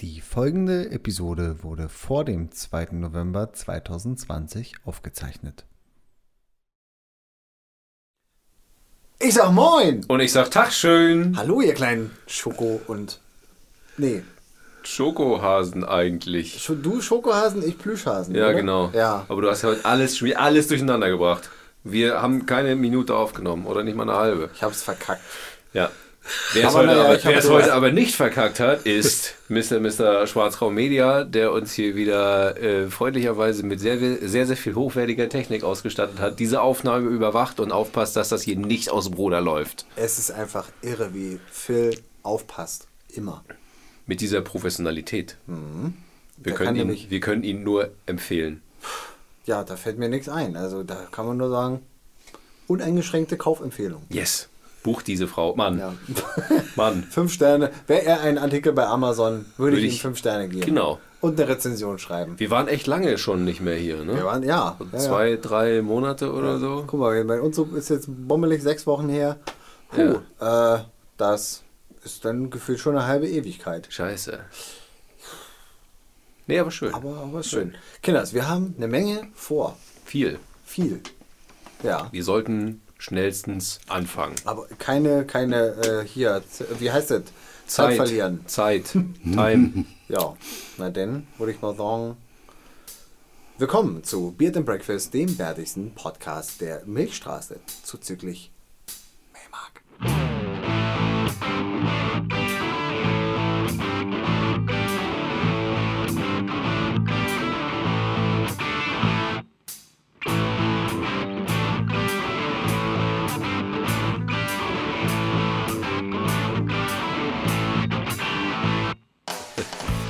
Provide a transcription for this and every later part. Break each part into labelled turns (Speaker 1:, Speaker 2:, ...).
Speaker 1: Die folgende Episode wurde vor dem 2. November 2020 aufgezeichnet. Ich sag Moin!
Speaker 2: Und ich sag Tag schön.
Speaker 3: Hallo, ihr kleinen Schoko und. Nee,
Speaker 2: Schokohasen eigentlich.
Speaker 3: Sch- du Schokohasen, ich Plüschhasen.
Speaker 2: Ja,
Speaker 3: oder?
Speaker 2: genau.
Speaker 3: Ja.
Speaker 2: Aber du hast ja heute alles, schon wieder alles durcheinander gebracht. Wir haben keine Minute aufgenommen oder nicht mal eine halbe.
Speaker 3: Ich hab's verkackt.
Speaker 2: Ja. Wer es
Speaker 3: Aber
Speaker 2: heute,
Speaker 3: naja,
Speaker 2: aber,
Speaker 3: ich hab
Speaker 2: wer es
Speaker 3: sowas-
Speaker 2: heute aber nicht verkackt hat, ist Mr. Mr. Schwarzraum Media, der uns hier wieder äh, freundlicherweise mit sehr, sehr, sehr viel hochwertiger Technik ausgestattet hat, diese Aufnahme überwacht und aufpasst, dass das hier nicht aus dem Ruder läuft.
Speaker 3: Es ist einfach irre, wie Phil aufpasst. Immer.
Speaker 2: Mit dieser Professionalität. Wir,
Speaker 3: Der
Speaker 2: können
Speaker 3: kann
Speaker 2: ihn,
Speaker 3: nämlich-
Speaker 2: wir können ihn nur empfehlen.
Speaker 3: Ja, da fällt mir nichts ein. Also da kann man nur sagen, uneingeschränkte Kaufempfehlung.
Speaker 2: Yes. Buch diese Frau. Mann.
Speaker 3: Ja.
Speaker 2: Mann.
Speaker 3: fünf Sterne. Wäre er ein Artikel bei Amazon, würde
Speaker 2: Würde
Speaker 3: ich ihm
Speaker 2: ich-
Speaker 3: fünf Sterne geben.
Speaker 2: Genau.
Speaker 3: Und eine Rezension schreiben.
Speaker 2: Wir waren echt lange schon nicht mehr hier, ne?
Speaker 3: Wir waren, ja. ja,
Speaker 2: Zwei,
Speaker 3: ja.
Speaker 2: drei Monate oder so.
Speaker 3: Guck mal, bei uns ist jetzt bommelig sechs Wochen her. Puh, äh, das ist dann gefühlt schon eine halbe Ewigkeit.
Speaker 2: Scheiße. Nee, aber schön.
Speaker 3: Aber, aber schön. Kinders, wir haben eine Menge vor.
Speaker 2: Viel.
Speaker 3: Viel. Ja.
Speaker 2: Wir sollten schnellstens anfangen.
Speaker 3: Aber keine, keine, äh, hier, Z- wie heißt das? Zeit verlieren.
Speaker 2: Zeit. Time.
Speaker 3: Ja. Na denn, würde ich mal sagen. Willkommen zu Beard and Breakfast, dem bärtigsten Podcast der Milchstraße, zuzüglich Maymark.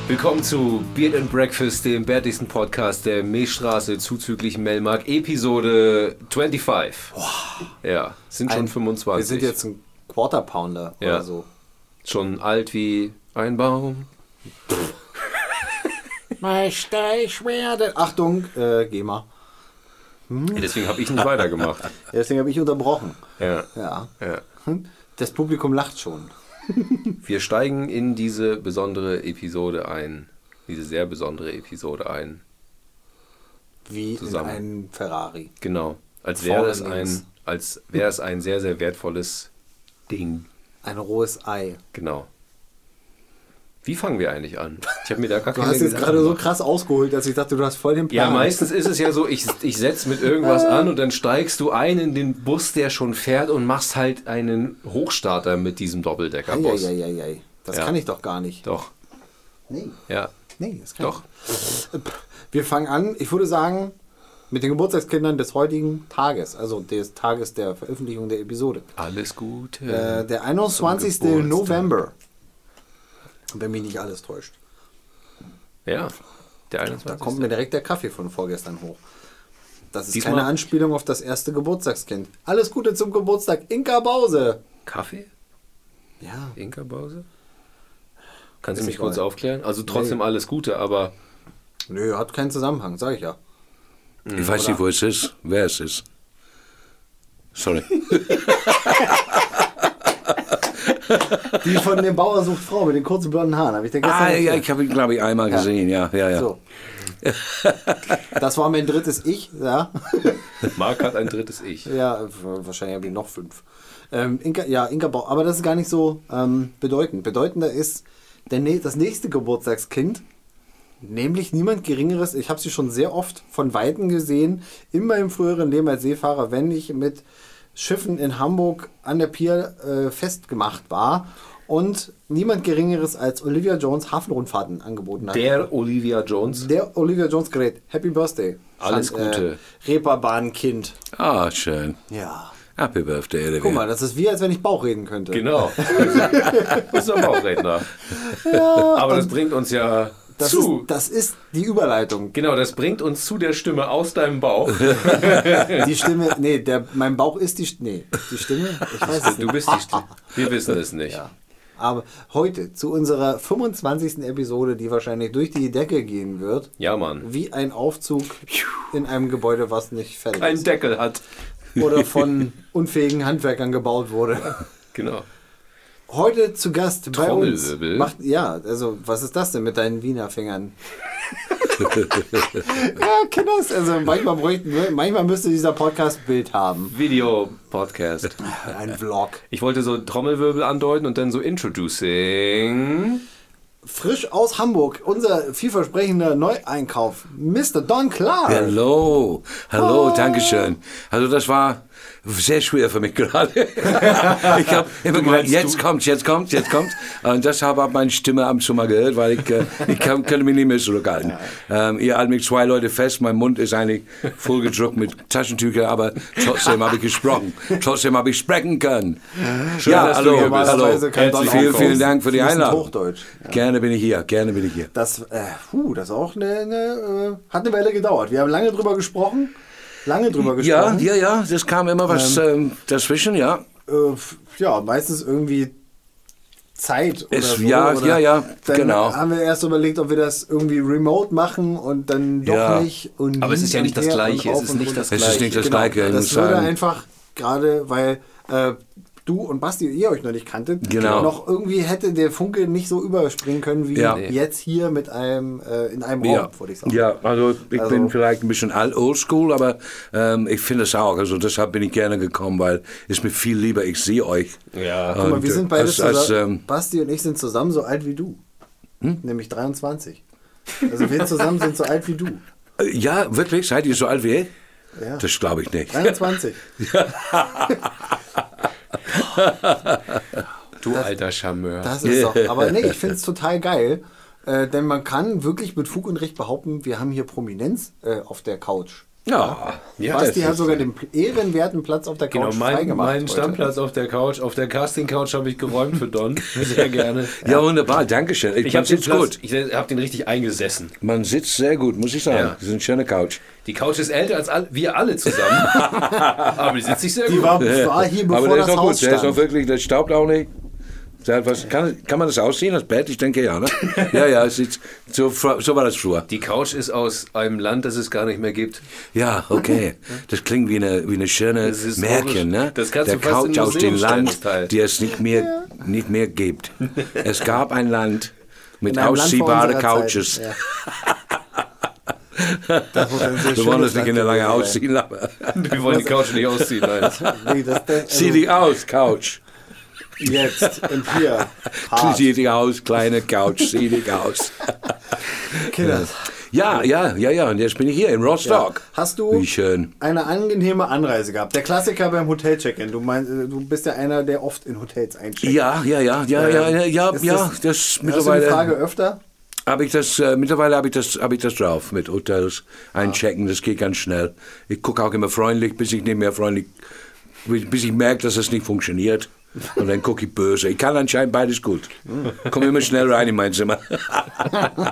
Speaker 2: Willkommen zu Beard and Breakfast, dem bärtigsten Podcast der Milchstraße zuzüglich Melmark, Episode 25. Ja, sind schon
Speaker 3: Ein-
Speaker 2: 25.
Speaker 3: Wir sind jetzt ein Quarter Pounder
Speaker 2: Ja.
Speaker 3: oder so.
Speaker 2: schon alt wie ein Baum.
Speaker 3: Meister, ich werde. Achtung, äh, geh mal.
Speaker 2: Ja, deswegen habe ich nicht weitergemacht.
Speaker 3: Deswegen habe ich unterbrochen.
Speaker 2: Ja.
Speaker 3: Ja.
Speaker 2: ja.
Speaker 3: Das Publikum lacht schon.
Speaker 2: Wir steigen in diese besondere Episode ein. Diese sehr besondere Episode ein.
Speaker 3: Wie
Speaker 2: Zusammen.
Speaker 3: in einem Ferrari.
Speaker 2: Genau. Als wäre es
Speaker 3: Vorne links.
Speaker 2: ein, als wäre es ein sehr, sehr wertvolles Ding.
Speaker 3: Ein rohes Ei.
Speaker 2: Genau. Wie fangen wir eigentlich an? Ich habe mir da gar
Speaker 3: Du
Speaker 2: keine
Speaker 3: hast jetzt
Speaker 2: Gedanken
Speaker 3: gerade so
Speaker 2: gemacht.
Speaker 3: krass ausgeholt, dass ich dachte, du hast voll den Plan.
Speaker 2: Ja, meistens ist es ja so, ich, ich setze mit
Speaker 3: Äh.
Speaker 2: irgendwas an und dann steigst du ein in den Bus, der schon fährt und machst halt einen Hochstarter mit diesem Doppeldeckerbus.
Speaker 3: Eieieiei. Das
Speaker 2: Ja.
Speaker 3: kann ich doch gar nicht.
Speaker 2: Doch,
Speaker 3: Nee,
Speaker 2: ja,
Speaker 3: nee, das kann
Speaker 2: doch.
Speaker 3: ich nicht. Wir fangen an, ich würde sagen, mit den Geburtstagskindern des heutigen Tages, also des Tages der Veröffentlichung der Episode.
Speaker 2: Alles Gute.
Speaker 3: Äh, der 21.
Speaker 2: Zum Geburtstag.
Speaker 3: November. Wenn mich nicht alles täuscht.
Speaker 2: ja, der
Speaker 3: Da
Speaker 2: 21.
Speaker 3: kommt mir direkt der Kaffee von vorgestern hoch. Das ist
Speaker 2: Diesmal-
Speaker 3: keine Anspielung auf das erste Geburtstagskind. Alles Gute zum Geburtstag, Inka Bause.
Speaker 2: Kaffee?
Speaker 3: Ja,
Speaker 2: Inka Bause? Kannst du
Speaker 3: Ist
Speaker 2: mich
Speaker 3: egal.
Speaker 2: kurz aufklären? Also trotzdem alles Gute, aber
Speaker 3: nö, hat keinen Zusammenhang, sag ich ja.
Speaker 4: Ich weiß nicht, wo es ist, wer es ist. Sorry.
Speaker 3: Die von dem Bauer sucht Frau mit den kurzen blonden Haaren, habe ich dir gestern
Speaker 4: Ah, ja,
Speaker 3: erzählt.
Speaker 4: ich habe ihn, glaube ich, einmal gesehen. Ja, ja, ja.
Speaker 3: So. Das war mein drittes Ich, ja.
Speaker 2: Marc hat ein drittes Ich.
Speaker 3: Ja, w- wahrscheinlich habe ich noch fünf. Ähm, Inka, ja, Inka Bau, aber das ist gar nicht so ähm, bedeutend. Bedeutender ist der, nä- das nächste Geburtstagskind, nämlich niemand Geringeres. Ich habe sie schon sehr oft von Weitem gesehen, in meinem früheren Leben als Seefahrer, wenn ich mit Schiffen in Hamburg an der Pier äh, festgemacht war und niemand Geringeres als Olivia Jones Hafenrundfahrten angeboten hat.
Speaker 2: Der Olivia Jones.
Speaker 3: Der Olivia Jones gerät. Happy Birthday.
Speaker 2: Alles Gute.
Speaker 3: Äh, Reeperbahnkind.
Speaker 4: Ah, schön.
Speaker 3: Ja.
Speaker 4: Happy Birthday, Olivia.
Speaker 3: Guck mal, das ist wie, als wenn ich Bauch reden könnte.
Speaker 2: Genau. Das ist aber auch Redner. aber das bringt uns ja
Speaker 3: Das,
Speaker 2: zu.
Speaker 3: ist, das ist die Überleitung.
Speaker 2: genau, das bringt uns zu der Stimme aus deinem Bauch.
Speaker 3: Die Stimme, nee, der, mein Bauch ist die, nee, die Stimme, ich weiß es
Speaker 2: Also, Du
Speaker 3: nicht.
Speaker 2: bist die Stimme. Wir wissen es nicht.
Speaker 3: Ja. Aber heute, zu unserer 25. Episode, die wahrscheinlich durch die Decke gehen wird,
Speaker 2: Ja, Mann.
Speaker 3: wie ein Aufzug in einem Gebäude, was nicht fertig
Speaker 2: Ein
Speaker 3: ist.
Speaker 2: Deckel hat.
Speaker 3: Oder von unfähigen Handwerkern gebaut wurde.
Speaker 2: Genau.
Speaker 3: heute zu Gast bei uns.
Speaker 2: Trommelwirbel?
Speaker 3: Macht, ja, also was ist das denn mit deinen Wiener Fingern? ja, Kinders, also manchmal, bräuchten- manchmal müsste dieser Podcast ein Bild haben.
Speaker 2: Video-Podcast.
Speaker 3: Ein Vlog.
Speaker 2: Ich wollte so Trommelwirbel andeuten und dann so Introducing.
Speaker 3: Frisch aus Hamburg, unser vielversprechender Neueinkauf, Mr. Don Clark.
Speaker 4: Hallo, hallo, danke schön. Also das war sehr schwer für mich gerade. ich habe immer gedacht,
Speaker 2: meinst,
Speaker 4: jetzt kommt, jetzt kommt, jetzt kommt. Und das habe ich meine Stimme ab und zu mal gehört, weil ich, äh, ich kann, könnte mich nicht mehr zurückhalten. Ähm, ihr haltet mich zwei Leute fest, mein Mund ist eigentlich vollgedruckt mit Taschentücher, aber trotzdem habe ich gesprochen. Trotzdem habe ich sprechen können.
Speaker 2: Schön, dass du hier bist.
Speaker 3: Normalerweise kann Don
Speaker 4: Vielen,
Speaker 3: Einkauf.
Speaker 4: vielen Dank für die
Speaker 3: Fließend
Speaker 4: Einladung.
Speaker 3: Hochdeutsch.
Speaker 4: Gerne bin ich hier, gerne bin ich hier.
Speaker 3: Das, äh, puh, das ist auch eine, eine, äh, hat eine Weile gedauert. Wir haben lange drüber gesprochen. Lange drüber
Speaker 4: Ja,
Speaker 3: gesprochen.
Speaker 4: ja, ja, das kam immer was ähm, dazwischen, ja.
Speaker 3: Äh, f- ja, meistens irgendwie Zeit oder
Speaker 4: Ist-
Speaker 3: so.
Speaker 4: ja,
Speaker 3: oder
Speaker 4: ja, ja,
Speaker 3: dann
Speaker 4: genau.
Speaker 3: haben wir erst überlegt, ob wir das irgendwie remote machen und dann doch
Speaker 4: Ja.
Speaker 3: nicht. Und
Speaker 2: Aber es ist ja
Speaker 3: hin und
Speaker 2: nicht das
Speaker 3: her und
Speaker 2: Gleiche, es
Speaker 3: auf
Speaker 2: ist
Speaker 3: und
Speaker 2: nicht
Speaker 3: runter.
Speaker 2: das
Speaker 4: Es ist nicht das
Speaker 3: Genau,
Speaker 4: Gleiche. ich muss
Speaker 3: Das würde
Speaker 4: sagen.
Speaker 3: einfach gerade, weil äh, du und Basti, ihr euch noch nicht kanntet,
Speaker 4: Genau.
Speaker 3: noch irgendwie hätte der Funke nicht so überspringen können wie
Speaker 4: Ja.
Speaker 3: jetzt hier mit einem äh, in einem Raum,
Speaker 4: ja.
Speaker 3: würde ich sagen.
Speaker 4: ja, also ich
Speaker 3: Also-
Speaker 4: bin vielleicht ein bisschen alt, oldschool, aber ähm, ich finde es auch. Also deshalb bin ich gerne gekommen, weil es mir viel lieber, ich sehe euch.
Speaker 2: Ja.
Speaker 3: Guck mal,
Speaker 4: Und,
Speaker 3: wir sind
Speaker 4: äh,
Speaker 3: beide
Speaker 4: als- als,
Speaker 3: zusammen.
Speaker 4: ähm, Hm?
Speaker 3: Basti und ich sind zusammen so alt wie du. Nämlich 23. Also wir zusammen sind so alt wie du.
Speaker 4: äh, Ja, wirklich? Seid ihr so alt wie ich?
Speaker 3: Ja.
Speaker 4: Das glaube ich nicht.
Speaker 3: 23.
Speaker 2: Du alter Charmeur.
Speaker 3: Das ist doch. Aber nee, ich finde es total geil. Äh, denn man kann wirklich mit Fug und Recht behaupten, wir haben hier Prominenz äh, auf der Couch.
Speaker 4: Ja,
Speaker 2: Ja,
Speaker 3: Basti
Speaker 2: das
Speaker 3: hat
Speaker 2: ist-
Speaker 3: sogar den pl- ehrenwerten Platz auf der Couch
Speaker 2: Genau, mein,
Speaker 3: freigemacht.
Speaker 2: meinen
Speaker 3: heute.
Speaker 2: Stammplatz auf der Couch, auf der Casting-Couch habe ich geräumt für Don. Sehr gerne.
Speaker 4: ja wunderbar, danke schön. Ich,
Speaker 2: Ich
Speaker 4: man
Speaker 2: habe den,
Speaker 4: sitzt
Speaker 2: Platz-
Speaker 4: gut.
Speaker 2: ich hab den richtig eingesessen.
Speaker 4: Man sitzt sehr gut, muss ich sagen.
Speaker 2: Ja.
Speaker 4: Das ist eine schöne Couch.
Speaker 2: Die Couch ist älter als all, wir alle zusammen. Aber die sitzt sich sehr
Speaker 3: Die
Speaker 2: gut.
Speaker 3: war, war hier, bevor
Speaker 4: aber der
Speaker 3: das
Speaker 4: ist auch
Speaker 3: Haus
Speaker 4: gut, der ist auch
Speaker 3: stand.
Speaker 4: wirklich, der staubt auch nicht. Der hat was, kann, kann man das ausziehen, das Bett? Ich denke ja, ne? ja, ja, es ist, so, so war das früher.
Speaker 2: Die Couch ist aus einem Land, das es gar nicht mehr gibt.
Speaker 4: Ja, okay. Das klingt wie eine, wie eine schöne
Speaker 2: Das ist
Speaker 4: Märchen,
Speaker 2: historisch.
Speaker 4: ne?
Speaker 2: Das kannst
Speaker 4: Der
Speaker 2: du fast in
Speaker 4: Couch
Speaker 2: ein
Speaker 4: aus dem
Speaker 2: Museum stellen,
Speaker 4: Land,
Speaker 2: das Teil.
Speaker 4: die es nicht mehr, nicht mehr gibt. Es gab ein Land mit
Speaker 3: In einem Land vor
Speaker 4: ausziehbaren
Speaker 3: unserer
Speaker 4: Couches.
Speaker 3: Zeit. Ja. Das muss ein sehr
Speaker 4: Wir wollen
Speaker 3: schönes
Speaker 4: das nicht
Speaker 3: Land
Speaker 4: in der lange
Speaker 3: gewesen sein.
Speaker 4: ausziehen, aber
Speaker 2: Wir wollen die Couch nicht ausziehen. Nein.
Speaker 3: Nee, das, das, also
Speaker 4: sieh dich aus, Couch.
Speaker 3: Jetzt und hier. Hart.
Speaker 4: Sieh dich aus, kleine Couch, sieh dich aus.
Speaker 3: Killers.
Speaker 4: Ja, ja, ja, ja, und jetzt bin ich hier in Rostock.
Speaker 3: Äh, Hast du
Speaker 4: Wie schön.
Speaker 3: eine angenehme Anreise gehabt? Der Klassiker beim Hotel-Check-In. Du, meinst, äh, du bist ja einer, der oft in Hotels eincheckt. Ähm,
Speaker 4: Ja, ja, ja, ja, ja, ja, ja,
Speaker 3: Ist
Speaker 4: ja,
Speaker 3: das-
Speaker 4: das
Speaker 3: Hast du die
Speaker 4: mittlerweile.
Speaker 3: Frage öfter?
Speaker 4: Habe ich das, äh, mittlerweile habe ich, das, hab ich das drauf mit Hotels einchecken, das geht ganz schnell. Ich gucke auch immer freundlich, bis ich nicht mehr freundlich, bis ich merke, dass das nicht funktioniert. Und dann gucke ich böse. Ich kann anscheinend beides gut. Komme immer schnell rein in mein Zimmer.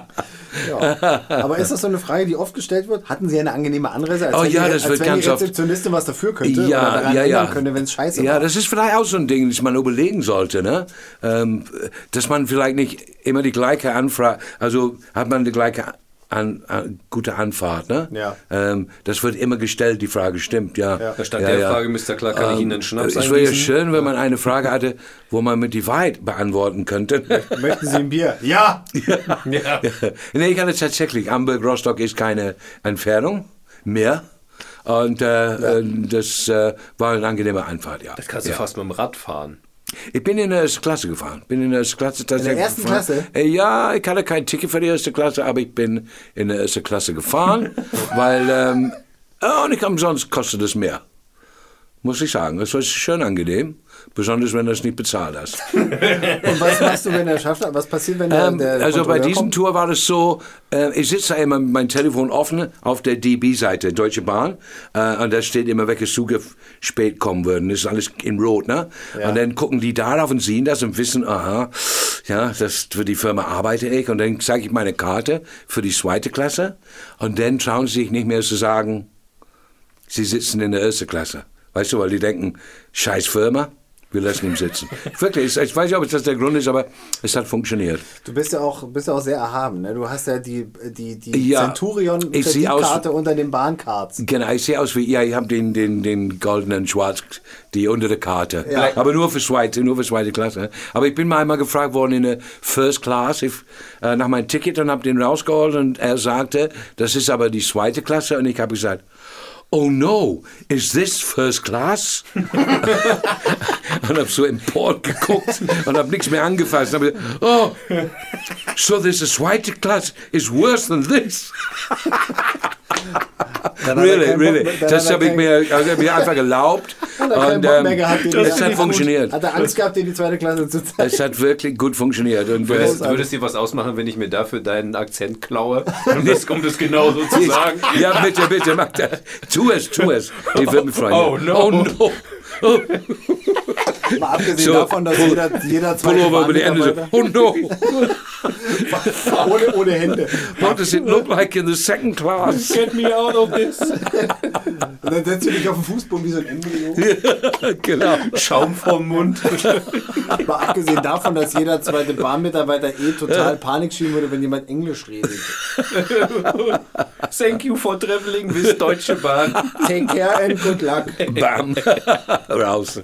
Speaker 3: Ja. Aber ist das so eine Frage, die oft gestellt wird? Hatten Sie eine angenehme Anreise? Als
Speaker 4: Ah. Oh
Speaker 3: wenn
Speaker 4: ja,
Speaker 3: die,
Speaker 4: das
Speaker 3: als
Speaker 4: wird
Speaker 3: wenn
Speaker 4: ganz
Speaker 3: die
Speaker 4: oft-
Speaker 3: Rezeptionistin was dafür könnte oder daran ändern könnte, wenn es scheiße
Speaker 4: Ja,
Speaker 3: war.
Speaker 4: das ist vielleicht auch so ein Ding, das man überlegen sollte, ne? ähm, dass man vielleicht nicht immer die gleiche Anfrage, also hat man die gleiche an, an, gute Anfahrt, ne?
Speaker 3: Ja.
Speaker 4: Ähm, das wird immer gestellt, die Frage stimmt, ja. Ähm,
Speaker 3: Ja.
Speaker 2: Da stand der Frage, Mr. Clark, kann Ähm, ich Ihnen einen Schnaps
Speaker 4: Es wäre ja
Speaker 2: eingießen?
Speaker 4: schön, wenn man eine Frage hatte, wo man mit die Wahrheit beantworten könnte.
Speaker 3: Möchten Sie ein Bier? Ja!
Speaker 2: Ja.
Speaker 4: nee, ich hatte tatsächlich, Hamburg, Rostock ist keine Entfernung mehr. Und äh, äh, das äh, war eine angenehme Anfahrt, ja.
Speaker 2: Das kannst du
Speaker 4: ja.
Speaker 2: fast mit dem Rad fahren.
Speaker 4: Ich bin in der ersten Klasse gefahren. Bin in der ersten Klasse tatsächlich.
Speaker 3: ersten
Speaker 4: gefahren.
Speaker 3: Klasse?
Speaker 4: Äh, Ja, ich hatte kein Ticket für die erste Klasse, aber ich bin in der ersten Klasse gefahren, weil ähm, äh, und ich umsonst kostet es mehr. Muss ich sagen. Es war schön angenehm, besonders wenn du es nicht bezahlt hast.
Speaker 3: Und was machst du, wenn der schafft? Was passiert, wenn der,
Speaker 4: Ähm,
Speaker 3: der
Speaker 4: also bei
Speaker 3: Kontrolleur
Speaker 4: diesem
Speaker 3: kommt?
Speaker 4: Tour war das so, äh, ich sitze da immer mit meinem Telefon offen auf der DB-Seite, Deutsche Bahn, äh, und da steht immer, welche Züge f- spät kommen würden. Das ist alles in Rot, ne?
Speaker 3: Ja.
Speaker 4: Und dann gucken die darauf und sehen das und wissen, aha, ja, das für die Firma arbeite ich. Und dann zeige ich meine Karte für die zweite Klasse und dann trauen sie sich nicht mehr zu sagen, sie sitzen in der ersten Klasse. Weißt du, weil die denken, scheiß Firma. Wir lassen ihn sitzen. Wirklich, ich weiß nicht, ob das der Grund ist, aber es hat funktioniert.
Speaker 3: Du bist ja auch, bist ja auch sehr erhaben. Ne? Du hast ja die, die, die
Speaker 4: Ja, ich sehe aus-
Speaker 3: Centurion-Kreditkarte unter den Bahncards.
Speaker 4: Genau, ich sehe aus wie, ja, ich habe den, den, den goldenen Schwarz, die untere Karte.
Speaker 3: Ja.
Speaker 4: Aber nur für Schweiz, nur für zweite Klasse. Aber ich bin mal einmal gefragt worden in der First Class ich, äh, nach meinem Ticket und habe den rausgeholt und er sagte, das ist aber die zweite Klasse und ich habe gesagt, Oh no, is this first class? und habe so empört geguckt und habe nichts mehr angefasst. Und hab gesagt, oh, so this is zweite Class is worse than this.
Speaker 3: Dann hat er
Speaker 4: Really,
Speaker 3: keinen
Speaker 4: really.
Speaker 3: Bock mehr- dann
Speaker 4: Das
Speaker 3: hat er
Speaker 4: habe ich
Speaker 3: keinen-
Speaker 4: mir, also mir einfach erlaubt.
Speaker 3: Hat er keinen
Speaker 4: Und
Speaker 3: Bock mehr
Speaker 4: ähm,
Speaker 3: gehabt, den
Speaker 4: es
Speaker 3: ersten
Speaker 4: hat
Speaker 3: Flug.
Speaker 4: funktioniert.
Speaker 3: Hat er Angst gehabt, dir die zweite Klasse zu zeigen?
Speaker 4: Es hat wirklich gut funktioniert. Und äh,
Speaker 2: Würdest, würdest dir was ausmachen, wenn ich mir dafür deinen Akzent klaue? Um das, um das genau so zu sagen.
Speaker 4: ja, bitte, bitte, mach das. Tu es, tu es. Ich würde mich freuen.
Speaker 2: Oh, no.
Speaker 4: Oh, no. Oh,
Speaker 3: Mal abgesehen
Speaker 4: So,
Speaker 3: davon, dass
Speaker 4: Pull-
Speaker 3: jeder, jeder zweite
Speaker 4: Pullover über die Hände. So.
Speaker 3: Bahnmitarbeiter-
Speaker 4: Oh, no.
Speaker 3: ohne, ohne Hände.
Speaker 4: What does it look like in the second class?
Speaker 2: Get me out of this.
Speaker 3: Und dann setzt du dich auf den Fußboden wie so ein Embryo.
Speaker 4: genau.
Speaker 2: Schaum vom Mund.
Speaker 3: Mal abgesehen davon, dass jeder zweite Bahnmitarbeiter eh total Panik schieben würde, wenn jemand Englisch redet.
Speaker 2: Thank you for traveling with Deutsche Bahn.
Speaker 3: Take care and good luck.
Speaker 4: Bam. Raus.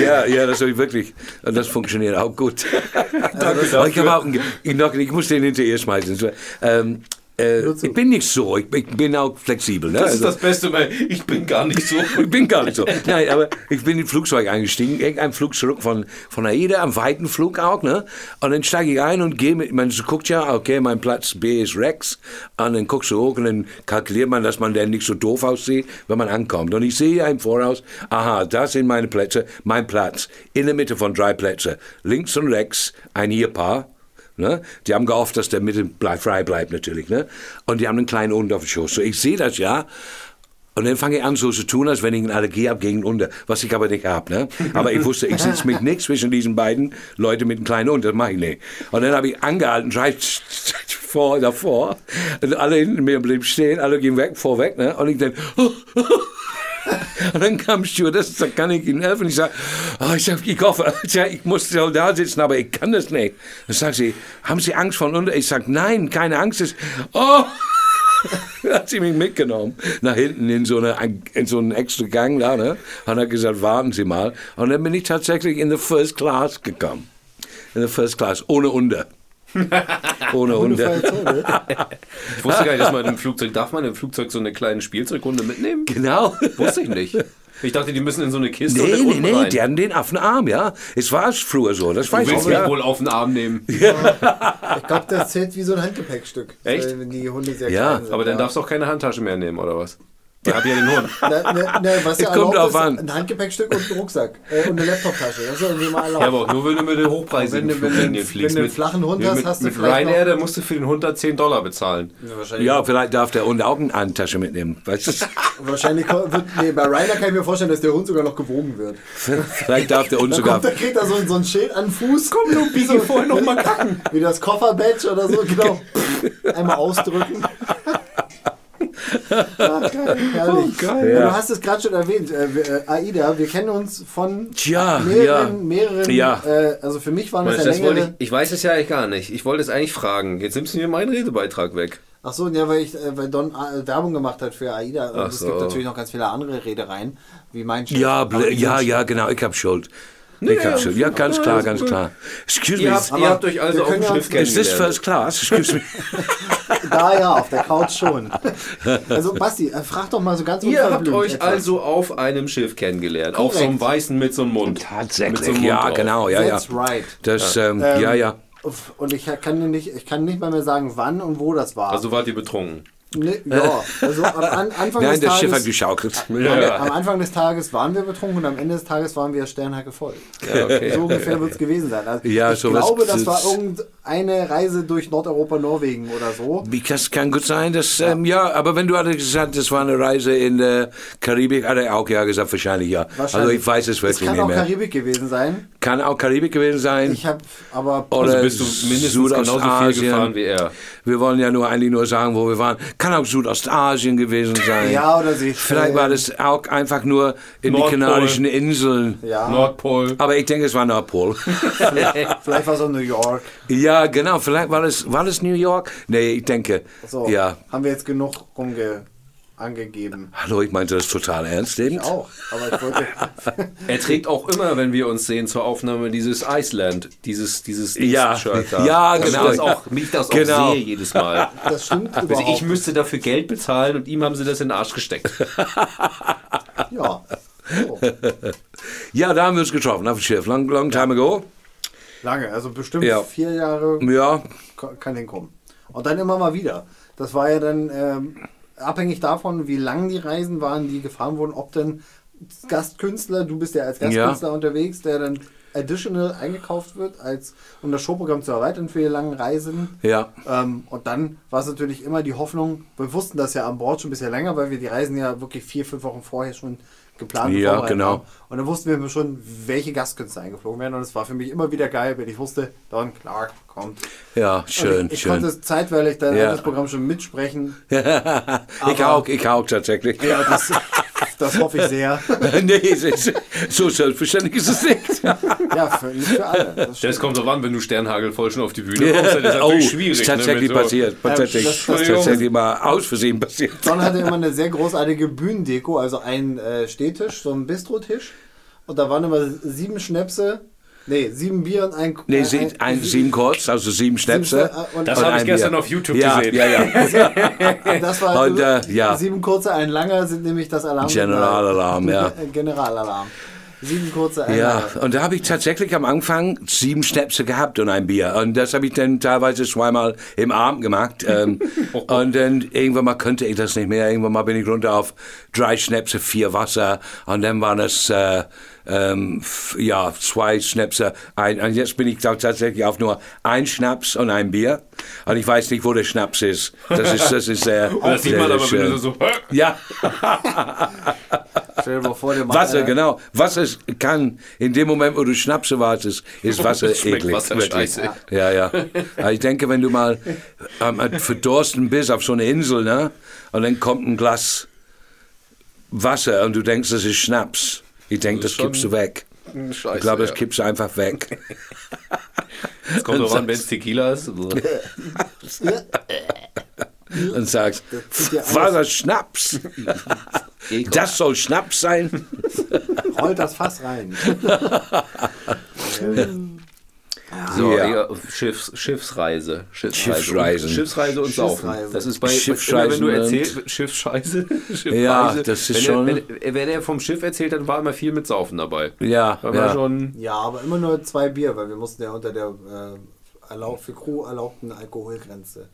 Speaker 4: Ja, ja, das habe ich wirklich. Und das funktioniert auch gut. Aber ich, habe auch, einen- ich, noch, ich muss den hinterher schmeißen. So, Ähm, äh,
Speaker 3: Nur zu.
Speaker 4: ich bin nicht so, ich, ich bin auch flexibel. Ne?
Speaker 2: Das ist
Speaker 4: Also-
Speaker 2: das Beste, weil ich bin gar nicht so.
Speaker 4: ich bin gar nicht so. Nein, aber ich bin in Flugzeug eingestiegen, irgendein Flug zurück von, von AIDA, am weiten Flug auch, ne? Und dann steige ich ein und gehe mit, man guckt ja, okay, mein Platz B ist Rex, und dann guckst du hoch und dann kalkuliert man, dass man dann nicht so doof aussieht, wenn man ankommt. Und ich sehe ja im Voraus, aha, das sind meine Plätze, mein Platz, in der Mitte von drei Plätze, links und rechts, ein Ehepaar, Ne? Die haben gehofft, dass der Mitte blei- frei bleibt natürlich. Ne? Und die haben einen kleinen Hund auf dem Schoß. So, ich sehe das ja. Und dann fange ich an, so zu tun, als wenn ich eine Allergie habe gegen Hunde, was ich aber nicht habe. Ne? Aber ich wusste, ich sitze mich nicht zwischen diesen beiden Leuten mit einem kleinen Hund, das mache ich nicht. Und dann habe ich angehalten, drei vor, davor, und alle hinten mir blieben stehen, alle gehen weg, vorweg. Ne? Und ich denke, und dann kam Stewardess, da kann ich Ihnen helfen. Ich sage, oh, ich, sag, ich hoffe, ich, sag, ich muss so da sitzen, aber ich kann das nicht. Dann sagt sie, haben Sie Angst vor uns? Ich sage, nein, keine Angst. Es- Oh, hat sie mich mitgenommen nach hinten in so, eine, in so einen extra Gang da. Ne? Und hat gesagt, warten Sie mal. Und dann bin ich tatsächlich in the First Class gekommen. In the First Class, ohne Unter. Ohne Unter.
Speaker 2: Ich wusste gar nicht, dass man im Flugzeug, darf man im Flugzeug so eine kleine Spielzeugrunde mitnehmen?
Speaker 4: Genau.
Speaker 2: Wusste ich nicht. Ich dachte, die müssen in so eine Kiste und
Speaker 4: Nee,
Speaker 2: dann
Speaker 4: nee,
Speaker 2: unten
Speaker 4: nee,
Speaker 2: rein.
Speaker 4: die haben den Affenarm, ja. Es war früher so, das weiß
Speaker 2: Du
Speaker 4: ich
Speaker 2: willst mich
Speaker 4: ja.
Speaker 2: wohl auf den Arm nehmen.
Speaker 3: Ich glaube, das zählt wie so ein Handgepäckstück.
Speaker 2: Echt?
Speaker 3: Weil Die Hunde sehr
Speaker 4: Ja,
Speaker 3: klein sind,
Speaker 2: Aber dann
Speaker 3: ja.
Speaker 2: darfst du auch keine Handtasche mehr nehmen, oder was? Ich hab ja den Hund.
Speaker 3: Na, na, na, was ja
Speaker 4: Es kommt
Speaker 3: erlaubt
Speaker 4: drauf
Speaker 3: ist,
Speaker 4: an.
Speaker 3: Ein Handgepäckstück und ein Rucksack. Äh, und eine Laptoptasche. Das ist irgendwie mal erlaubt.
Speaker 2: Ja, aber auch nur, wenn du mit den hochpreisigen
Speaker 3: Wenn du- wenn du-
Speaker 2: Fluglinien
Speaker 3: wenn
Speaker 2: fliegst.
Speaker 3: du einen
Speaker 2: Mit-
Speaker 3: flachen Hund
Speaker 2: mit,
Speaker 3: hast,
Speaker 2: mit,
Speaker 3: hast du
Speaker 2: Mit
Speaker 3: vielleicht noch-
Speaker 2: Ryanair, da musst du für den Hund da 10 Dollar bezahlen.
Speaker 3: wahrscheinlich,
Speaker 4: Ja, vielleicht darf der Hund auch einen Antasche mitnehmen. Weißt du?
Speaker 3: wahrscheinlich ko- wird, nee, bei Ryder kann ich mir vorstellen, dass der Hund sogar noch gewogen wird.
Speaker 4: Vielleicht darf der Hund
Speaker 3: Dann
Speaker 4: sogar.
Speaker 3: kommt, da kriegt er so, ein- so ein Schild an den Fuß. Komm, du Bibi, vorhin noch mal kacken. Wie das Kofferbadge oder so, genau. Einmal ausdrücken. Ach, geil, herrlich. Ja, Du hast es gerade schon erwähnt, äh, wir- äh, Aida, wir kennen uns von
Speaker 4: Tja,
Speaker 3: mehreren,
Speaker 4: ja.
Speaker 3: mehreren
Speaker 4: Ja.
Speaker 3: äh, also für mich waren das
Speaker 2: Mensch,
Speaker 3: ja
Speaker 2: das wollte ich,
Speaker 3: längere.
Speaker 2: ich weiß es ja eigentlich gar nicht. Ich wollte es eigentlich fragen. Jetzt nimmst du mir meinen Redebeitrag weg.
Speaker 3: Ach so, ja, weil ich, äh, weil Don äh, Werbung gemacht hat für Aida. Und
Speaker 2: Ach
Speaker 3: es
Speaker 2: so.
Speaker 3: gibt natürlich noch ganz viele andere Redereien, wie mein Chef.
Speaker 4: Ja,
Speaker 3: Aber
Speaker 4: bl-
Speaker 3: die
Speaker 4: ja,
Speaker 3: sind-
Speaker 4: ja, genau, ich hab Schuld. ich hab Schuld. Ja, ganz klar, ganz klar. Excuse
Speaker 2: Ihr
Speaker 4: me.
Speaker 2: habt,
Speaker 3: aber
Speaker 2: ihr habt euch also
Speaker 3: wir
Speaker 2: auf dem
Speaker 3: können ja-
Speaker 2: Schiff
Speaker 4: Is this
Speaker 2: kennengelernt.
Speaker 4: first class? Excuse me.
Speaker 3: Da ja, auf der Couch schon. Also Basti, äh, frag doch mal so ganz
Speaker 2: Ihr habt
Speaker 3: unverblümt
Speaker 2: euch
Speaker 3: etwas.
Speaker 2: also auf einem Schiff kennengelernt. Auf so
Speaker 3: Korrekt.
Speaker 2: einem weißen mit so einem Mund. Mit so einem
Speaker 4: Tatsächlich.
Speaker 2: Mund
Speaker 4: Ja,
Speaker 2: drauf.
Speaker 4: genau, ja, ja.
Speaker 3: That's right.
Speaker 4: Das, ähm, ja, ja.
Speaker 3: Uff, Und ich kann dir nicht, ich kann nicht mal mehr sagen, wann und wo das war.
Speaker 2: Also wart ihr betrunken.
Speaker 3: ne, ja, also am An Anfang
Speaker 4: äh, Nein,
Speaker 3: des
Speaker 4: das Schiff hat
Speaker 3: Tages.
Speaker 4: geschaukelt.
Speaker 3: Am Anfang des Tages waren wir betrunken und am Ende des Tages waren wir sternhacke voll.
Speaker 2: Ja, okay.
Speaker 3: So ungefähr wird es gewesen sein. Also
Speaker 4: Ja,
Speaker 3: ich
Speaker 4: sowas-
Speaker 3: glaube, das
Speaker 4: das-
Speaker 3: war irgend, eine Reise durch Nordeuropa, Norwegen oder so.
Speaker 4: Wie, Das kann gut sein, dass, ähm, ja, aber wenn du hattest gesagt, das war eine Reise in der Karibik, hat er auch ja gesagt, wahrscheinlich ja. Also ich weiß es wirklich
Speaker 3: Es kann
Speaker 4: nicht
Speaker 3: auch
Speaker 4: mehr.
Speaker 3: Karibik gewesen sein.
Speaker 4: kann auch Karibik gewesen sein.
Speaker 3: Ich habe aber
Speaker 4: Oder
Speaker 2: Also bist du mindestens genauso viel gefahren wie er.
Speaker 4: Wir wollen ja nur eigentlich nur sagen, wo wir waren. Kann auch Südostasien gewesen sein.
Speaker 3: Ja, oder Seychellen.
Speaker 4: Vielleicht war das auch einfach nur in die
Speaker 2: Nordpol.
Speaker 4: Kanarischen Inseln.
Speaker 3: ja,
Speaker 2: Nordpol.
Speaker 4: Aber ich denke, es war Nordpol.
Speaker 3: vielleicht war es auch New York.
Speaker 4: ja, genau. Vielleicht war das, war das New York? Nee, ich denke,
Speaker 3: So,
Speaker 4: ja.
Speaker 3: haben wir jetzt genug rumge angegeben.
Speaker 4: Hallo, ich meinte das total ernst.
Speaker 3: Ich auch, aber ich wollte.
Speaker 2: Er trägt auch immer, wenn wir uns sehen zur Aufnahme, dieses Iceland, dieses dieses
Speaker 4: Ja.
Speaker 2: Shirt da.
Speaker 4: Ja,
Speaker 2: Dass ich
Speaker 4: genau.
Speaker 2: Das auch, wie ich das
Speaker 4: Genau.
Speaker 2: auch sehe jedes Mal.
Speaker 3: Das stimmt
Speaker 2: Also
Speaker 3: überhaupt.
Speaker 2: ich müsste dafür Geld bezahlen und ihm haben sie das in den Arsch gesteckt.
Speaker 3: ja. So,
Speaker 4: Ja, da haben wir uns getroffen auf dem Schiff. Long, long time ago.
Speaker 3: lange, also bestimmt
Speaker 4: Ja.
Speaker 3: vier Jahre
Speaker 4: Ja,
Speaker 3: ko- kann hinkommen. Und dann immer mal wieder. Das war ja dann ähm, abhängig davon, wie lang die Reisen waren, die gefahren wurden, ob denn Gastkünstler, du bist ja als Gastkünstler unterwegs, der dann additional eingekauft wird, als, um das Showprogramm zu erweitern für die langen Reisen.
Speaker 4: ja.
Speaker 3: Ähm, und dann war es natürlich immer die Hoffnung, wir wussten das ja an Bord schon ein bisschen länger, weil wir die Reisen ja wirklich vier, fünf Wochen vorher schon geplant und
Speaker 4: Ja,
Speaker 3: vorbereitet
Speaker 4: genau.
Speaker 3: haben. Und dann wussten wir schon, welche Gastkünstler eingeflogen werden. Und es war für mich immer wieder geil, wenn ich wusste, Don Clark kommt.
Speaker 4: Ja,
Speaker 3: Und
Speaker 4: schön,
Speaker 3: ich, ich
Speaker 4: schön.
Speaker 3: konnte es zeitweilig dann
Speaker 4: Ja.
Speaker 3: das Programm schon mitsprechen.
Speaker 4: ich auch, ich auch tatsächlich.
Speaker 3: Ja, das, das hoffe ich sehr.
Speaker 4: nee, es ist, so selbstverständlich ist es nicht.
Speaker 3: Ja, für, nicht für alle. Das
Speaker 2: Das
Speaker 3: stimmt.
Speaker 2: kommt drauf an, wenn du Sternhagel voll schon auf die Bühne kommst, dann ist das natürlich schwierig.
Speaker 4: Oh, ist tatsächlich
Speaker 2: ne, mit so-
Speaker 4: passiert. Tatsächlich,
Speaker 3: das-
Speaker 2: das-
Speaker 4: tatsächlich mal aus Versehen passiert.
Speaker 3: Don hatte immer eine sehr großartige Bühnendeko, also einen äh, Stehtisch, so einen Bistrotisch. Und da waren immer sieben Schnäpse, nee, sieben Bier und ein...
Speaker 4: Nee, sie, ein, sieben Korts, also sieben Schnäpse.
Speaker 3: Äh, und-
Speaker 2: Das habe ich
Speaker 4: ein
Speaker 2: gestern
Speaker 4: Bier.
Speaker 2: auf YouTube
Speaker 4: ja,
Speaker 2: gesehen.
Speaker 4: Ja, ja,
Speaker 3: Das war
Speaker 4: Und, äh, ja.
Speaker 3: sieben kurze, ein langer sind nämlich das Alarm.
Speaker 4: Generalalarm, ja.
Speaker 3: Äh, Generalalarm. Sieben kurze, ein
Speaker 4: ja.
Speaker 3: langer.
Speaker 4: Und da habe ich tatsächlich am Anfang sieben Schnäpse gehabt und ein Bier. Und das habe ich dann teilweise zweimal im Abend gemacht. Ähm,
Speaker 2: Oh.
Speaker 4: und dann irgendwann mal könnte ich das nicht mehr. Irgendwann mal bin ich runter auf drei Schnäpse, vier Wasser. Und dann waren es äh, ähm, f- ja, zwei Schnäpse. Ein, und jetzt bin ich da tatsächlich auf nur ein Schnaps und ein Bier. Und ich weiß nicht, wo der Schnaps ist. Das ist, das ist sehr.
Speaker 2: Und das sieht
Speaker 4: sehr,
Speaker 2: man aber,
Speaker 4: sehr
Speaker 2: wenn du
Speaker 4: schön.
Speaker 2: so,
Speaker 4: Ja.
Speaker 3: Stell dir mal vor, der äh, macht
Speaker 4: Wasser,
Speaker 3: einer-
Speaker 4: genau. Wasser ist- kann, in dem Moment, wo du Schnaps erwartest, ist Wasser
Speaker 2: Schmeckt
Speaker 4: eklig.
Speaker 2: Wasser
Speaker 4: wirklich.
Speaker 2: scheiße.
Speaker 4: Ja, ja. Aber ich denke, wenn du mal ähm, verdorsten bist auf so eine Insel, ne, und dann kommt ein Glas Wasser und du denkst, das ist Schnaps. Ich denke, das,
Speaker 2: ist
Speaker 4: kippst du
Speaker 2: schon-
Speaker 4: weg.
Speaker 2: hm, scheiße.
Speaker 4: Ich glaube, das
Speaker 2: ja.
Speaker 4: kippst du einfach weg.
Speaker 2: Es kommt drauf an, wenn es Tequila ist.
Speaker 4: und sagst,
Speaker 3: tut ja alles-
Speaker 4: war das Schnaps? Das soll Schnaps sein? genau-
Speaker 3: rollt das Fass rein.
Speaker 2: So,
Speaker 4: Ja.
Speaker 2: ja. Schiffs, Schiffsreise. Schiffsreise.
Speaker 4: Schiffsreisen.
Speaker 2: Schiffsreise und Saufen.
Speaker 3: Schiffsreisen.
Speaker 2: Das ist bei,
Speaker 4: Schiffsreisen
Speaker 2: immer wenn du
Speaker 4: und-
Speaker 2: erzählst, Schiffsscheiße, Schiffreise.
Speaker 4: Ja, das ist
Speaker 2: wenn
Speaker 4: schon-
Speaker 2: Er, wenn, er- wenn er vom Schiff erzählt hat, war immer viel mit Saufen dabei.
Speaker 4: Ja,
Speaker 2: Weil
Speaker 4: ja.
Speaker 2: man schon...
Speaker 3: Ja, aber immer nur zwei Bier, weil wir mussten ja unter der äh, erlaub, für Crew erlaubten Alkoholgrenze,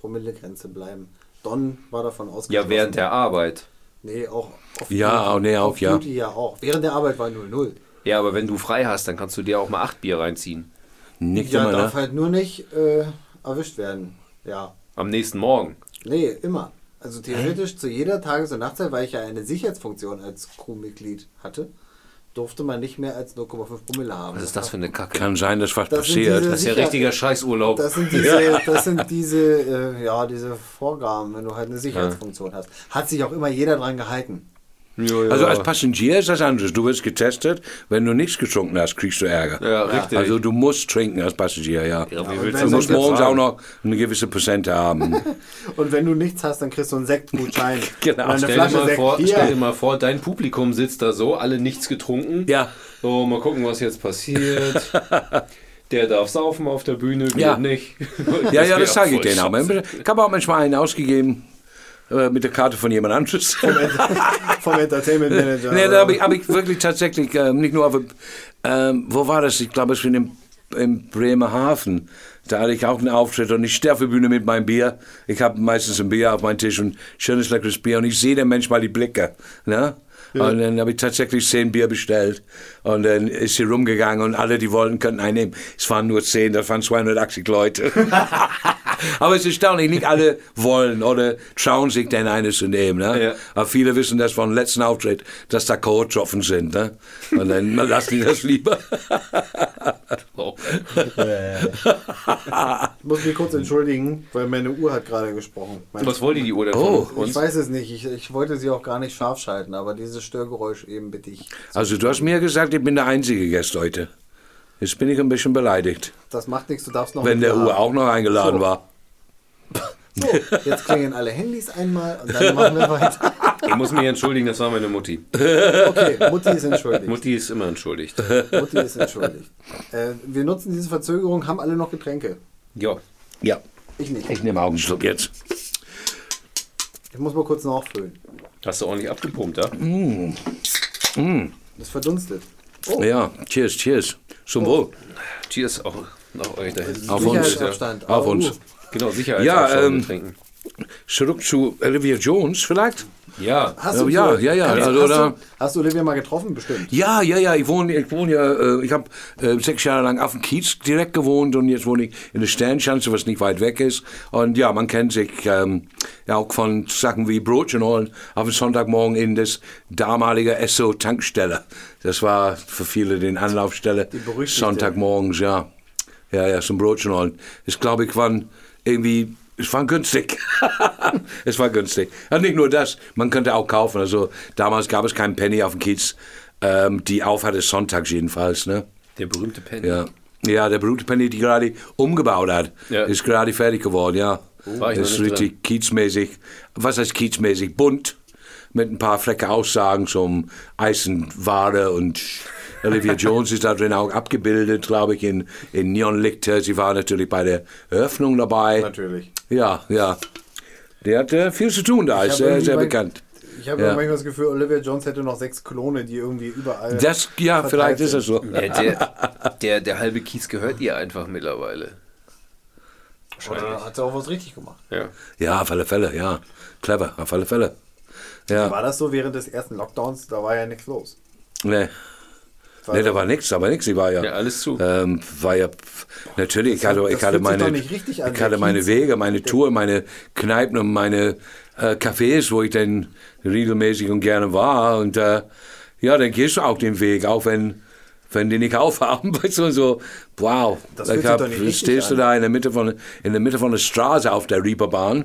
Speaker 3: Promillegrenze bleiben. Don war davon ausgegangen.
Speaker 2: Ja, während der Arbeit.
Speaker 3: Nee, auch auf
Speaker 4: Ja,
Speaker 3: Duty.
Speaker 4: oh, nee, auch,
Speaker 3: auf
Speaker 4: ja.
Speaker 3: Duty ja auch. Während der Arbeit war 0-0.
Speaker 2: Ja, aber wenn du frei hast, dann kannst du dir auch mal acht Bier reinziehen.
Speaker 4: Nicht
Speaker 3: Ja,
Speaker 4: immer,
Speaker 3: darf
Speaker 4: ne?
Speaker 3: halt nur nicht äh, erwischt werden. Ja.
Speaker 2: Am nächsten Morgen.
Speaker 3: Nee, immer. Also theoretisch zu jeder Tages- und Nachtzeit, weil ich ja eine Sicherheitsfunktion als Crewmitglied hatte, durfte man nicht mehr als 0,5 Promille haben.
Speaker 2: Was
Speaker 4: Also
Speaker 2: ist das für eine Kacke?
Speaker 4: Kann sein, dass was
Speaker 3: Das sind
Speaker 4: passiert.
Speaker 3: diese-
Speaker 2: Das ist ja
Speaker 3: Sicher-
Speaker 2: richtiger Scheißurlaub.
Speaker 3: Das sind diese, das sind diese, äh, ja, diese Vorgaben, wenn du halt eine Sicherheitsfunktion hast. Hat sich auch immer jeder dran gehalten.
Speaker 2: Ja, ja.
Speaker 4: Also als Passagier ist das anders. Du wirst getestet. Wenn du nichts getrunken hast, kriegst du Ärger.
Speaker 2: Ja, richtig.
Speaker 4: Also du musst trinken als Passagier, ja.
Speaker 2: Ja, wie
Speaker 3: und
Speaker 2: willst
Speaker 3: wenn
Speaker 2: du
Speaker 4: Du musst
Speaker 2: sonst
Speaker 4: morgens auch
Speaker 2: bezahlen?
Speaker 4: noch eine gewisse Prozente haben.
Speaker 3: Und wenn du nichts hast, dann kriegst du einen Sektgutschein.
Speaker 4: Genau.
Speaker 3: Oder eine
Speaker 2: Stell dir,
Speaker 3: Flasche
Speaker 2: mal
Speaker 3: Sekt.
Speaker 2: vor,
Speaker 3: Hier.
Speaker 2: stell dir mal vor, dein Publikum sitzt da so, alle nichts getrunken.
Speaker 4: Ja.
Speaker 2: So, mal gucken, was jetzt passiert. Der darf saufen auf der Bühne, wir
Speaker 4: Ja.
Speaker 2: nicht.
Speaker 4: ja, ja, das sage ich
Speaker 2: dir
Speaker 4: denen auch. Ich habe auch manchmal einen ausgegeben äh, mit der Karte von jemand anderes.
Speaker 3: vom Entertainment Manager.
Speaker 4: nee, da habe ich, hab ich wirklich tatsächlich, ähm, nicht nur auf, ähm, wo war das? Ich glaube, es war in, in Bremerhaven. Da hatte ich auch einen Auftritt und ich stehe auf der Bühne mit meinem Bier. Ich habe meistens ein Bier auf meinem Tisch und schönes leckeres Bier und ich sehe den Mensch mal die Blicke. Ne? Und dann habe ich tatsächlich zehn Bier bestellt. Und dann ist sie rumgegangen und alle, die wollten, könnten einnehmen. Es waren nur zehn, das waren 280 Leute. Aber es ist erstaunlich, nicht alle wollen oder trauen sich denn eines zu nehmen. Ne?
Speaker 2: Ja.
Speaker 4: Aber viele wissen das vom letzten Auftritt, dass da Kohortropfen sind. Ne? Und dann lassen die das lieber.
Speaker 2: Oh.
Speaker 3: Ich muss mich kurz entschuldigen, weil meine Uhr hat gerade gesprochen. Meine
Speaker 2: Was wollte die Uhr denn von
Speaker 4: Oh.
Speaker 3: ich
Speaker 2: uns?
Speaker 3: weiß es nicht. Ich, ich wollte sie auch gar nicht scharf schalten, aber dieses Störgeräusch eben bitte ich.
Speaker 4: Also du hast mir gesagt, ich bin der einzige Gast heute. Jetzt bin ich ein bisschen beleidigt,
Speaker 3: Das macht nichts, du darfst noch.
Speaker 4: wenn
Speaker 3: mit
Speaker 4: der
Speaker 3: mir
Speaker 4: Uhr auch noch eingeladen
Speaker 3: So.
Speaker 4: war.
Speaker 3: So, jetzt klingen alle Handys einmal und dann machen wir weiter.
Speaker 2: Ich muss mich entschuldigen, das war meine Mutti.
Speaker 3: Okay, Mutti ist entschuldigt.
Speaker 2: Mutti ist immer entschuldigt.
Speaker 3: Mutti ist entschuldigt. Äh, wir nutzen diese Verzögerung, haben alle noch Getränke.
Speaker 2: Ja.
Speaker 4: Ja,
Speaker 3: Ich nicht.
Speaker 4: ich nehme auch einen Schluck jetzt.
Speaker 3: Ich muss mal kurz nachfüllen.
Speaker 2: Hast du ordentlich abgepumpt, ja?
Speaker 4: Mhm.
Speaker 3: Das verdunstet.
Speaker 4: Ja, cheers, cheers. Zum Wohl.
Speaker 2: Oh. Cheers auch nach euch dahin.
Speaker 4: Auf uns.
Speaker 3: Sicherheitsabstand.
Speaker 4: Auf
Speaker 3: Au,
Speaker 4: uns.
Speaker 3: uh.
Speaker 2: Genau, Sicherheit.
Speaker 4: Ja, ähm,
Speaker 2: trinken.
Speaker 4: Zurück zu Olivia Jones vielleicht?
Speaker 2: Ja.
Speaker 3: Hast
Speaker 4: Oh, ja,
Speaker 3: Olivia-
Speaker 4: ja, ja,
Speaker 3: Hast,
Speaker 4: also,
Speaker 3: hast,
Speaker 4: oder-
Speaker 3: du, hast du Olivia mal getroffen, bestimmt?
Speaker 4: Ja, ja, ja. Ich wohne, ich wohne ja, äh, ich habe äh, sechs Jahre lang auf dem Kiez direkt gewohnt und jetzt wohne ich in der Sternschanze, was nicht weit weg ist. Und ja, man kennt sich ähm, ja auch von Sachen wie Brötchen holen auf dem Sonntagmorgen in das damalige Esso Tankstelle. Das war für viele den Anlaufstelle.
Speaker 3: berüchtigte.
Speaker 4: Sonntagmorgens, ja. Ja, ja, zum Brötchen holen. Ich glaube, ich war irgendwie, es war günstig. es war günstig. Und nicht nur das, man könnte auch kaufen. Also damals gab es keinen Penny auf dem Kiez. Ähm, die auf hatte sonntags jedenfalls, ne?
Speaker 2: Der berühmte Pen.
Speaker 4: Ja. Ja, der berühmte Penny, die gerade umgebaut hat,
Speaker 2: Ja. Oh,
Speaker 4: ist gerade fertig geworden, ja.
Speaker 2: War ich noch
Speaker 4: ist
Speaker 2: nicht
Speaker 4: richtig kiezmäßig, was heißt kiezmäßig, bunt, mit ein paar frecke Aussagen zum Eisenware und Olivia Jones ist da drin auch abgebildet, glaube ich, in, in Neonlichter. Sie war natürlich bei der Eröffnung dabei.
Speaker 3: Natürlich.
Speaker 4: Ja, ja. Der hat äh, viel zu tun da,
Speaker 3: Ich
Speaker 4: ist
Speaker 3: hab
Speaker 4: sehr,
Speaker 3: irgendwie
Speaker 4: sehr
Speaker 3: bei-
Speaker 4: bekannt.
Speaker 3: Ich habe
Speaker 4: Ja.
Speaker 3: manchmal das Gefühl, Olivia Jones hätte noch sechs Klone, die irgendwie überall.
Speaker 4: Das, ja,
Speaker 3: verteilt
Speaker 4: vielleicht ist
Speaker 3: sind.
Speaker 4: das so.
Speaker 2: Ja, der, der, der halbe Kiez gehört ihr einfach mittlerweile.
Speaker 3: Oder hat sie auch was richtig gemacht?
Speaker 2: Ja.
Speaker 4: Ja, auf alle Fälle, ja. Clever, auf alle Fälle. Ja.
Speaker 3: War das so während des ersten Lockdowns? Da war ja nichts los.
Speaker 4: Nee. Nee, da war nichts, aber nichts. Ich war ja,
Speaker 2: Ja, alles zu.
Speaker 4: Ähm, war ja pf, natürlich. Ich hatte,
Speaker 3: das
Speaker 4: ich hatte
Speaker 3: fühlt sich
Speaker 4: meine,
Speaker 3: doch nicht richtig an,
Speaker 4: ich
Speaker 3: der
Speaker 4: hatte meine
Speaker 3: Kiez.
Speaker 4: Wege, meine Tour, meine Kneipen und meine äh, Cafés, wo ich dann regelmäßig und gerne war. Und äh, ja, dann gehst du auch den Weg, auch wenn wenn die nicht aufhaben, weißt du, und so, wow.
Speaker 3: Das
Speaker 4: Ich
Speaker 3: fühlt sich doch nicht richtig
Speaker 4: stehst du
Speaker 3: an.
Speaker 4: da in der Mitte von in der Mitte von der Straße auf der Reeperbahn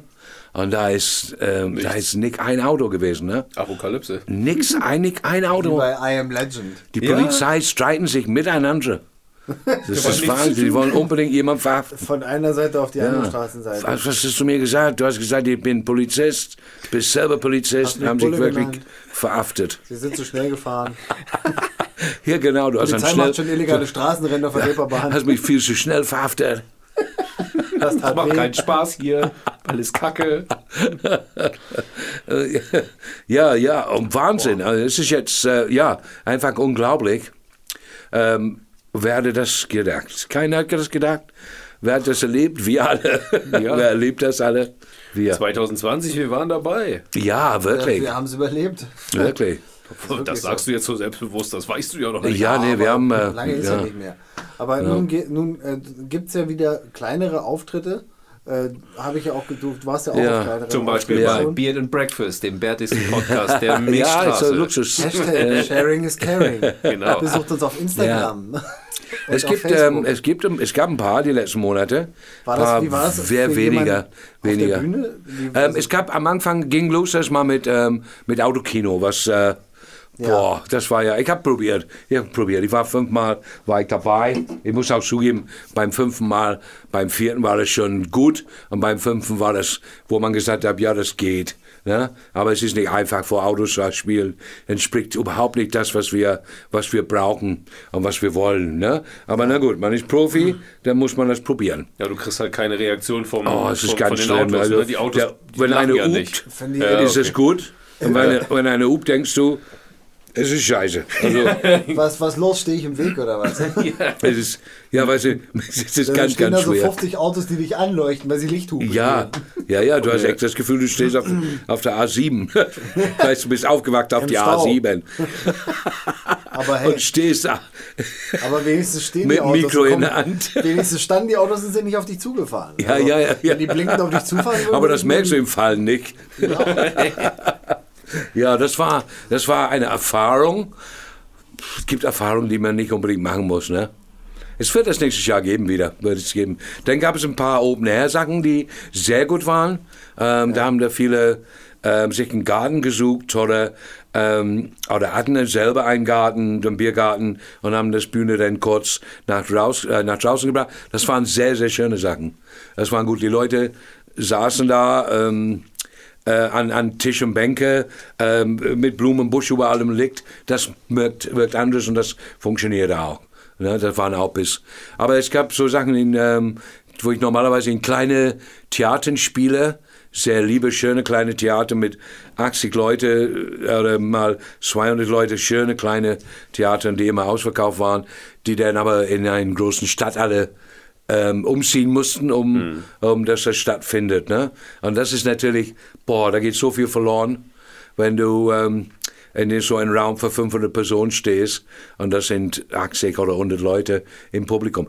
Speaker 4: und da ist ähm, da ist nicht ein Auto gewesen, ne?
Speaker 2: Apokalypse.
Speaker 4: Nix, ein, nicht ein Auto.
Speaker 3: Bei I Am Legend.
Speaker 4: Die
Speaker 2: Ja.
Speaker 4: Polizei streiten sich miteinander. Das ist
Speaker 2: nichts
Speaker 4: Wahnsinn.
Speaker 2: zu tun.
Speaker 4: Die wollen unbedingt jemanden verhaften.
Speaker 3: Von einer Seite auf die andere Straßenseite.
Speaker 4: Was, was hast du mir gesagt? Du hast gesagt, ich bin Polizist, bist selber Polizist
Speaker 3: Hast
Speaker 4: und haben
Speaker 3: mich
Speaker 4: sich
Speaker 3: Bulle
Speaker 4: wirklich
Speaker 3: genannt.
Speaker 4: verhaftet.
Speaker 3: Sie sind zu schnell gefahren.
Speaker 4: Hier genau, du hast,
Speaker 3: Die
Speaker 4: dann
Speaker 3: Zeit macht schon
Speaker 4: schnell, Also
Speaker 3: illegale Straßenränder von Reeperbahn.
Speaker 4: hast mich viel zu schnell verhaftet.
Speaker 3: Das tat
Speaker 2: Macht
Speaker 3: weh.
Speaker 2: keinen Spaß hier. Alles Kacke.
Speaker 4: Äh, Ja, ja, und Wahnsinn. Also es ist jetzt, äh, ja, einfach unglaublich. Ähm, wer hätte das gedacht? Keiner hat das gedacht. Wer hat das erlebt? Wir alle.
Speaker 2: Ja.
Speaker 4: Wer erlebt das alle? Wir.
Speaker 2: 2020, wir waren dabei.
Speaker 4: Ja, wirklich.
Speaker 3: Äh, Wir haben es überlebt.
Speaker 4: Wirklich.
Speaker 2: Das sagst du jetzt so selbstbewusst, das weißt du ja noch nicht.
Speaker 4: Ja, nee, wir
Speaker 3: aber
Speaker 4: haben. Äh,
Speaker 3: Lange ist ja, nicht mehr. Aber nun, ge- nun äh, gibt es ja wieder kleinere Auftritte. Äh, Habe ich ja auch geducht. Du warst ja auch
Speaker 4: Ja,
Speaker 3: auf kleineren
Speaker 2: Zum Beispiel
Speaker 4: Ja.
Speaker 2: bei
Speaker 3: Auftritten.
Speaker 2: Beard and Breakfast, dem bärtigsten Podcast der
Speaker 4: Ja, ist ein
Speaker 2: Milchstraße.
Speaker 4: Luxus. Äh.
Speaker 3: Hashtag Sharing is Caring.
Speaker 2: Genau.
Speaker 3: Besucht uns auf Instagram. Und
Speaker 4: Es
Speaker 3: auf
Speaker 4: gibt,
Speaker 3: Facebook.
Speaker 4: ähm, es gibt, es gab ein paar die letzten Monate.
Speaker 3: War das-
Speaker 4: Paar
Speaker 3: wie war das
Speaker 4: Wer
Speaker 3: für
Speaker 4: weniger,
Speaker 3: jemanden auf der
Speaker 4: weniger.
Speaker 3: Bühne? Wie-
Speaker 4: ähm, es gab am Anfang ging los erstmal mit ähm, mit Autokino, was. Äh, Boah, das war ja, ich habe probiert, ich habe probiert, ich war fünfmal, war ich dabei, ich muss auch zugeben, beim fünften Mal, beim vierten war das schon gut und beim fünften war das, wo man gesagt hat, ja, das geht, ne? aber es ist nicht einfach, vor Autos zu spielen, entspricht überhaupt nicht das, was wir, was wir brauchen und was wir wollen, ne? aber na gut, man ist Profi,
Speaker 2: Mhm.
Speaker 4: dann muss man das probieren.
Speaker 2: Ja, du kriegst halt keine Reaktion vom,
Speaker 4: Oh, es ist
Speaker 2: von, von
Speaker 4: ganz
Speaker 2: den
Speaker 4: schlimm.
Speaker 2: Autos.
Speaker 4: also,
Speaker 2: ne? Die Autos
Speaker 4: der,
Speaker 2: die
Speaker 4: wenn
Speaker 2: lachen
Speaker 4: einer
Speaker 2: ja
Speaker 4: upt,
Speaker 2: nicht.
Speaker 3: Finde ich-
Speaker 4: ist es gut. Und wenn, wenn einer upt, denkst du, Es ist scheiße. Also,
Speaker 3: Was, was los, stehe ich im Weg oder was?
Speaker 4: es ist, ja, weißt du, es ist
Speaker 3: Da
Speaker 4: ganz,
Speaker 3: stehen
Speaker 4: ganz
Speaker 3: da so
Speaker 4: schwer.
Speaker 3: 50 Autos, die dich anleuchten, weil sie Lichthupe
Speaker 4: Ja, ja, ja, du hast echt das Gefühl, du stehst auf, auf der A7. weißt du, bist aufgewacht auf
Speaker 3: Im
Speaker 4: die
Speaker 3: Stau.
Speaker 4: A7
Speaker 3: spielen. Aber hey,
Speaker 4: und stehst da
Speaker 3: aber wenigstens stehen
Speaker 4: mit
Speaker 3: die
Speaker 4: dem
Speaker 3: Autos.
Speaker 4: Mikro in
Speaker 3: komm,
Speaker 4: der Hand.
Speaker 3: Wenigstens standen die Autos und sind nicht auf dich zugefahren.
Speaker 4: Ja, ja, ja, ja.
Speaker 3: Wenn die blinkend auf dich Genau. zufahren würden,
Speaker 4: Aber das merkst du im Fall nicht. ja, das war, das war eine Erfahrung. Es gibt Erfahrungen, die man nicht unbedingt machen muss. Ne? Es wird das nächstes Jahr geben wieder, wird es geben. Dann gab es ein paar Open-Air-Sachen, die sehr gut waren. Ähm, Da haben da viele ähm, sich einen Garten gesucht oder, ähm, oder hatten dann selber einen Garten, einen Biergarten und haben das Bühne dann kurz nach, raus, äh, nach draußen gebracht. Das waren sehr, sehr schöne Sachen. Das waren gut. Die Leute saßen da. Ähm, äh, an, an Tisch und Bänke ähm, mit Blumenbusch über allem liegt, das wirkt, wirkt anders und das funktioniert auch. Ne, das waren auch bis. Aber es gab so Sachen, in, ähm, wo ich normalerweise in kleine Theatern spiele, sehr liebe, schöne kleine Theater mit 80 Leute äh, oder mal 200 Leute, schöne kleine Theater, die immer ausverkauft waren, die dann aber in einer großen Stadt alle ähm, umziehen mussten, um, um dass das stattfindet. Ne? Und das ist natürlich, boah, da geht so viel verloren, wenn du ähm, in so einem Raum für 500 Personen stehst und das sind 80 oder 100 Leute im Publikum.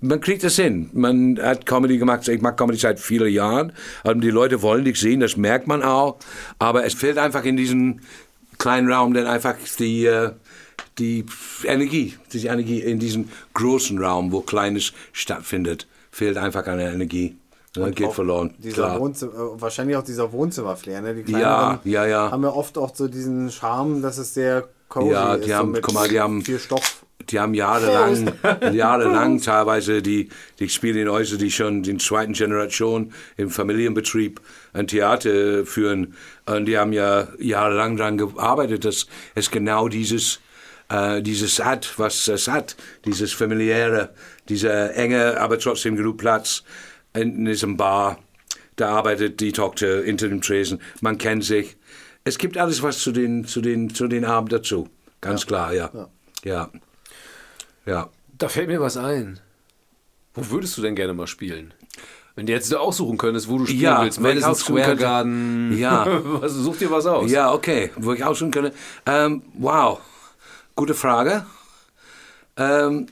Speaker 4: Man kriegt das hin. Man hat Comedy gemacht. Ich mache Comedy seit vielen Jahren. Und die Leute wollen dich sehen, das merkt man auch. Aber es fehlt einfach in diesem kleinen Raum dann einfach die, äh, die Energie, die Energie in diesem großen Raum, wo Kleines stattfindet, fehlt einfach an der Energie. Ne, geht
Speaker 3: Auch
Speaker 4: verloren.
Speaker 3: Dieser
Speaker 4: Klar.
Speaker 3: Wohnzimmer, äh, wahrscheinlich auch dieser Wohnzimmerflair. Ne? Die
Speaker 4: Ja,
Speaker 3: kleineren
Speaker 4: ja, ja.
Speaker 3: haben ja oft auch so diesen Charme, dass es sehr cozy
Speaker 4: Ja, die
Speaker 3: ist.
Speaker 4: haben-
Speaker 3: so mit
Speaker 4: guck mal, die haben-
Speaker 3: viel Stoff.
Speaker 4: Die haben jahrelang, jahrelang teilweise, die, die spielen in Häuser, die schon in zweiten Generation im Familienbetrieb ein Theater führen. Und die haben ja jahrelang daran gearbeitet, dass es genau dieses, äh, dieses hat, was es hat. Dieses familiäre, dieser enge, aber trotzdem genug Platz. Hinten ist ein Bar, da arbeitet die Tochter hinter dem Tresen. Man kennt sich. Es gibt alles was zu den, zu den, zu den Abend dazu. Ganz klar, ja. ja. Ja.
Speaker 2: Da fällt mir was ein. Wo würdest du denn gerne mal spielen? Wenn du jetzt aussuchen könntest, wo du spielen
Speaker 4: Ja,
Speaker 2: willst.
Speaker 4: wenn ich
Speaker 2: Madison
Speaker 4: aussuchen
Speaker 2: Square
Speaker 4: könnte.
Speaker 2: Garden.
Speaker 4: Ja.
Speaker 2: Was, such dir was aus.
Speaker 4: Ja, okay. Wo ich aussuchen könnte. Ähm, wow. Gute Frage. Ähm,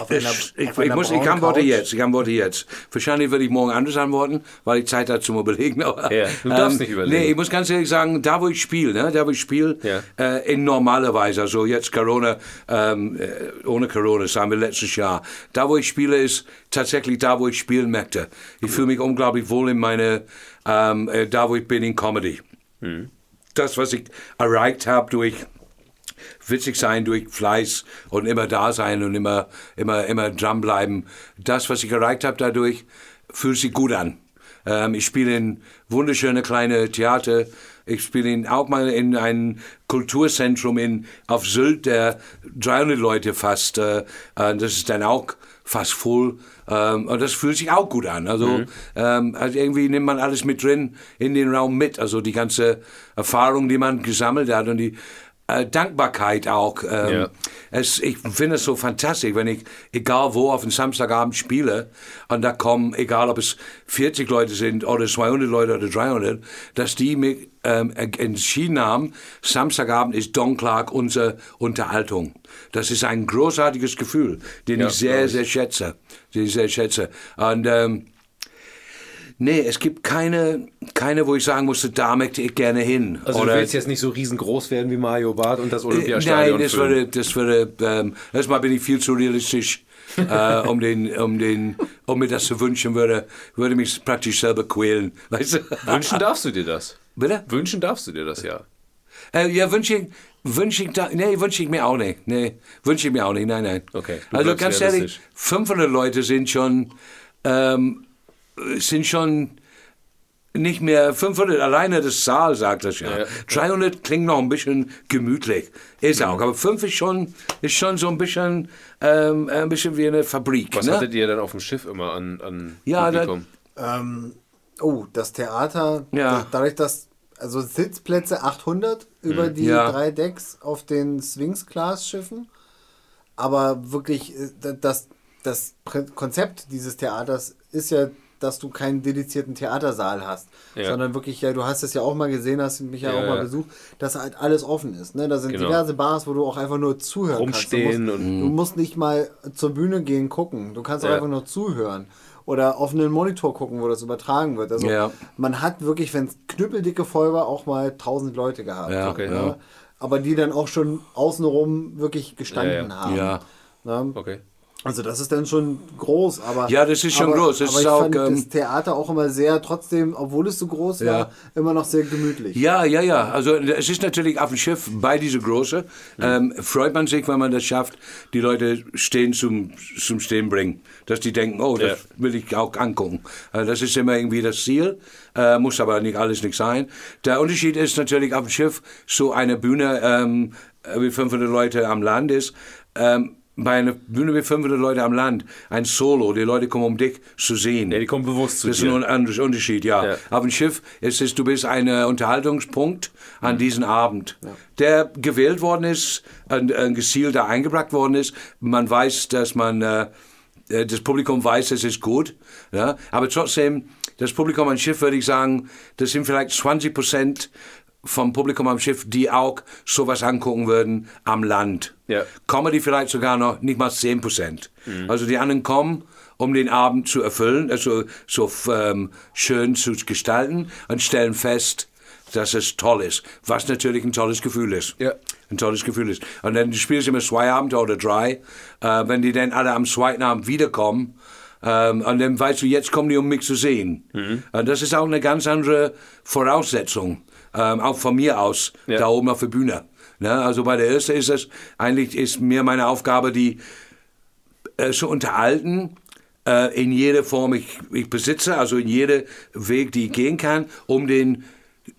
Speaker 3: Auf einer-
Speaker 4: ich, ich,
Speaker 3: auf
Speaker 4: ich,
Speaker 3: einer
Speaker 4: muss, ich
Speaker 3: braunen
Speaker 4: antworte
Speaker 3: Couch.
Speaker 4: jetzt. Ich antworte jetzt. Wahrscheinlich würde ich morgen anders antworten, weil ich Zeit habe zum Überlegen. Aber, ähm,
Speaker 2: Ja, du darfst nicht überlegen.
Speaker 4: Nee, ich muss ganz ehrlich sagen, da wo ich spiele, ne, da wo ich spiele,
Speaker 2: Ja.
Speaker 4: äh, in normaler Weise, also jetzt Corona, ähm, äh, ohne Corona, sagen wir letztes Jahr, da wo ich spiele, ist tatsächlich da, wo ich spielen möchte. Ich fühle mich unglaublich wohl in meine, ähm, äh, da wo ich bin in Comedy. Das, was ich erreicht habe durch witzig sein durch Fleiß und immer da sein und immer, immer, immer dranbleiben. Das, was ich erreicht habe dadurch, fühlt sich gut an. Ähm, ich spiele in wunderschöne kleine Theater. Ich spiele in, auch mal in ein Kulturzentrum in, auf Sylt, der 300 Leute fast, äh, äh, das ist dann auch fast voll. Ähm, und das fühlt sich auch gut an. Also, ähm, also irgendwie nimmt man alles mit drin, in den Raum mit. Also die ganze Erfahrung, die man gesammelt hat und die äh, Dankbarkeit auch. Ähm,
Speaker 2: Ja.
Speaker 4: es, ich finde es so fantastisch, wenn ich, egal wo, auf den Samstagabend spiele und da kommen, egal ob es 40 Leute sind oder 200 Leute oder 300, dass die mich ähm, en- entschieden haben, Samstagabend ist Don Clark unsere Unterhaltung. Das ist ein großartiges Gefühl, den
Speaker 2: Ja,
Speaker 4: ich sehr,
Speaker 2: glaub ich.
Speaker 4: sehr schätze. Den ich sehr schätze. Und ähm, nee, es gibt keine, keine, wo ich sagen musste, da möchte ich gerne hin.
Speaker 2: Also
Speaker 4: oder Äh,
Speaker 2: du willst jetzt nicht so riesengroß werden wie Mario Barth und das
Speaker 4: Nein,
Speaker 2: Olympiastadion
Speaker 4: das
Speaker 2: füllen.
Speaker 4: würde, das würde, ähm, erstmal bin ich viel zu realistisch, äh, um den, um den, um mir das zu wünschen würde, würde mich praktisch selber quälen, weißt du?
Speaker 2: Wünschen darfst du dir das.
Speaker 4: Bitte?
Speaker 2: Wünschen darfst du dir das, ja.
Speaker 4: Äh, ja, wünsche ich, wünsche ich, da, nee, wünsche ich mir auch nicht, nee, wünsche ich mir auch nicht, nein, nein.
Speaker 2: Okay, du
Speaker 4: Also
Speaker 2: bleibst
Speaker 4: ganz ehrlich,
Speaker 2: realistisch.
Speaker 4: 500 Leute sind schon, ähm, sind schon, nicht mehr 500, alleine das Saal sagt das ja.
Speaker 2: Ja.
Speaker 4: 300 klingt noch ein bisschen gemütlich. Ist
Speaker 2: Mhm.
Speaker 4: auch. Aber 5 ist schon, ist schon so ein bisschen, ähm, ein bisschen wie eine Fabrik.
Speaker 2: Was
Speaker 4: ne?
Speaker 2: hattet ihr dann auf dem Schiff immer an, an
Speaker 4: Ja,
Speaker 2: Publikum?
Speaker 3: Ähm, oh, das Theater,
Speaker 4: Ja.
Speaker 3: da- dadurch, dass, also Sitzplätze 800 über
Speaker 2: Mhm.
Speaker 3: die
Speaker 4: Ja.
Speaker 3: drei Decks auf den Sphinx-Class-Schiffen. Aber wirklich, äh, da- das, das Pr- Konzept dieses Theaters ist ja, dass du keinen dedizierten Theatersaal hast,
Speaker 2: Ja.
Speaker 3: sondern wirklich, ja, du hast es ja auch mal gesehen, hast mich ja,
Speaker 2: Ja,
Speaker 3: auch mal
Speaker 2: ja.
Speaker 3: besucht, dass halt alles offen ist. Ne? Da sind
Speaker 2: Genau.
Speaker 3: diverse Bars, wo du auch einfach nur zuhören kannst.
Speaker 2: Rumstehen
Speaker 3: Du musst,
Speaker 2: und-
Speaker 4: Mhm.
Speaker 3: du musst nicht mal zur Bühne gehen gucken. Du kannst auch
Speaker 2: Ja.
Speaker 3: einfach nur zuhören. Oder auf einen Monitor gucken, wo das übertragen wird. Also
Speaker 4: Ja.
Speaker 3: man hat wirklich, wenn es knüppeldicke voll war, auch mal 1000 Leute gehabt.
Speaker 4: Ja,
Speaker 2: okay.
Speaker 4: ja.
Speaker 3: Aber die dann auch schon außenrum wirklich gestanden
Speaker 2: Ja,
Speaker 3: haben.
Speaker 4: Ja.
Speaker 3: Ne?
Speaker 2: Okay.
Speaker 3: Also das ist dann schon groß, aber
Speaker 4: Ja, das ist schon
Speaker 3: aber,
Speaker 4: groß. Das
Speaker 3: aber
Speaker 4: ist
Speaker 3: ich
Speaker 4: auch,
Speaker 3: fand
Speaker 4: ähm,
Speaker 3: das Theater auch immer sehr trotzdem, obwohl es so groß
Speaker 4: Ja.
Speaker 3: war, immer noch sehr gemütlich.
Speaker 4: Ja, ja, ja. Also es ist natürlich auf dem Schiff bei dieser Große, ähm, freut man sich, wenn man das schafft, die Leute stehen zum, zum Stehen bringen. Dass die denken, oh, das
Speaker 2: Ja.
Speaker 4: will ich auch angucken. Also, das ist immer irgendwie das Ziel, äh, muss aber nicht alles nicht sein. Der Unterschied ist natürlich auf dem Schiff, so eine Bühne ähm, wie 500 Leute am Land ist, ähm, bei einer Bühne wie 500 Leute am Land, ein Solo, die Leute kommen, um dich zu sehen.
Speaker 2: Ja, die kommen bewusst zu
Speaker 4: Das ist
Speaker 2: dir.
Speaker 4: ein anderer Unterschied, ja.
Speaker 2: Ja.
Speaker 4: Auf dem Schiff ist es, du bist ein äh, Unterhaltungspunkt an diesem Abend, der gewählt worden ist, ein, ein gezielt da eingebracht worden ist. Man weiß, dass man, äh, äh, das Publikum weiß, es ist gut. Ja? Aber trotzdem, das Publikum am Schiff, würde ich sagen, das sind vielleicht 20 Prozent vom Publikum am Schiff, die auch sowas angucken würden am Land.
Speaker 2: Ja.
Speaker 4: Comedy vielleicht sogar noch nicht mal 10 Prozent. Also die anderen kommen, um den Abend zu erfüllen, also so ähm, schön zu gestalten und stellen fest, dass es toll ist, was natürlich ein tolles Gefühl ist.
Speaker 2: Ja.
Speaker 4: Ein tolles Gefühl ist. Und dann spielst du immer zwei Abende oder drei. Äh, wenn die dann alle am zweiten Abend wiederkommen, ähm, und dann weißt du, jetzt kommen die, um mich zu sehen. Und das ist auch eine ganz andere Voraussetzung, ähm, auch von mir aus,
Speaker 2: Ja.
Speaker 4: da oben auf der Bühne. Ne? Also bei der ersten ist es, eigentlich ist mir meine Aufgabe, die äh, zu unterhalten, äh, in jeder Form ich, ich besitze, also in jede Weg, die ich gehen kann, um den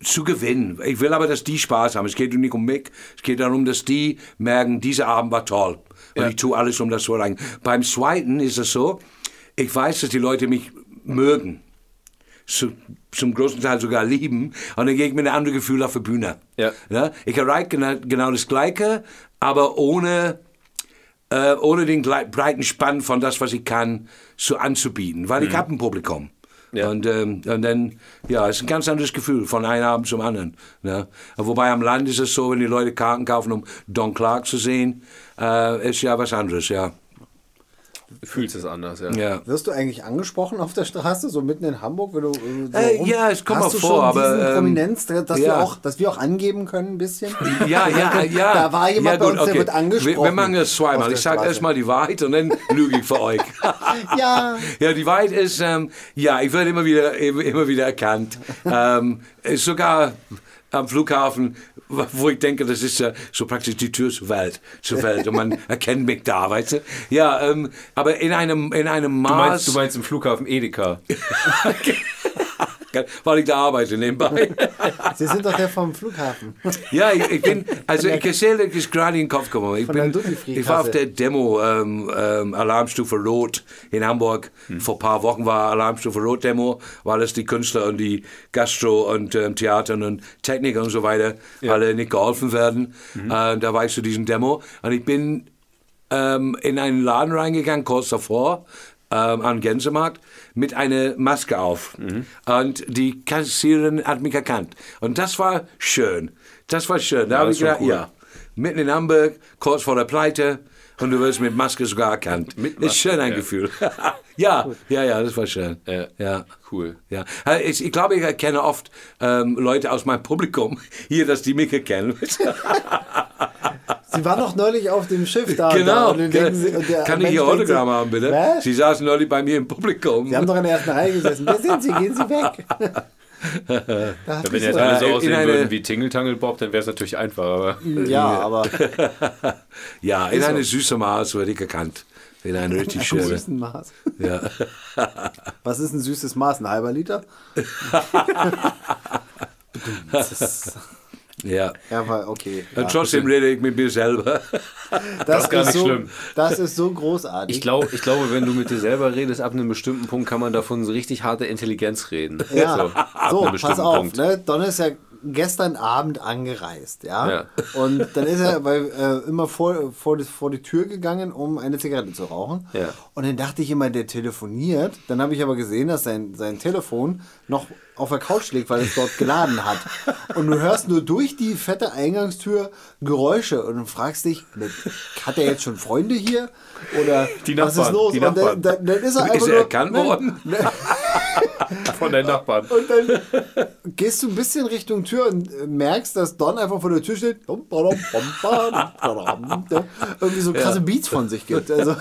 Speaker 4: zu gewinnen. Ich will aber, dass die Spaß haben. Es geht nicht um mich. Es geht darum, dass die merken, dieser Abend war toll. Und
Speaker 2: Ja.
Speaker 4: ich tue alles, um das zu erreichen. Beim zweiten ist es so, ich weiß, dass die Leute mich mögen. Zu, zum großen Teil sogar lieben. Und dann gehe ich mit einem anderen Gefühl auf die Bühne.
Speaker 2: Ja.
Speaker 4: Ich erreiche genau, genau das Gleiche, aber ohne äh, ohne den glei- breiten Spann von das, was ich kann, so anzubieten, weil ich
Speaker 3: Mhm.
Speaker 4: habe ein Publikum.
Speaker 2: Ja.
Speaker 4: Und, ähm, und dann, ja, es ist ein ganz anderes Gefühl von einem Abend zum anderen. Ne? Wobei am Land ist es so, wenn die Leute Karten kaufen, um Don Clark zu sehen, äh, ist ja was anderes, ja.
Speaker 2: Du fühlst es anders, ja.
Speaker 4: ja.
Speaker 3: Wirst du eigentlich angesprochen auf der Straße, so mitten in Hamburg, wenn du äh, so
Speaker 4: Äh, ja, es kommt
Speaker 3: hast
Speaker 4: mal
Speaker 3: du
Speaker 4: vor,
Speaker 3: schon
Speaker 4: aber,
Speaker 3: diesen
Speaker 4: ähm,
Speaker 3: Prominenz, dass wir
Speaker 4: ja.
Speaker 3: auch, dass wir auch angeben können ein bisschen.
Speaker 4: Ja, ja, ja.
Speaker 3: Da war jemand
Speaker 4: ja,
Speaker 3: bei uns, der wird angesprochen.
Speaker 4: Wir, wir machen das
Speaker 3: Auf
Speaker 4: zweimal.
Speaker 3: der
Speaker 4: Ich sage
Speaker 3: Straße.
Speaker 4: erstmal die Wahrheit und dann lüge ich für euch.
Speaker 3: Ja.
Speaker 4: Ja, die Wahrheit ist, ähm, ja, ich werde immer wieder, immer, immer wieder erkannt. Ähm, äh, sogar am Flughafen, wo- wo ich denke, das ist ja so praktisch die Tür zur Welt, zur Welt und man erkennt mich da, weißt du? Ja, ähm, aber in einem, in einem
Speaker 2: Du,
Speaker 4: Maß,
Speaker 2: meinst, du meinst im Flughafen Edeka.
Speaker 4: weil ich da arbeite nebenbei.
Speaker 3: Sie sind doch der vom Flughafen.
Speaker 4: Ja, ich, ich bin, also ich erzähle, das ist gerade in den Kopf gekommen. Ich,
Speaker 3: Von der
Speaker 4: bin,
Speaker 3: Duty-Free-Kasse.
Speaker 4: ich war auf der Demo, ähm, ähm, Alarmstufe Rot in Hamburg. Vor ein paar Wochen war Alarmstufe Rot Demo, weil es die Künstler und die Gastro und ähm, Theater und Techniker und so weiter alle nicht geholfen werden. Äh, da war ich zu diesem Demo und ich bin ähm, in einen Laden reingegangen, kurz davor, ähm, am Gänsemarkt, mit einer Maske auf. Und die Kassiererin hat mich erkannt. Und das war schön. Das war schön. Da habe
Speaker 2: das
Speaker 4: ich
Speaker 2: ist schon
Speaker 4: gedacht,
Speaker 2: cool.
Speaker 4: ja, mitten in Hamburg, kurz vor der Pleite. Und du wirst mit Maske sogar erkannt.
Speaker 2: Mit
Speaker 4: ist schön
Speaker 2: Maske,
Speaker 4: ein
Speaker 2: ja.
Speaker 4: Gefühl. ja, ja, ja, das war schön.
Speaker 2: Ja.
Speaker 4: ja.
Speaker 2: Cool.
Speaker 4: Ja, Äh, ich, ich glaube, ich erkenne oft ähm, Leute aus meinem Publikum hier, dass die mich erkennen.
Speaker 3: Ah, Sie war noch neulich auf dem Schiff da. da,
Speaker 4: genau.
Speaker 3: und dann denken Sie, und der
Speaker 4: Kann ich
Speaker 3: Mensch
Speaker 4: Ihr
Speaker 3: denkt
Speaker 4: Autogramm
Speaker 3: sich,
Speaker 4: haben, bitte?
Speaker 3: Was?
Speaker 4: Sie saßen neulich bei mir im Publikum.
Speaker 3: Sie haben doch in der ersten Reihe gesessen. Wer sind Sie? Gehen Sie weg. Da hat
Speaker 2: Wenn
Speaker 3: mich
Speaker 2: jetzt
Speaker 3: so-
Speaker 2: alle
Speaker 4: in-
Speaker 2: so
Speaker 4: in
Speaker 2: aussehen
Speaker 4: eine-
Speaker 2: würden wie Tingle-Tangle Bob, dann wäre es natürlich einfacher. Aber
Speaker 3: ja, aber
Speaker 4: ja, in einem süßen Maß wurde ich erkannt. In einem richtig
Speaker 3: im
Speaker 4: schönen.
Speaker 3: süßen Maß.
Speaker 4: Ja.
Speaker 3: Was ist ein süßes Maß? Ein halber Liter?
Speaker 4: ja.
Speaker 3: Ja, weil, okay. Ja.
Speaker 4: Und trotzdem rede ich mit mir selber.
Speaker 3: Das
Speaker 2: ist gar nicht
Speaker 3: so,
Speaker 2: schlimm.
Speaker 3: Das ist so großartig.
Speaker 2: ich, glaub, ich glaube, wenn du mit dir selber redest, ab einem bestimmten Punkt kann man davon so richtig harte Intelligenz reden.
Speaker 3: ja.
Speaker 2: ab
Speaker 3: So,
Speaker 2: einem
Speaker 3: pass
Speaker 2: bestimmten
Speaker 3: auf.
Speaker 2: Punkt.
Speaker 3: Ne? Don ist ja gestern Abend angereist, ja.
Speaker 2: Ja.
Speaker 3: Und dann ist er bei, äh, immer vor, vor, die, vor die Tür gegangen, um eine Zigarette zu rauchen.
Speaker 2: Ja.
Speaker 3: Und dann dachte ich immer, der telefoniert. Dann habe ich aber gesehen, dass sein, sein Telefon noch auf der Couch liegt, weil es dort geladen hat. Und du hörst nur durch die fette Eingangstür Geräusche und du fragst dich, mit, hat er jetzt schon Freunde hier? Oder
Speaker 2: Die
Speaker 3: was ist
Speaker 2: Nachbarn,
Speaker 3: los?
Speaker 2: die
Speaker 3: und dann,
Speaker 2: Nachbarn.
Speaker 3: dann, dann ist er einfach
Speaker 4: Ist er
Speaker 3: nur, ne,
Speaker 4: erkannt worden?
Speaker 2: Von deinen Nachbarn.
Speaker 3: und dann gehst du ein bisschen Richtung Tür und äh, merkst, dass Don einfach vor der Tür steht. Irgendwie so krasse Beats von sich gibt. Also,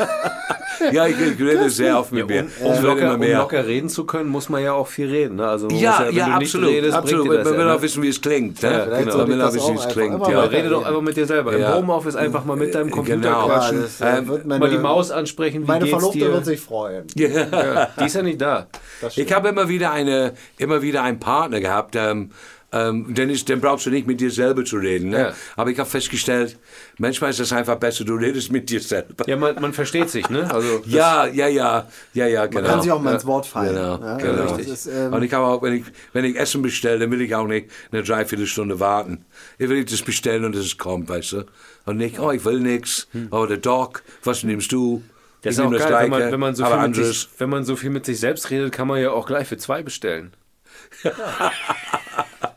Speaker 4: Ja, ich, ich rede sehr oft mit mir.
Speaker 2: Um,
Speaker 3: äh,
Speaker 4: Es
Speaker 2: um,
Speaker 4: wird
Speaker 2: locker,
Speaker 4: immer
Speaker 2: um
Speaker 4: mehr.
Speaker 2: locker reden zu können, muss man ja auch viel reden. Ne? Also man muss
Speaker 4: ja,
Speaker 2: wenn
Speaker 4: ja,
Speaker 2: du nicht
Speaker 4: absolut.
Speaker 2: redest, bringt
Speaker 4: absolut.
Speaker 2: dir das
Speaker 4: Man will
Speaker 2: ja,
Speaker 4: auch
Speaker 2: ne?
Speaker 4: wissen, wie es klingt.
Speaker 2: Ja,
Speaker 4: Ne?
Speaker 2: vielleicht
Speaker 4: Man will
Speaker 3: sollte
Speaker 4: auch
Speaker 3: ich
Speaker 4: wissen, wie
Speaker 3: das
Speaker 4: es
Speaker 3: auch
Speaker 4: klingt.
Speaker 3: einfach
Speaker 2: Ja,
Speaker 3: immer
Speaker 4: Ja.
Speaker 3: weiter-
Speaker 2: rede doch einfach mit dir selber.
Speaker 4: Ja.
Speaker 2: Im Homeoffice einfach mal mit deinem Computer
Speaker 4: Genau.
Speaker 3: ja,
Speaker 2: quatschen.
Speaker 3: das äh,
Speaker 4: Ähm,
Speaker 3: wird
Speaker 2: mal
Speaker 3: meine,
Speaker 2: die Maus ansprechen, wie
Speaker 3: meine
Speaker 2: geht's
Speaker 3: Verlobte
Speaker 2: dir?
Speaker 3: wird sich freuen.
Speaker 2: ja, die ist ja nicht da.
Speaker 4: Ich habe immer wieder eine, immer wieder einen Partner gehabt. Ähm, ähm, dann, ist, dann brauchst du nicht mit dir selber zu reden. Ne?
Speaker 2: Ja.
Speaker 4: Aber ich habe festgestellt, manchmal ist es einfach besser, du redest mit dir selber.
Speaker 2: Ja, man, man versteht sich, ne? Also das-
Speaker 4: Ja, ja, ja, ja, ja, genau.
Speaker 3: Man kann sich auch mal ins Wort fallen.
Speaker 4: Genau,
Speaker 3: Ja,
Speaker 4: genau.
Speaker 3: also das ist, ähm,
Speaker 4: und ich habe auch, wenn ich, wenn ich Essen bestelle, dann will ich auch nicht eine Dreiviertelstunde warten. Ich will das bestellen und es kommt, weißt du. Und nicht, oh, ich will nichts. Oh, der Doc, was nimmst du?
Speaker 2: Hm. Das
Speaker 4: ich
Speaker 2: ist auch
Speaker 4: nehm
Speaker 2: geil, wenn man, wenn, man so
Speaker 4: aber
Speaker 2: viel mit
Speaker 4: anderes.
Speaker 2: sich, wenn man so viel mit sich selbst redet, kann man ja auch gleich für zwei bestellen.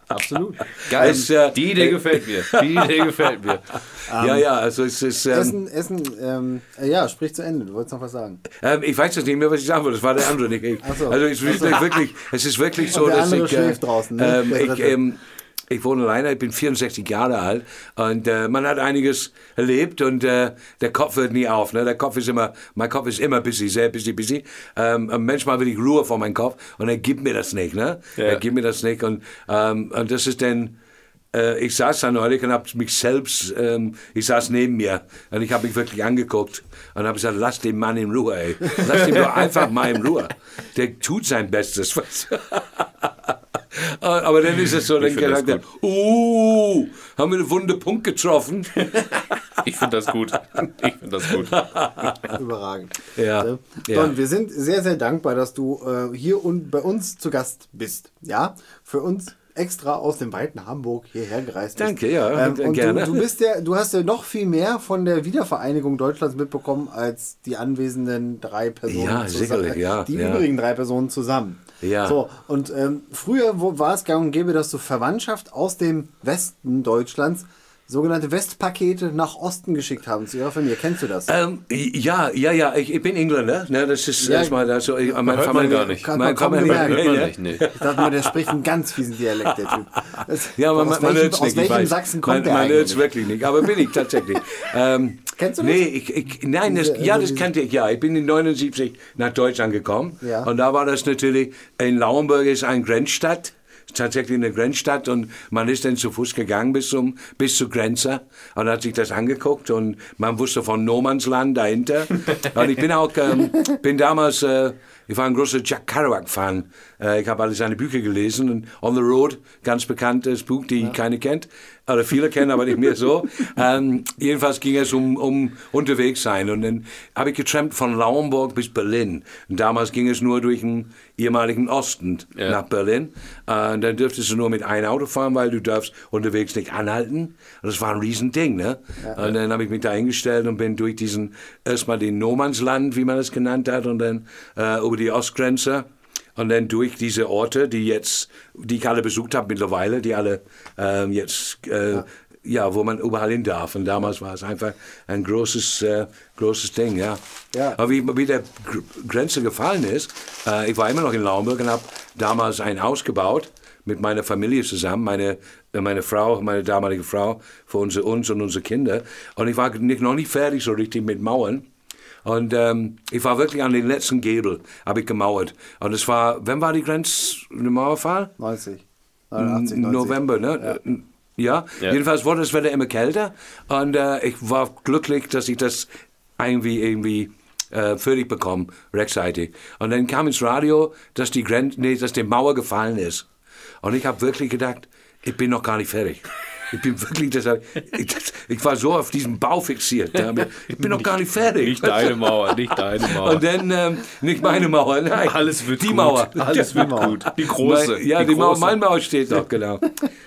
Speaker 3: absolut.
Speaker 2: Geil.
Speaker 4: Es, äh,
Speaker 2: die Idee gefällt mir. Die Idee gefällt mir.
Speaker 4: ja, ja, also es ist... Ähm,
Speaker 3: Essen, Essen, ähm, äh, ja, sprich zu Ende. Du wolltest noch was sagen.
Speaker 4: Ähm, ich weiß jetzt nicht mehr, was ich sagen wollte. Das war der andere, nicht ich.
Speaker 3: Ach so.
Speaker 4: Also es ist nicht wirklich, es ist wirklich so,
Speaker 3: Und der
Speaker 4: dass
Speaker 3: andere
Speaker 4: ich, äh,
Speaker 3: schläft draußen, ne?
Speaker 4: ähm,
Speaker 3: Der
Speaker 4: ich,
Speaker 3: Dritte.
Speaker 4: ähm, ich wohne alleine. Ich bin 64 Jahre alt und äh, man hat einiges erlebt und äh, der Kopf hört nie auf. Ne? Der Kopf ist immer, mein Kopf ist immer busy, sehr busy, busy. Ähm, und manchmal will ich Ruhe vor meinem Kopf und er gibt mir das nicht. Ne?
Speaker 2: Ja.
Speaker 4: Er gibt mir das nicht und, ähm, und das ist dann äh, ich saß da neulich und habe mich selbst, ähm, ich saß neben mir und ich habe mich wirklich angeguckt und habe gesagt, lass den Mann in Ruhe, ey. Lass den doch einfach mal in Ruhe. Der tut sein Bestes. weißt du. Aber dann ist es so, dann
Speaker 2: Ich find das
Speaker 4: gesagt, uh, haben wir einen wunden Punkt getroffen.
Speaker 2: Ich finde das gut. Ich finde das gut.
Speaker 3: Überragend.
Speaker 4: Ja,
Speaker 3: So.
Speaker 4: ja.
Speaker 3: Don, wir sind sehr, sehr dankbar, dass du äh, hier und bei uns zu Gast bist. Ja, für uns extra aus dem weiten Hamburg hierher gereist bist.
Speaker 4: Danke, ja,
Speaker 3: ähm, und
Speaker 4: gerne.
Speaker 3: Du, du, bist ja, du hast ja noch viel mehr von der Wiedervereinigung Deutschlands mitbekommen als die anwesenden drei Personen
Speaker 4: Ja,
Speaker 3: zusammen.
Speaker 4: sicherlich, ja,
Speaker 3: Die
Speaker 4: ja.
Speaker 3: übrigen drei Personen zusammen.
Speaker 4: Ja.
Speaker 3: So, und ähm, früher wo war es gang und gäbe, dass du Verwandtschaft aus dem Westen Deutschlands sogenannte Westpakete nach Osten geschickt haben zu ihrer Familie. Kennst du das?
Speaker 4: Ähm, ja, ja, ja, ich, ich bin Engländer, ne? das ist
Speaker 3: Ja.
Speaker 4: erstmal, also, ich, meine
Speaker 2: man
Speaker 4: Familie-
Speaker 2: gar nicht.
Speaker 3: Kann man
Speaker 4: Meine
Speaker 3: kaum
Speaker 4: Familie,
Speaker 3: bemerken.
Speaker 2: Hört
Speaker 4: nee,
Speaker 2: man
Speaker 4: ne?
Speaker 2: nicht, nee.
Speaker 3: Ich dachte mal, der spricht einen ganz fiesen Dialekt, der Typ. Das-
Speaker 4: Ja, man,
Speaker 3: aus
Speaker 4: man
Speaker 3: welchem,
Speaker 4: hört's
Speaker 3: aus
Speaker 4: nicht, ich
Speaker 3: welchem
Speaker 4: weiß.
Speaker 3: Sachsen
Speaker 4: man,
Speaker 3: kommt der
Speaker 4: Man hört's
Speaker 3: eigentlich?
Speaker 4: wirklich nicht, aber bin ich tatsächlich. ähm,
Speaker 3: Kennst du das?
Speaker 4: Nee, ich, ich, nein, das,
Speaker 3: Diese-
Speaker 4: ja,
Speaker 3: also
Speaker 4: das
Speaker 3: diese-
Speaker 4: kannte ich, ja. Ich bin in 79 nach Deutschland gekommen
Speaker 3: Ja.
Speaker 4: und da war das natürlich, in Lauenburg ist eine Grenzstadt, ist tatsächlich eine Grenzstadt und man ist dann zu Fuß gegangen bis zum, bis zur Grenze und hat sich das angeguckt und man wusste von Nomansland dahinter. und ich bin auch, ähm, bin damals, äh, ich war ein großer Jack Kerouac-Fan. Äh, ich habe alle seine Bücher gelesen. Und On the Road, ganz bekanntes Buch, die keine kennt. Oder viele kennen, aber nicht mehr so. Ähm, jedenfalls ging es um, um unterwegs sein. Und dann habe ich getrampt von Lauenburg bis Berlin. Und damals ging es nur durch den ehemaligen Osten
Speaker 2: Ja.
Speaker 4: nach Berlin. Äh, und dann dürftest du nur mit einem Auto fahren, weil du darfst unterwegs nicht anhalten. Und das war ein Riesending, ne? Und dann habe ich mich da eingestellt und bin durch diesen, erstmal den No-Manns-Land, wie man es genannt hat, und dann äh, über die Ostgrenze. Und dann durch diese Orte, die jetzt, die ich alle besucht habe mittlerweile, die alle ähm, jetzt, äh, ja. wo man überall hin darf. Und damals war es einfach ein großes, äh, großes Ding, ja.
Speaker 3: Ja.
Speaker 4: Aber wie, wie der Gr- Grenze gefallen ist, äh, ich war immer noch in Laumburg und habe damals ein Haus gebaut mit meiner Familie zusammen, meine, äh, meine Frau, meine damalige Frau, für unsere, uns und unsere Kinder. Und ich war nicht, noch nicht fertig so richtig mit Mauern. Und ähm, ich war wirklich an den letzten Gäbel, habe ich gemauert. Und es war, wann war die Grenz, der Mauerfall?
Speaker 3: 90. 89, 90.
Speaker 4: November, ne? Ja.
Speaker 2: Ja.
Speaker 4: jedenfalls wurde das Wetter immer kälter und äh, ich war glücklich, dass ich das irgendwie, irgendwie äh, fertig bekommen, rechtzeitig. Und dann kam ins Radio, dass die, Gren nee, dass die Mauer gefallen ist. Und ich habe wirklich gedacht, ich bin noch gar nicht fertig. Ich bin wirklich, das, hab ich, ich- das, ich war so auf diesen Bau fixiert. da hab ich- Ich bin noch gar nicht fertig.
Speaker 2: Nicht deine Mauer, nicht deine Mauer.
Speaker 4: Und dann, ähm, nicht meine Mauer, nein.
Speaker 2: Alles wird
Speaker 4: die
Speaker 2: gut.
Speaker 4: Mauer.
Speaker 2: Alles wird gut. Die große.
Speaker 4: Mein, ja,
Speaker 2: die
Speaker 4: die, Mauer,
Speaker 2: große.
Speaker 4: meine Mauer steht noch, genau.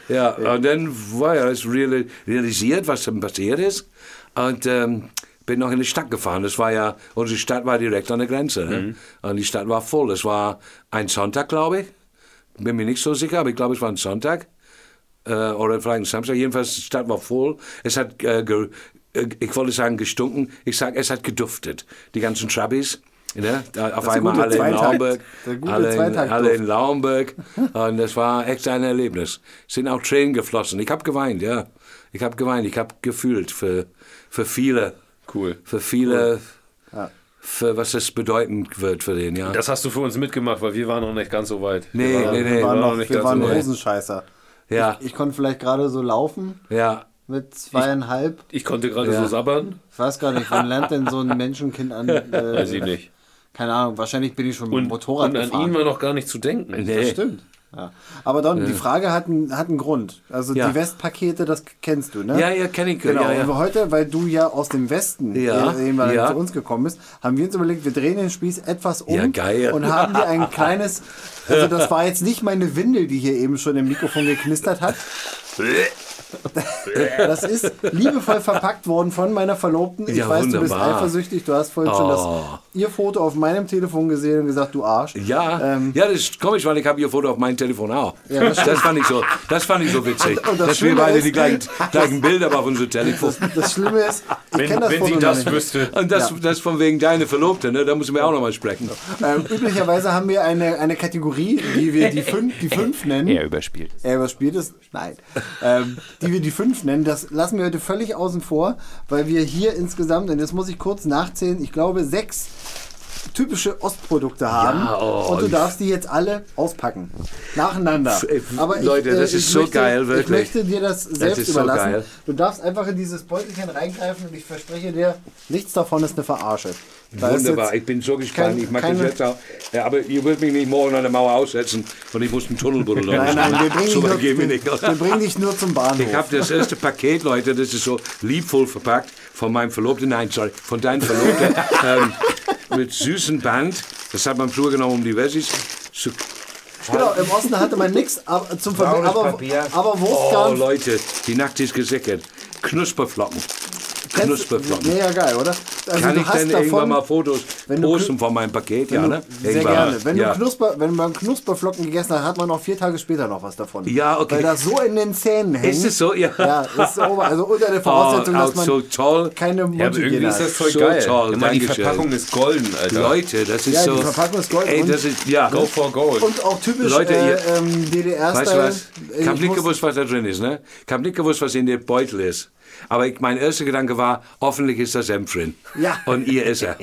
Speaker 4: Ja, und dann war ja das reali- realisiert, was dann passiert ist. Und ähm, bin noch in die Stadt gefahren. Das war ja, unsere Stadt war direkt an der Grenze. Ne? Und die Stadt war voll. Das war ein Sonntag, glaube ich. Bin mir nicht so sicher, aber ich glaube, es war ein Sonntag. Äh, oder vielleicht ein Samstag. Jedenfalls, die Stadt war voll. Es hat, äh, ge, äh, ich wollte sagen gestunken. Ich sage, es hat geduftet. Die ganzen Trabbies. Ne? Da Auf einmal
Speaker 3: gute
Speaker 4: alle in
Speaker 3: Zweitakt.
Speaker 4: Laumberg.
Speaker 3: Der gute
Speaker 4: Alle, in-
Speaker 3: Zweitaktduft.
Speaker 4: alle in Laumberg. Und das war echt ein Erlebnis. Sind auch Tränen geflossen. Ich habe geweint, ja. Ich habe geweint. Ich habe gefühlt für, für viele.
Speaker 2: Cool.
Speaker 4: Für viele.
Speaker 3: Ja.
Speaker 4: Für was es bedeuten wird für den, ja.
Speaker 2: Das hast du für uns mitgemacht, weil wir waren noch nicht ganz so weit.
Speaker 4: Nee,
Speaker 2: wir waren,
Speaker 4: nee, nee,
Speaker 2: Wir
Speaker 4: war
Speaker 3: Wir
Speaker 2: waren noch
Speaker 3: waren, noch,
Speaker 2: nicht
Speaker 3: wir
Speaker 2: ganz
Speaker 3: waren
Speaker 2: so weit.
Speaker 3: Hosenscheißer.
Speaker 4: ja,
Speaker 3: Ich konnte vielleicht gerade so laufen
Speaker 4: ja.
Speaker 3: mit zweieinhalb.
Speaker 2: Ich konnte gerade
Speaker 4: Ja.
Speaker 2: so sabbern.
Speaker 3: Ich weiß gar nicht, wann lernt denn so ein Menschenkind an? Äh,
Speaker 2: Weiß ich nicht.
Speaker 3: Keine Ahnung, wahrscheinlich bin ich schon mit dem
Speaker 2: Und,
Speaker 3: Motorrad
Speaker 2: und an
Speaker 3: gefahren.
Speaker 2: ihn war noch gar nicht zu denken.
Speaker 4: Nee.
Speaker 3: Stimmt. Ja. Aber Don, die Frage hat einen, hat einen Grund. Also
Speaker 4: Ja.
Speaker 3: die Westpakete, das kennst du, ne?
Speaker 4: Ja, ja, kenn ich.
Speaker 3: Genau.
Speaker 4: Ja, ja.
Speaker 3: Und heute, weil du ja aus dem Westen
Speaker 4: Ja,
Speaker 3: äh, irgendwann
Speaker 4: ja.
Speaker 3: zu uns gekommen bist, haben wir uns überlegt, wir drehen den Spieß etwas um
Speaker 4: Ja, geil.
Speaker 3: und haben dir ein kleines, also das war jetzt nicht meine Windel, die hier eben schon im Mikrofon geknistert hat. Das ist liebevoll verpackt worden von meiner Verlobten. Ich
Speaker 4: Ja,
Speaker 3: weiß, du bist
Speaker 4: wunderbar.
Speaker 3: eifersüchtig. Du hast vorhin schon
Speaker 4: Oh.
Speaker 3: das ihr Foto auf meinem Telefon gesehen und gesagt, du Arsch.
Speaker 4: Ja,
Speaker 3: Ähm,
Speaker 4: ja, das ist komisch, weil ich habe ihr Foto auf meinem Telefon auch.
Speaker 3: Ja, das
Speaker 4: das, fand ich so, das fand ich so witzig,
Speaker 3: Und das
Speaker 4: dass wir
Speaker 3: Schlimme
Speaker 4: beide
Speaker 3: ist-
Speaker 4: die gleichen, gleichen Bilder haben auf unserem Telefon.
Speaker 3: Das Schlimme ist, ich
Speaker 2: Wenn,
Speaker 3: kenne das
Speaker 2: wenn
Speaker 3: Foto
Speaker 2: sie
Speaker 3: noch
Speaker 2: das
Speaker 3: nicht.
Speaker 2: wüsste.
Speaker 4: Und das,
Speaker 3: Ja.
Speaker 4: das von wegen deine Verlobte, ne? da müssen wir auch nochmal sprechen.
Speaker 3: Ähm, üblicherweise haben wir eine, eine Kategorie, die wir die fünf, die fünf nennen. Er überspielt es. Er überspielt es? Nein. Ähm, die wir die fünf nennen, das lassen wir heute völlig außen vor, weil wir hier insgesamt, und jetzt muss ich kurz nachzählen, ich glaube sechs typische Ostprodukte haben.
Speaker 4: oh,
Speaker 3: und du
Speaker 4: ich-
Speaker 3: darf sie jetzt alle auspacken. Nacheinander.
Speaker 4: Äh,
Speaker 3: Aber ich,
Speaker 4: Leute, das ist so
Speaker 3: möchte,
Speaker 4: geil,
Speaker 3: Ich
Speaker 4: wirklich.
Speaker 3: möchte dir das selbst
Speaker 4: ist so
Speaker 3: überlassen.
Speaker 4: geil.
Speaker 3: Du darfst einfach in dieses Beutelchen reingreifen und ich verspreche dir, nichts davon ist eine Verarsche. Da ist
Speaker 4: Wunderbar,
Speaker 3: jetzt
Speaker 4: ich bin so gespannt,
Speaker 3: kein-
Speaker 4: ich mache das
Speaker 3: keine-
Speaker 4: jetzt auch. Ja, aber ihr würdet mich nicht morgen an der Mauer aussetzen und ich muss einen Tunnel buddeln.
Speaker 3: Nein, nein, wir bringen,
Speaker 4: so
Speaker 3: dich,
Speaker 4: weit
Speaker 3: nur,
Speaker 4: gehen wir
Speaker 3: wir,
Speaker 4: nicht.
Speaker 3: wir bringen dich nur zum Bahnhof.
Speaker 4: Ich habe das erste Paket, Leute, das ist so liebvoll verpackt von meinem Verlobten, nein, sorry, von deinem Verlobten, ähm, mit süßen Band. Das hat man früher genommen, um die Wessis zu
Speaker 3: genau, im Osten hatte man nichts aber, zum Verbinden.
Speaker 4: Braunes
Speaker 3: Aber,
Speaker 4: Papier.
Speaker 3: aber
Speaker 4: Oh,
Speaker 3: Wurstgarn.
Speaker 4: Leute, die Nacht ist gesickert. Knusperflocken.
Speaker 3: kennst-
Speaker 4: Knusperflocken.
Speaker 3: mega geil, oder? Also
Speaker 4: Kann
Speaker 3: du
Speaker 4: ich
Speaker 3: hast
Speaker 4: denn irgendwann mal Fotos
Speaker 3: wenn du
Speaker 4: posten
Speaker 3: kn-
Speaker 4: von meinem Paket? Ja,
Speaker 3: wenn du,
Speaker 4: ne?
Speaker 3: Sehr
Speaker 4: Irgendwann.
Speaker 3: gerne. Wenn,
Speaker 4: ja.
Speaker 3: du Knusper, wenn man Knusperflocken gegessen hat, hat man auch vier Tage später noch was davon.
Speaker 4: Ja, okay.
Speaker 3: Weil das so in den Zähnen hängt.
Speaker 4: Ist es so? Ja.
Speaker 3: Ja, das ist ober, also unter der Voraussetzung,
Speaker 4: Oh,
Speaker 3: dass
Speaker 4: auch
Speaker 3: man
Speaker 4: so toll.
Speaker 3: keine
Speaker 2: Ja, aber irgendwie
Speaker 3: Mundhygiene
Speaker 2: ist
Speaker 3: hat.
Speaker 2: das Zeug
Speaker 4: So
Speaker 2: geil.
Speaker 4: toll,
Speaker 2: ich meine, die
Speaker 4: Dankeschön.
Speaker 2: Verpackung ist golden, Alter.
Speaker 4: Leute, das ist
Speaker 3: Ja,
Speaker 4: so.
Speaker 3: die Verpackung ist Gold
Speaker 4: Ey,
Speaker 3: und-
Speaker 4: das ist, ja.
Speaker 2: Go for gold.
Speaker 3: Und auch typisch
Speaker 4: Leute,
Speaker 3: äh,
Speaker 4: ihr-
Speaker 3: ähm, DDR-Style.
Speaker 4: Weißt du was? Ich habe
Speaker 3: Ich
Speaker 4: nicht
Speaker 3: muss-
Speaker 4: gewusst, was da drin ist, ne? Ich habe nicht gewusst, was in dem Beutel ist. Aber ich, mein erster Gedanke war, hoffentlich ist das Senf drin.
Speaker 3: Ja.
Speaker 4: Und ihr ist er.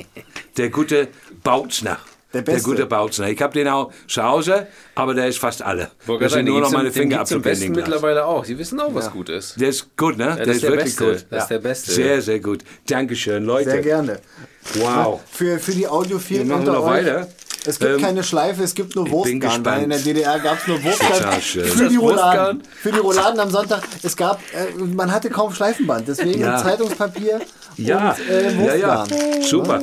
Speaker 4: Der gute Bautzner.
Speaker 3: Der Beste.
Speaker 4: gute Bautzner. Ich habe den auch zu Hause, aber der ist fast alle.
Speaker 2: Wollte
Speaker 4: Da
Speaker 2: gerade
Speaker 4: sind
Speaker 2: sagen, den
Speaker 4: nur noch
Speaker 2: gibt's im-
Speaker 4: meine
Speaker 2: den
Speaker 4: Finger
Speaker 2: gibt's im Besten
Speaker 4: abgeblendet.
Speaker 2: mittlerweile auch. Die wissen auch, was gut ist.
Speaker 4: Der ist gut, ne? der
Speaker 2: das
Speaker 4: ist
Speaker 2: ist der
Speaker 4: wirklich
Speaker 2: Beste.
Speaker 4: gut.
Speaker 2: Das ist der Beste.
Speaker 4: Sehr, sehr gut. Dankeschön, Leute.
Speaker 3: Sehr gerne.
Speaker 4: Wow.
Speaker 3: Für, für die Audiophilen
Speaker 4: Wir machen
Speaker 3: unter
Speaker 4: noch
Speaker 3: euch.
Speaker 4: weiter.
Speaker 3: Es gibt
Speaker 4: Ähm,
Speaker 3: keine Schleife, es gibt nur
Speaker 4: bin
Speaker 3: Wurstgarn.
Speaker 4: gespannt.
Speaker 3: Weil in der DDR gab es nur Wurstgarn
Speaker 4: Total schön.
Speaker 3: für
Speaker 2: Das
Speaker 3: die Rouladen.
Speaker 2: Wurstgarn?
Speaker 3: Für die Rouladen am Sonntag. Es gab, äh, man hatte kaum Schleifenband, deswegen
Speaker 4: Ja.
Speaker 3: Zeitungspapier
Speaker 4: Ja,
Speaker 3: und äh,
Speaker 4: ja, ja.
Speaker 3: Wurstgarn.
Speaker 4: Super.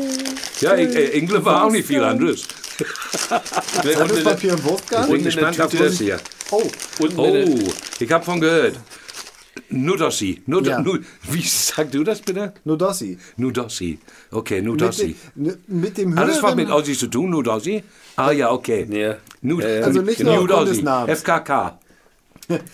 Speaker 4: Ja, ich, äh, England war auch nicht viel anderes.
Speaker 3: Zeitungspapier und
Speaker 4: Ich
Speaker 3: Wurstgarn.
Speaker 4: bin
Speaker 2: in
Speaker 4: gespannt
Speaker 2: der
Speaker 4: auf
Speaker 2: Tüte.
Speaker 4: das hier.
Speaker 3: Oh,
Speaker 2: Und
Speaker 4: Oh,
Speaker 2: eine-
Speaker 4: ich habe von gehört. Nudossi. Nud
Speaker 3: Ja.
Speaker 4: nu wie sagst du das bitte?
Speaker 3: Nudossi.
Speaker 4: Nudossi. Okay,
Speaker 3: Mit,
Speaker 4: Nudossi.
Speaker 3: den- ne- mit dem
Speaker 4: Alles was mit
Speaker 3: höheren,
Speaker 4: Aussie zu tun, Nudossi? Ah ja, okay.
Speaker 2: Ja.
Speaker 4: Nud
Speaker 2: Äh,
Speaker 3: Also nicht nur aufgrund des Namens.
Speaker 4: FKK.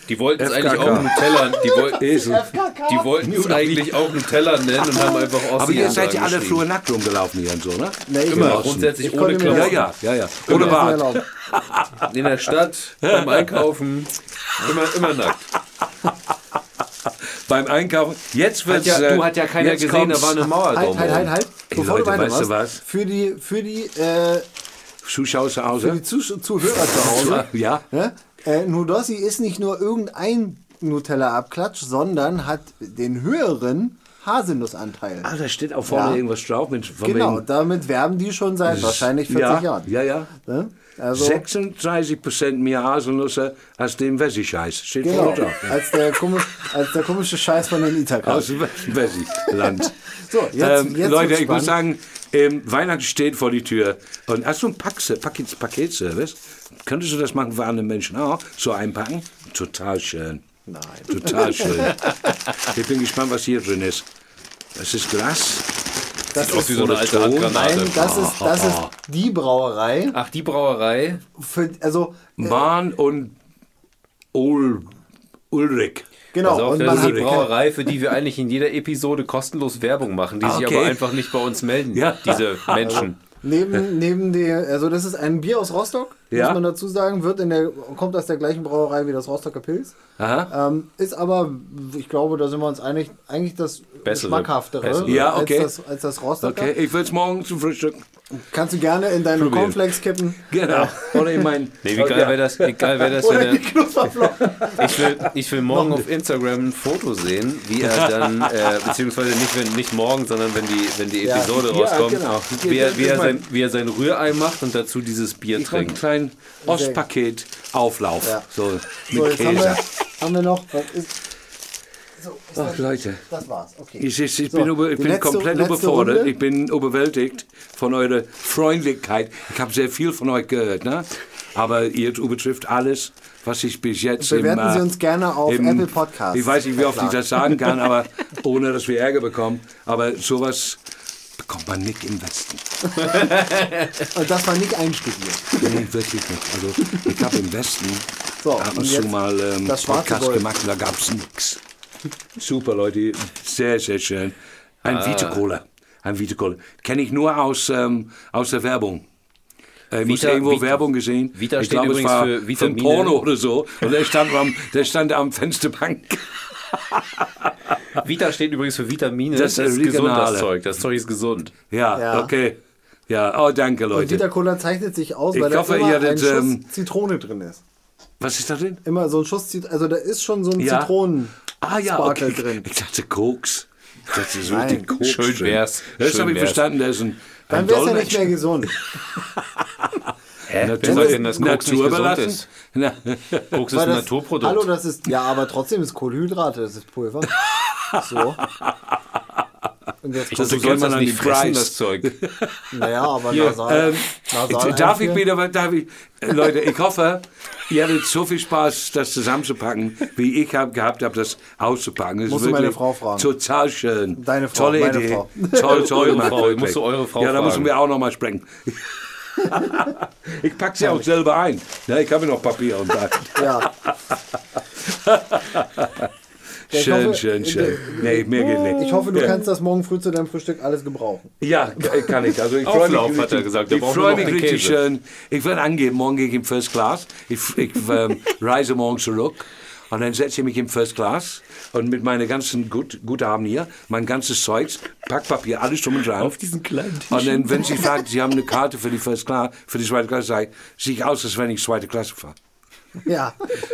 Speaker 2: Die wollten es
Speaker 4: FKK.
Speaker 2: eigentlich auch Nutella. Die, woll
Speaker 4: Esel.
Speaker 2: die wollten es eigentlich auch Nutella nennen und haben einfach aus
Speaker 4: Aber ihr seid ja alle früher nackt rumgelaufen hier und so, ne?
Speaker 3: Nee, ich-
Speaker 2: Immer,
Speaker 4: Genossen.
Speaker 2: grundsätzlich
Speaker 3: Ich
Speaker 2: ohne
Speaker 3: konnte mir-
Speaker 4: Ja,
Speaker 2: Klamotten.
Speaker 4: ja, ja, ja. Oder
Speaker 3: Ja,
Speaker 4: Bart.
Speaker 3: erlaubt.
Speaker 2: In der Stadt, beim Einkaufen, immer, immer nackt.
Speaker 4: Beim Einkaufen. Jetzt wird's.
Speaker 2: ja-
Speaker 4: äh,
Speaker 2: du hat ja keiner
Speaker 4: jetzt
Speaker 2: gesehen, da
Speaker 4: kommt's.
Speaker 2: war eine
Speaker 3: Halt,
Speaker 2: Mauer
Speaker 3: halt, halt,
Speaker 2: drumherum.
Speaker 3: halt. Bevor
Speaker 4: Leute,
Speaker 3: du
Speaker 4: weißt du
Speaker 3: weitermachst,
Speaker 4: was?
Speaker 3: für die, für die, äh,
Speaker 4: Zuschauer zu
Speaker 3: für die
Speaker 4: Hause.
Speaker 3: Zuh Zuhörer zu Hause.
Speaker 4: Ne? Ja.
Speaker 3: Ne? Äh, Nudossi ist nicht nur irgendein Nutella-Abklatsch, sondern hat den höheren Haselnussanteil.
Speaker 4: Ah, da steht auch vorne
Speaker 3: Ja.
Speaker 4: irgendwas drauf. Mit, von
Speaker 3: genau,
Speaker 4: wegen-
Speaker 3: damit werben die schon seit wahrscheinlich 40
Speaker 4: ja,
Speaker 3: Jahren.
Speaker 4: Ja, ja.
Speaker 3: Ne? Also-
Speaker 4: 36% mehr Haselnüsse als dem Wessi-Scheiß. Steht
Speaker 3: Genau,
Speaker 4: vorne drauf.
Speaker 3: als der, komisch, als der komische Scheiß von den Itaka.
Speaker 4: Aus dem Wessi-Land.
Speaker 3: So, jetzt,
Speaker 4: ähm,
Speaker 3: jetzt
Speaker 4: Leute,
Speaker 3: wird's
Speaker 4: ich muss
Speaker 3: spannend.
Speaker 4: sagen, ähm, Weihnachten steht vor die Tür. Und hast du ein Packse, Paket, Paketservice? Könntest du das machen für andere Menschen auch? So einpacken? Total schön. Nein. Total schön. ich bin gespannt, was hier drin ist. Es ist Glas.
Speaker 3: das
Speaker 2: Auch
Speaker 3: ist,
Speaker 2: wie so eine alte
Speaker 4: Ton.
Speaker 2: Handgranate.
Speaker 3: nein, das ist, das
Speaker 4: Ah.
Speaker 3: ist die Brauerei.
Speaker 2: Ach, die Brauerei.
Speaker 3: Für, also,
Speaker 4: Ah. Bahn und Ul Ulrich.
Speaker 2: Pass
Speaker 3: genau.
Speaker 2: auf,
Speaker 3: Und
Speaker 2: das
Speaker 3: man
Speaker 2: ist die
Speaker 3: hat,
Speaker 2: Brauerei, für die wir eigentlich in jeder Episode kostenlos Werbung machen, die sich
Speaker 4: Okay.
Speaker 2: aber einfach nicht bei uns melden,
Speaker 4: Ja.
Speaker 2: diese Menschen.
Speaker 3: neben, neben der, also das ist ein Bier aus Rostock,
Speaker 4: Äh. Ja.
Speaker 3: muss man dazu sagen, wird in der, kommt aus der gleichen Brauerei wie das Rostocker Pilz.
Speaker 4: Aha.
Speaker 3: Ähm, ist aber, ich glaube, da sind wir uns einig, eigentlich das
Speaker 2: Bessere.
Speaker 3: schmackhaftere
Speaker 2: Bessere.
Speaker 4: Ja, okay.
Speaker 3: als, das, als das Rostocker.
Speaker 4: Okay, ich will es morgen zum Frühstück.
Speaker 3: Kannst du gerne in deine
Speaker 4: Probieren.
Speaker 3: Cornflakes kippen.
Speaker 4: Genau. Oder ich mein.
Speaker 2: Nee, wie geil wäre das, wie geil wär das wenn
Speaker 3: Oder
Speaker 2: er,
Speaker 3: die Knusperflocken.
Speaker 2: ich, will, ich will morgen auf Instagram ein Foto sehen, wie er dann, äh, beziehungsweise nicht, wenn, nicht morgen, sondern wenn die, wenn die
Speaker 3: Ja.
Speaker 2: Episode
Speaker 4: Ja,
Speaker 2: rauskommt,
Speaker 4: genau.
Speaker 2: wie, er, wie,
Speaker 4: Ich
Speaker 2: er
Speaker 4: mein-
Speaker 2: sein, wie er sein Rührei macht und dazu dieses Bier
Speaker 4: Ich wollte einen
Speaker 2: trinkt.
Speaker 4: kleinen Ostpaket-Auflauf.
Speaker 3: Ja.
Speaker 4: So, mit
Speaker 3: So, jetzt haben wir,
Speaker 4: Käse.
Speaker 3: haben wir noch. Was ist, so, ist
Speaker 4: Ach,
Speaker 3: das,
Speaker 4: Leute.
Speaker 3: das war's. Okay.
Speaker 4: Ich, ich, ich bin, über, ich
Speaker 3: die
Speaker 4: bin
Speaker 3: letzte-
Speaker 4: komplett
Speaker 3: letzte
Speaker 4: überfordert.
Speaker 3: Runde.
Speaker 4: Ich bin überwältigt von eurer Freundlichkeit. Ich habe sehr viel von euch gehört, ne? Aber ihr übertrifft alles, was ich bis jetzt
Speaker 3: Bewerten
Speaker 4: im, äh,
Speaker 3: Sie uns gerne auf
Speaker 4: im-
Speaker 3: Apple Podcasts.
Speaker 4: Ich weiß nicht, wie oft ich
Speaker 3: Verklagt.
Speaker 4: das sagen kann, aber ohne, dass wir Ärger bekommen. Aber sowas bekommt man nicht im Westen.
Speaker 3: Und das war nicht einstudiert.
Speaker 4: Nee, wirklich nicht. Also ich habe im Westen
Speaker 3: So,
Speaker 4: ab
Speaker 3: und
Speaker 4: und zu
Speaker 3: jetzt
Speaker 4: mal ähm,
Speaker 3: das schwarze
Speaker 4: Podcast
Speaker 3: Gold.
Speaker 4: gemacht und da gab es nichts. Super, Leute. Sehr, sehr schön. Ein
Speaker 2: Äh.
Speaker 4: ah. Vita-Cola. Ein Vita-Cola. Kenne ich nur aus, ähm, aus der Werbung. Äh, Ich muss
Speaker 2: Vita-
Speaker 4: irgendwo
Speaker 2: Vita-
Speaker 4: Werbung gesehen.
Speaker 2: Vita
Speaker 4: ich
Speaker 2: steht
Speaker 4: glaube, es
Speaker 2: übrigens
Speaker 4: war
Speaker 2: für
Speaker 4: von
Speaker 2: Vitamine.
Speaker 4: Porno oder so. Und der stand am, der stand am Fensterbank.
Speaker 2: Vita steht übrigens für Vitamine.
Speaker 4: Das ist
Speaker 2: gesund, das
Speaker 4: Regionale.
Speaker 2: Zeug. Das Zeug ist gesund.
Speaker 4: Ja,
Speaker 3: Ja.
Speaker 4: okay. Ja, oh, danke,
Speaker 3: Und Vita
Speaker 4: Leute.
Speaker 3: Cola zeichnet sich aus,
Speaker 4: Ich
Speaker 3: weil da
Speaker 4: hoffe,
Speaker 3: immer
Speaker 4: ihr
Speaker 3: ein
Speaker 4: hattet,
Speaker 3: Schuss
Speaker 4: ähm,
Speaker 3: Zitrone drin ist.
Speaker 4: Was ist da drin?
Speaker 3: Immer so ein Schuss Zitrone. Also da ist schon so ein
Speaker 4: Ja.
Speaker 3: Zitronen.
Speaker 4: Ah ja,
Speaker 3: Sparkle
Speaker 4: okay.
Speaker 3: drin.
Speaker 4: Ich dachte Koks. Das ist
Speaker 3: Nein.
Speaker 4: richtig Koks.
Speaker 2: Schön
Speaker 4: drin.
Speaker 2: wär's.
Speaker 4: Das
Speaker 2: Schön
Speaker 4: habe ich
Speaker 2: wär's.
Speaker 4: verstanden. Das ist ein, ein
Speaker 3: Dann wäre es ja nicht
Speaker 4: Dolmetsch.
Speaker 3: mehr gesund.
Speaker 2: Hä? Wer
Speaker 4: Natur-
Speaker 2: sagt denn, dass Koks nicht
Speaker 4: Natur
Speaker 2: gesund
Speaker 4: überlassen?
Speaker 2: ist?
Speaker 4: Na,
Speaker 2: Koks ist ein
Speaker 3: Weil das-
Speaker 2: Naturprodukt.
Speaker 3: Hallo, das ist. Ja, aber trotzdem ist Kohlenhydrate, das ist Pulver. So. Und jetzt
Speaker 2: ich
Speaker 3: kommt,
Speaker 2: dachte,
Speaker 4: soll
Speaker 2: du sollst
Speaker 4: man
Speaker 2: das
Speaker 4: an
Speaker 2: nicht
Speaker 4: die
Speaker 2: fressen,
Speaker 4: Price.
Speaker 2: das Zeug.
Speaker 3: naja, aber nasal.
Speaker 4: ähm,
Speaker 3: nasal
Speaker 4: darf ich
Speaker 3: einführen.
Speaker 4: wieder, was- darf ich, Leute, ich hoffe, ihr hattet so viel Spaß, das zusammenzupacken, wie ich hab, gehabt habe, das auszupacken. Das ist
Speaker 3: Musst du meine
Speaker 4: wirklich
Speaker 3: Frau fragen.
Speaker 4: Total schön.
Speaker 3: Deine Frau,
Speaker 4: Tolle
Speaker 3: meine
Speaker 4: Idee.
Speaker 3: Frau.
Speaker 4: Toll, toll
Speaker 2: Eure
Speaker 4: gemacht.
Speaker 2: Frau,
Speaker 4: wirklich.
Speaker 2: musst du eure Frau
Speaker 4: Ja, da müssen
Speaker 2: fragen.
Speaker 4: wir auch nochmal sprechen. ich packe sie auch selber ein. Na, ich habe ja noch Papier und da.
Speaker 3: Ja. ich
Speaker 4: Schön,
Speaker 3: hoffe,
Speaker 4: schön,
Speaker 3: äh,
Speaker 4: schön. Nee, mir geht nicht.
Speaker 3: Ich hoffe, du
Speaker 4: ja.
Speaker 3: kannst das morgen früh zu deinem Frühstück alles gebrauchen.
Speaker 4: Ja, k- kann ich. Also ich freue mich
Speaker 2: Auflauf,
Speaker 4: richtig,
Speaker 2: hat er gesagt. Wir
Speaker 4: Ich
Speaker 2: brauchen
Speaker 4: freue
Speaker 2: noch
Speaker 4: mich
Speaker 2: den
Speaker 4: richtig
Speaker 2: Käse.
Speaker 4: schön. Ich werde angeben, morgen gehe ich im First Class. Ich, ich ähm, reise morgen zurück. Und dann setze ich mich im First Class und mit meinen ganzen Gut Guthaben hier, mein ganzes Zeugs, Packpapier, alles drum und dran. Auf diesen kleinen Tisch. Und dann, wenn sie fragt, sie haben eine Karte für die First Class, für die zweite Klasse, sage ich, sehe ich aus, als wenn ich zweite Klasse fahre.
Speaker 3: Ja.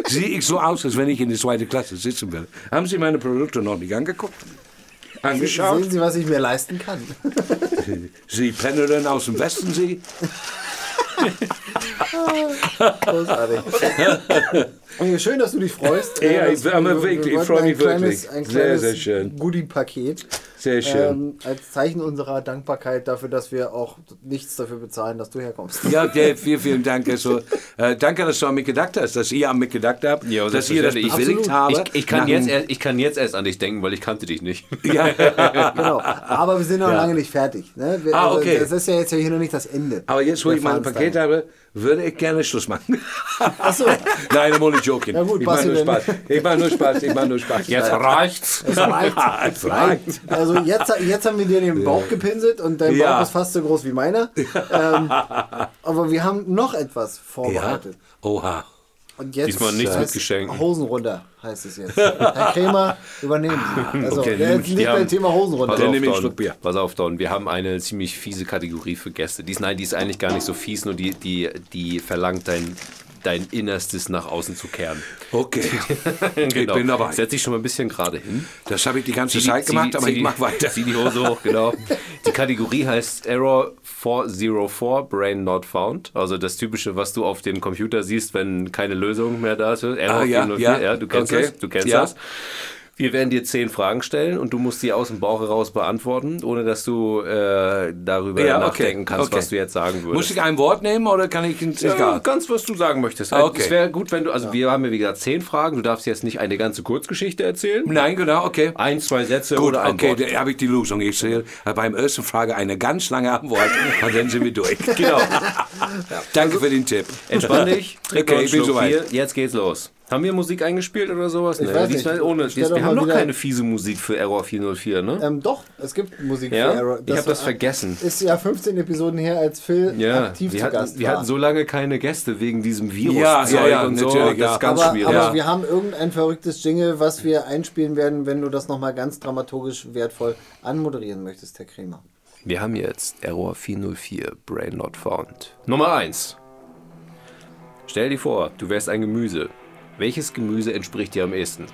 Speaker 4: Sehe ich so aus, als wenn ich in die zweite Klasse sitzen will. Haben Sie meine Produkte noch nicht angeguckt? Angeschaut?
Speaker 3: Sehen Sie, was ich mir leisten kann.
Speaker 4: Sie Pennerin aus dem Westen, Sie?
Speaker 3: Großartig. Äh, Schön, dass du dich freust.
Speaker 4: Ja,
Speaker 3: Äh,
Speaker 4: ich-
Speaker 3: dass
Speaker 4: aber
Speaker 3: wir-
Speaker 4: wirklich,
Speaker 3: wir
Speaker 4: ich
Speaker 3: wollten
Speaker 4: freu mich
Speaker 3: ein kleines-
Speaker 4: wirklich.
Speaker 3: Ein
Speaker 4: Sehr,
Speaker 3: kleines
Speaker 4: sehr schön.
Speaker 3: Goodie-Paket.
Speaker 4: Sehr schön.
Speaker 3: Ähm, als Zeichen unserer Dankbarkeit dafür, dass wir auch nichts dafür bezahlen, dass du herkommst.
Speaker 4: Ähm, Ja, okay, vielen, vielen Dank. Also, äh, danke, dass du an mich gedacht hast, dass ihr an mich gedacht habt,
Speaker 2: Ja,
Speaker 4: dass ihr das
Speaker 2: selbstverständlich.
Speaker 4: bewilligt habt.
Speaker 2: Ich, ich, kann
Speaker 4: Nach-
Speaker 2: jetzt erst, ich kann jetzt erst an dich denken, weil ich kannte dich nicht.
Speaker 4: Ja.
Speaker 3: Genau. Aber wir sind noch
Speaker 4: Ja.
Speaker 3: lange nicht fertig. Ne? Wir,
Speaker 4: Ah, okay.
Speaker 3: Das ist ja jetzt ja hier noch nicht das Ende.
Speaker 4: Aber jetzt, wo
Speaker 3: der
Speaker 4: ich mein Paket
Speaker 3: Fahnenstange.
Speaker 4: habe, würde ich gerne Schluss machen.
Speaker 3: Achso.
Speaker 4: Nein, I'm only joking.
Speaker 3: Ja gut,
Speaker 4: ich mache
Speaker 3: Basti,
Speaker 4: nur
Speaker 3: dann-
Speaker 4: Spaß. Ich mache nur Spaß. Ich mache nur Spaß.
Speaker 2: Jetzt reicht's.
Speaker 3: Es reicht.
Speaker 4: Es reicht.
Speaker 3: Also jetzt, jetzt haben wir dir den Bauch gepinselt und dein
Speaker 4: Ja.
Speaker 3: Bauch ist fast so groß wie meiner. Ähm, aber wir haben noch etwas
Speaker 4: Ja.
Speaker 3: vorbereitet.
Speaker 4: Oha.
Speaker 3: Und jetzt
Speaker 2: Diesmal nichts
Speaker 3: heißt
Speaker 2: mit Geschenken.
Speaker 3: Hosen runter heißt es jetzt. Herr Krämer, übernehmen Sie. Also
Speaker 2: Okay,
Speaker 3: jetzt
Speaker 2: nämlich,
Speaker 3: nicht
Speaker 2: wir
Speaker 3: beim
Speaker 2: haben-
Speaker 3: Thema Hosen
Speaker 2: Pass
Speaker 3: runter.
Speaker 4: Dann
Speaker 2: auf,
Speaker 4: nehme ich einen
Speaker 2: Don.
Speaker 4: Schluck Bier.
Speaker 2: Pass auf, Don. Wir haben eine ziemlich fiese Kategorie für Gäste. Die ist, nein, die ist eigentlich gar nicht so fies, nur die, die, die verlangt dein dein Innerstes nach außen zu kehren. Genau.
Speaker 4: Okay, bin dabei.
Speaker 2: Setz dich schon mal ein bisschen gerade hin.
Speaker 4: das habe ich die ganze
Speaker 2: Zieh die-
Speaker 4: Zeit
Speaker 2: zieh
Speaker 4: gemacht,
Speaker 2: die-
Speaker 4: aber
Speaker 2: zieh
Speaker 4: ich
Speaker 2: die-
Speaker 4: mache weiter.
Speaker 2: Zieh die Hose hoch, genau. Die Kategorie heißt Error 404, Brain Not Found. Also das Typische, was du auf dem Computer siehst, wenn keine Lösung mehr da ist. Error
Speaker 4: Ah, ja,
Speaker 2: 404,
Speaker 4: ja.
Speaker 2: du kennst
Speaker 4: Okay.
Speaker 2: das. Du kennst
Speaker 4: Ja.
Speaker 2: das. Wir werden dir zehn Fragen stellen und du musst die aus dem Bauch heraus beantworten, ohne dass du äh, darüber
Speaker 4: Ja, okay,
Speaker 2: nachdenken kannst,
Speaker 4: okay.
Speaker 2: was du jetzt sagen würdest.
Speaker 4: Muss ich ein Wort nehmen oder kann ich ins
Speaker 2: Ja,
Speaker 4: Egal?
Speaker 2: ganz, was du sagen möchtest.
Speaker 4: Ah, okay.
Speaker 2: Es wäre gut, wenn du, also wir haben ja wie gesagt zehn Fragen, du darfst jetzt nicht eine ganze Kurzgeschichte erzählen.
Speaker 4: Nein, genau, okay.
Speaker 2: Ein, zwei Sätze
Speaker 4: Gut,
Speaker 2: oder ein
Speaker 4: okay,
Speaker 2: Wort.
Speaker 4: da habe ich die Lösung. Ich sehe beim ersten Frage eine ganz lange Antwort und dann sind wir durch.
Speaker 2: Genau.
Speaker 4: Danke für den Tipp.
Speaker 2: Also, Entspann dich, trink
Speaker 4: Okay,
Speaker 2: okay,
Speaker 4: ich bin soweit.
Speaker 2: Bier, jetzt geht's los. Haben wir Musik eingespielt oder sowas? Nee,
Speaker 3: weiß
Speaker 2: diesmal
Speaker 3: nicht.
Speaker 2: ohne.
Speaker 3: Stell doch
Speaker 2: wir
Speaker 3: mal
Speaker 2: haben noch
Speaker 3: wieder-
Speaker 2: keine fiese Musik für Error 404, ne?
Speaker 3: Ähm, doch, es gibt Musik
Speaker 2: Ja?
Speaker 3: für Error.
Speaker 2: Ich hab das vergessen.
Speaker 3: Ist ja 15 Episoden her, als Phil
Speaker 2: ja,
Speaker 3: aktiv
Speaker 2: wir
Speaker 3: zu
Speaker 2: hatten,
Speaker 3: Gast
Speaker 2: wir
Speaker 3: war.
Speaker 2: hatten so lange keine Gäste wegen diesem Virus
Speaker 4: Ja, ja, ja,
Speaker 2: und so. Das
Speaker 4: natürlich, ja.
Speaker 2: ist ganz
Speaker 3: aber,
Speaker 2: schwierig.
Speaker 3: aber
Speaker 4: Ja.
Speaker 3: wir haben irgendein verrücktes Jingle, was wir einspielen werden, wenn du das nochmal ganz dramaturgisch wertvoll anmoderieren möchtest, Herr Krämer.
Speaker 2: Wir haben jetzt Error 404, Brain Not Found. Nummer 1. Stell dir vor, du wärst ein Gemüse. Welches Gemüse entspricht dir am ehesten?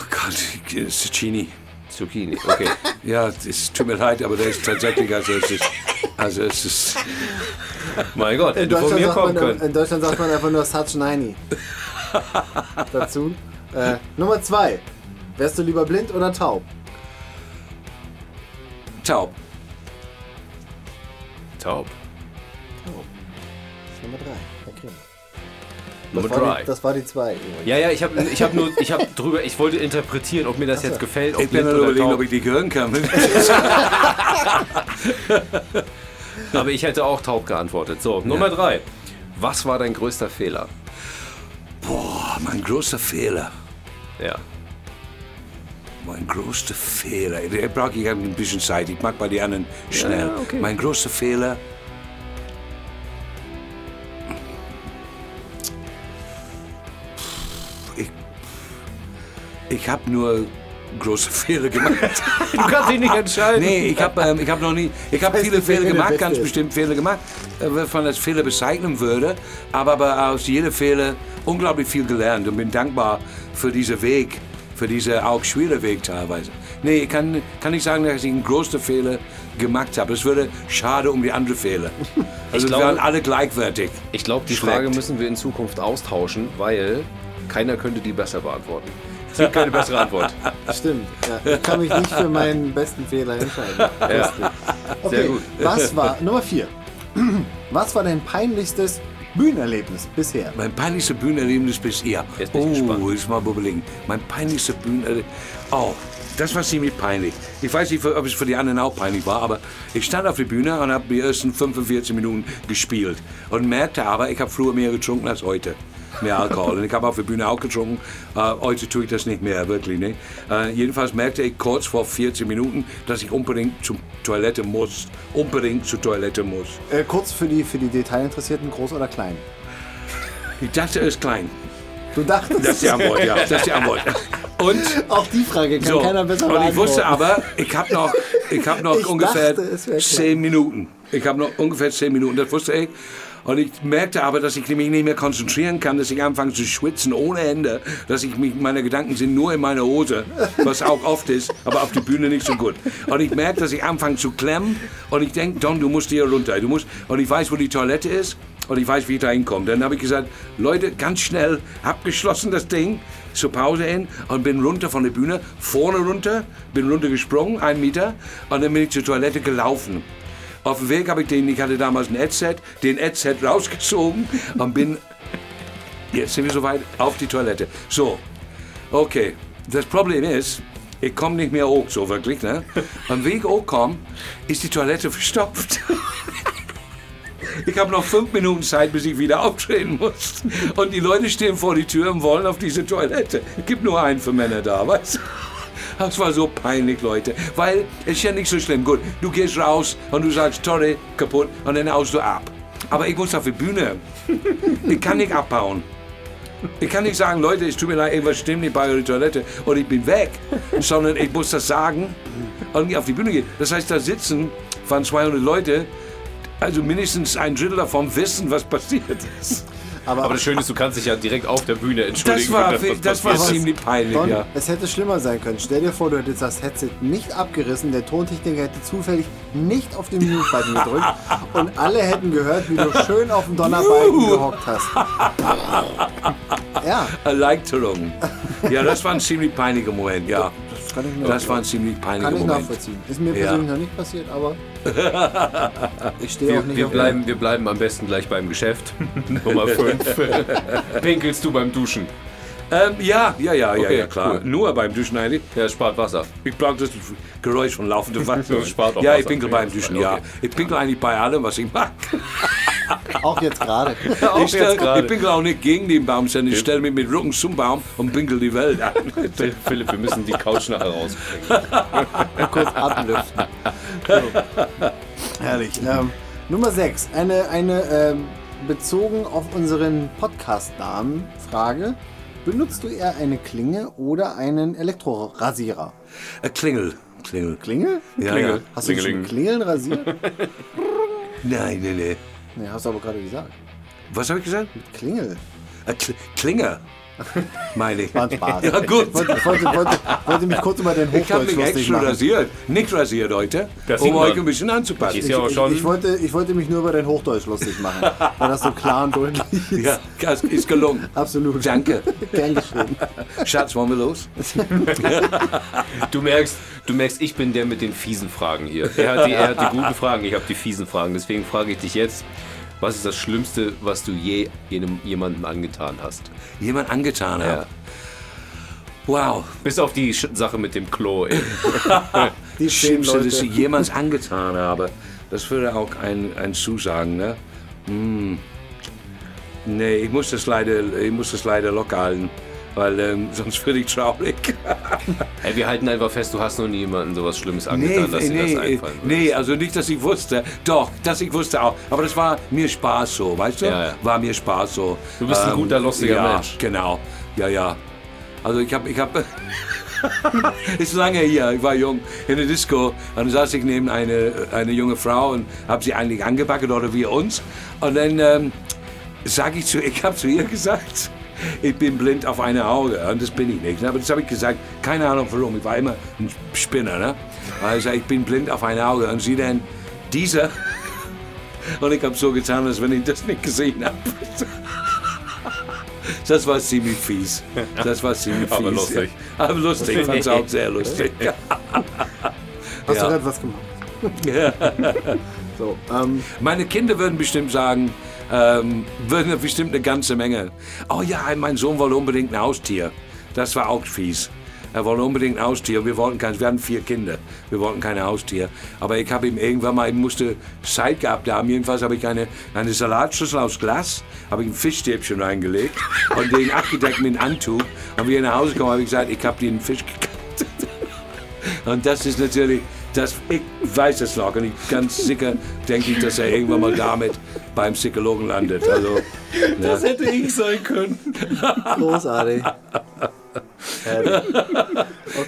Speaker 4: Oh Gott, ich- Zucchini.
Speaker 2: Zucchini, okay.
Speaker 4: Ja, es tut mir leid, aber das ist tatsächlich, also es ist, also es ist,
Speaker 2: mein Gott, hätte von mir
Speaker 3: sagt
Speaker 2: kommen
Speaker 3: man,
Speaker 2: können.
Speaker 3: in Deutschland sagt man einfach nur Such 90. Dazu. Äh, Nummer 2. Wärst du lieber blind oder taub?
Speaker 4: taub.
Speaker 3: äh,
Speaker 2: Taub.
Speaker 3: Das ist Nummer 3. Herr Krämer.
Speaker 2: Nummer
Speaker 3: Das war
Speaker 2: 3.
Speaker 3: die- Das war die 2.
Speaker 2: Ja, ja, ich habe ich hab nur, ich habe drüber, ich wollte interpretieren, ob mir das jetzt gefällt. Ob
Speaker 4: Ich bin
Speaker 2: blind
Speaker 4: dann
Speaker 2: oder
Speaker 4: überlegen,
Speaker 2: taub.
Speaker 4: ob ich die hören kann.
Speaker 2: Aber ich hätte auch taub geantwortet. So, Nummer 3. Was war dein größter Fehler?
Speaker 4: Boah, mein großer Fehler.
Speaker 2: Ja.
Speaker 4: Mein großer Fehler. Da brauche ich ein bisschen Zeit. Ich mag bei den anderen schnell.
Speaker 2: Ja, okay.
Speaker 4: Mein großer Fehler. Ich, ich habe nur große Fehler gemacht.
Speaker 2: Du kannst dich nicht entscheiden.
Speaker 4: nee, ich habe ähm, ich hab noch nie. Ich habe
Speaker 3: weiß
Speaker 4: viele
Speaker 3: nicht, wer
Speaker 4: Fehler
Speaker 3: der
Speaker 4: gemacht,
Speaker 3: Beste
Speaker 4: ganz
Speaker 3: ist.
Speaker 4: bestimmt Fehler gemacht, äh, wovon als Fehler bezeichnen würde. Aber, aber aus jedem Fehler unglaublich viel gelernt und bin dankbar für diesen Weg, für diesen auch schwierigen Weg teilweise. Nee, ich kann, kann nicht sagen, dass ich einen großen Fehler gemacht habe. Es würde schade um die anderen Fehler. Also wir
Speaker 2: glaube-
Speaker 4: waren alle gleichwertig.
Speaker 2: Ich glaube, die
Speaker 4: Schmeckt.
Speaker 2: Frage müssen wir in Zukunft austauschen, weil keiner könnte die besser beantworten. Es gibt keine bessere Antwort.
Speaker 3: Stimmt. Ja, ich kann mich nicht für meinen besten Fehler entscheiden.
Speaker 2: Ja.
Speaker 3: Okay,
Speaker 2: Sehr gut.
Speaker 3: was war, Nummer 4. Was war dein peinlichstes Bühnenerlebnis bisher?
Speaker 4: Mein peinlichster Bühnenerlebnis bis ihr.
Speaker 2: Jetzt bin
Speaker 4: oh,
Speaker 2: ich gespannt.
Speaker 4: ich mal überlegen. Mein peinlichster Bühnenerlebnis. Oh, das war ziemlich peinlich. Ich weiß nicht, ob es für die anderen auch peinlich war, aber ich stand auf der Bühne und habe die ersten 45 Minuten gespielt und merkte aber, ich habe früher mehr getrunken als heute. Mehr Alkohol. Und ich habe auf der Bühne auch getrunken. Äh, heute tue ich das nicht mehr, wirklich nicht. Äh, jedenfalls merkte ich kurz vor 40 Minuten, dass ich unbedingt zur Toilette muss. Unbedingt zur Toilette muss.
Speaker 3: Äh, kurz für die, für die Detailinteressierten, groß oder klein?
Speaker 4: Ich dachte, es ist klein.
Speaker 3: Du dachtest,
Speaker 4: Das ist die Antwort, ja. Das ist die Antwort. Und
Speaker 3: auch die Frage kann keiner besser
Speaker 4: und ich
Speaker 3: beantworten.
Speaker 4: wusste aber, ich habe noch, ich hab noch
Speaker 3: Ich
Speaker 4: ungefähr
Speaker 3: dachte, es wär klar.
Speaker 4: zehn Minuten. Ich habe noch ungefähr zehn Minuten, das wusste ich. Und ich merkte aber, dass ich mich nicht mehr konzentrieren kann, dass ich anfange zu schwitzen ohne Ende, dass ich mich, meine Gedanken sind nur in meiner Hose, was auch oft ist, aber auf der Bühne nicht so gut. Und ich merke, dass ich anfange zu klemmen und ich denke, Don, du musst hier runter, du musst, und ich weiß, wo die Toilette ist und ich weiß, wie ich da hinkomme. Dann habe ich gesagt, Leute, ganz schnell, abgeschlossen das Ding, zur Pause hin und bin runter von der Bühne, vorne runter, bin runtergesprungen, einen Meter, und dann bin ich zur Toilette gelaufen. Auf dem Weg habe ich den, ich hatte damals ein Headset, den Headset rausgezogen und bin, jetzt sind wir soweit, auf die Toilette. So, okay, das Problem ist, ich komme nicht mehr hoch, so wirklich, ne? Am Weg hochkommen, ist die Toilette verstopft. Ich habe noch fünf Minuten Zeit, bis ich wieder auftreten muss. Und die Leute stehen vor die Tür und wollen auf diese Toilette. Es gibt nur einen für Männer da, weißt du? Das war so peinlich, Leute. Weil es ist ja nicht so schlimm. Gut, du gehst raus und du sagst, sorry, kaputt, und dann haust du ab. Aber ich muss auf die Bühne. Ich kann nicht abbauen. Ich kann nicht sagen, Leute, es tut mir leid, irgendwas stimmt nicht bei eurer Toilette und ich bin weg, sondern ich muss das sagen und auf die Bühne gehen. Das heißt, da sitzen von 200 Leute, also mindestens ein Drittel davon wissen, was passiert ist.
Speaker 3: Aber-
Speaker 2: Aber, das Schöne ist, du kannst dich ja direkt auf der Bühne entschuldigen.
Speaker 4: Das war,
Speaker 2: wenn was
Speaker 4: das war
Speaker 2: passiert ist.
Speaker 4: ziemlich peinlich,
Speaker 3: Don,
Speaker 4: ja.
Speaker 3: Es hätte schlimmer sein können. Stell dir vor, du hättest das Headset nicht abgerissen, der Tontechniker hätte zufällig nicht auf den Mute-Button gedrückt und alle hätten gehört, wie du schön auf dem Donnerbalken gehockt hast. Ja,
Speaker 4: Erleichterung. Ja, das war ein ziemlich peiniger Moment, ja.
Speaker 3: das kann ich, mir
Speaker 4: Das war ein ziemlich peiniger
Speaker 3: kann ich
Speaker 4: Moment.
Speaker 3: nachvollziehen. Ist mir
Speaker 4: Ja.
Speaker 3: persönlich noch nicht passiert, aber ich stehe auch
Speaker 2: Wir,
Speaker 3: nicht
Speaker 2: wir,
Speaker 3: auf
Speaker 2: bleiben, wir bleiben am besten gleich beim Geschäft. Nummer 5. Pinkelst du beim Duschen?
Speaker 4: Ähm, ja, ja, ja, ja,
Speaker 2: Okay,
Speaker 4: ja, klar.
Speaker 2: cool.
Speaker 4: Nur beim Duschen eigentlich.
Speaker 2: Ja, spart Wasser.
Speaker 4: Ich brauche das Geräusch von laufendem Wasser.
Speaker 2: Das spart auch
Speaker 4: ja, ich
Speaker 2: Wasser.
Speaker 4: pinkel
Speaker 2: Ja,
Speaker 4: beim
Speaker 2: das
Speaker 4: Duschen,
Speaker 2: spart-
Speaker 4: ja.
Speaker 2: okay.
Speaker 4: Ich pinkel eigentlich bei allem, was ich mag.
Speaker 3: Auch jetzt gerade.
Speaker 2: Auch
Speaker 4: Ich, stell,
Speaker 2: jetzt gerade.
Speaker 4: ich pinkel auch nicht gegen den Baum, sondern ich stelle mich mit Rücken zum Baum und pinkel die Welt an.
Speaker 2: Phil- Philipp, wir müssen die Couch nachher rausbringen.
Speaker 3: kurz ablüften. So. Herrlich. Ähm, Nummer 6. Eine, eine ähm, bezogen auf unseren Podcast-Namen Frage. Benutzt du eher eine Klinge oder einen Elektrorasierer?
Speaker 4: Äh, Klingel, Klingel.
Speaker 3: Klinge?
Speaker 4: Ja,
Speaker 2: Klingel.
Speaker 4: ja.
Speaker 3: Hast du dich
Speaker 2: Klingeling.
Speaker 3: schon Klingeln rasiert?
Speaker 4: Nein, nein, nein.
Speaker 3: nee, hast du aber gerade gesagt.
Speaker 4: Was habe ich gesagt?
Speaker 3: Klingel.
Speaker 4: Äh, Kl Klinger, meine ich.
Speaker 3: War ein Spaß.
Speaker 4: Ja, gut.
Speaker 3: Wollte, wollte, wollte, wollte mich kurz über dein
Speaker 4: Ich habe
Speaker 3: Hochdeutsch
Speaker 4: mich
Speaker 3: lustig
Speaker 4: extra
Speaker 3: machen.
Speaker 4: rasiert. Nicht rasiert heute,
Speaker 2: Das
Speaker 4: um
Speaker 2: sieht man.
Speaker 4: euch ein bisschen
Speaker 2: Ich-
Speaker 4: anzupassen.
Speaker 2: Ja, aber
Speaker 3: Ich,
Speaker 2: schon.
Speaker 3: ich, wollte, ich wollte mich nur über dein Hochdeutsch lustig machen, weil das so klar und deutlich ist.
Speaker 4: Ja, das ist gelungen.
Speaker 3: Absolut.
Speaker 4: Danke.
Speaker 3: Gern geschrieben.
Speaker 4: Schatz, wollen wir los?
Speaker 2: Du merkst, du merkst, ich bin der mit den fiesen Fragen hier. Er hat die, er hat die guten Fragen, ich habe die fiesen Fragen. Deswegen frage ich dich jetzt, was ist das Schlimmste, was du je jenem, jemandem angetan hast?
Speaker 4: Jemand angetan
Speaker 2: Ja.
Speaker 4: hat. Wow,
Speaker 2: Bis auf die Sch Sache mit dem Klo. Ey.
Speaker 3: Die zehn
Speaker 4: Schlimmste,
Speaker 3: Leute.
Speaker 4: das ich jemals angetan habe. Das würde auch ein, ein Zusagen, ne? Hm. Nee, ich muss, das leider, ich muss das leider locker halten, weil ähm, sonst würde ich traurig.
Speaker 2: Ey, wir halten einfach fest, du hast noch nie jemandem sowas Schlimmes
Speaker 4: Nee,
Speaker 2: angetan, dass dir
Speaker 4: nee,
Speaker 2: das einfallen würde.
Speaker 4: nee, also nicht, dass ich wusste. Doch, dass ich wusste auch. Aber das war mir Spaß so, weißt du?
Speaker 2: Ja, ja.
Speaker 4: War mir Spaß so.
Speaker 2: Du
Speaker 4: Ähm,
Speaker 2: bist ein guter, lustiger
Speaker 4: ja,
Speaker 2: Mensch.
Speaker 4: genau. Ja, ja. Also ich habe, ich habe... Ist lange her, ich war jung, in der Disco und saß ich neben eine, eine junge Frau und habe sie eigentlich angebackelt oder wir uns. Und dann ähm, sage ich zu, ich habe zu ihr gesagt, ich bin blind auf eine Auge und das bin ich nicht. ne? Aber das habe ich gesagt, keine Ahnung warum, ich war immer ein Spinner. Ne? Also ich bin blind auf ein Auge und sie dann, dieser. Und ich habe so getan, als wenn ich das nicht gesehen habe. Das war ziemlich fies. Das war ziemlich fies.
Speaker 2: Aber lustig.
Speaker 4: Ja. Aber lustig, ich fand's auch sehr lustig. Ja.
Speaker 3: Hast
Speaker 4: Ja.
Speaker 3: du gerade was gemacht? So, ähm,
Speaker 4: Meine Kinder würden bestimmt sagen, ähm, würden bestimmt eine ganze Menge. Oh ja, mein Sohn wollte unbedingt ein Haustier. Das war auch fies. Er wollte unbedingt ein Haustier. Wir wollten keins. Wir hatten vier Kinder. Wir wollten kein Haustier. Aber ich habe ihm irgendwann mal, ich musste Zeit gehabt haben. Jedenfalls habe ich eine, eine Salatschüssel aus Glas, habe ich ein Fischstäbchen reingelegt und den abgedeckt mit einem Handtuch. Und wie er nach Hause kam, habe ich gesagt, ich habe den Fisch gekauft. Und das ist natürlich, das, ich weiß es noch und ich ganz sicher denke ich, dass er irgendwann mal damit beim Psychologen landet. Also, ja.
Speaker 2: hätte ich sein können.
Speaker 3: großartig. Herrlich.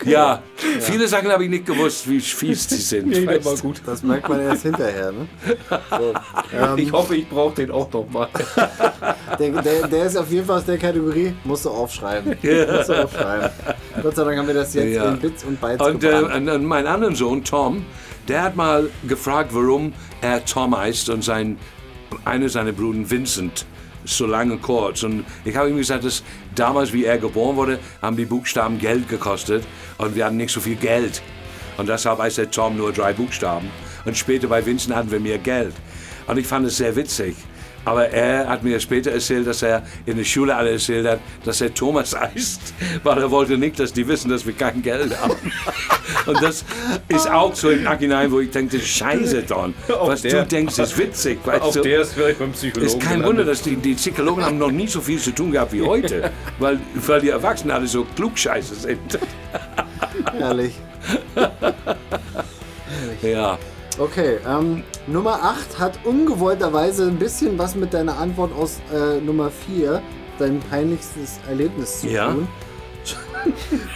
Speaker 4: ja, viele Sachen habe ich nicht gewusst, wie fies die sind. weißt du.
Speaker 2: gut.
Speaker 3: Das merkt man erst hinterher. Ne? So, ähm,
Speaker 2: Ich hoffe, ich brauche den auch nochmal.
Speaker 3: der, der, der ist auf jeden Fall aus der Kategorie, musst du aufschreiben. Musst du aufschreiben. Gott sei Dank haben wir das jetzt
Speaker 4: Ja.
Speaker 3: in Bits und Bytes
Speaker 4: Und, äh,
Speaker 3: gebrannt.
Speaker 4: und, und mein anderen Sohn, Tom, der hat mal gefragt, warum er Tom heißt und sein, einer seiner Brüder, Vincent, so lange kurz. Und ich habe ihm gesagt, dass damals, wie er geboren wurde, haben die Buchstaben Geld gekostet und wir hatten nicht so viel Geld. Und deshalb heißt der Tom nur drei Buchstaben. Und später bei Vincent hatten wir mehr Geld. Und ich fand es sehr witzig. Aber er hat mir später erzählt, dass er in der Schule alle erzählt hat, dass er Thomas heißt, weil er wollte nicht, dass die wissen, dass wir kein Geld haben. Und das ist auch so im Nachhinein, wo ich denke, Scheiße, Don,
Speaker 2: Auch
Speaker 4: was
Speaker 2: der.
Speaker 4: du denkst, ist witzig. Weißt
Speaker 2: Auch
Speaker 4: du?
Speaker 2: der Also, ist vielleicht beim Psychologen.
Speaker 4: ist kein Wunder, dass die, die Psychologen haben noch nie so viel zu tun gehabt wie heute, weil, weil die Erwachsenen alle so klugscheiße sind.
Speaker 3: Herrlich.
Speaker 4: Ja.
Speaker 3: Okay, ähm, Nummer 8 hat ungewollterweise ein bisschen was mit deiner Antwort aus äh, Nummer 4, dein peinlichstes Erlebnis zu
Speaker 4: Ja.
Speaker 3: tun.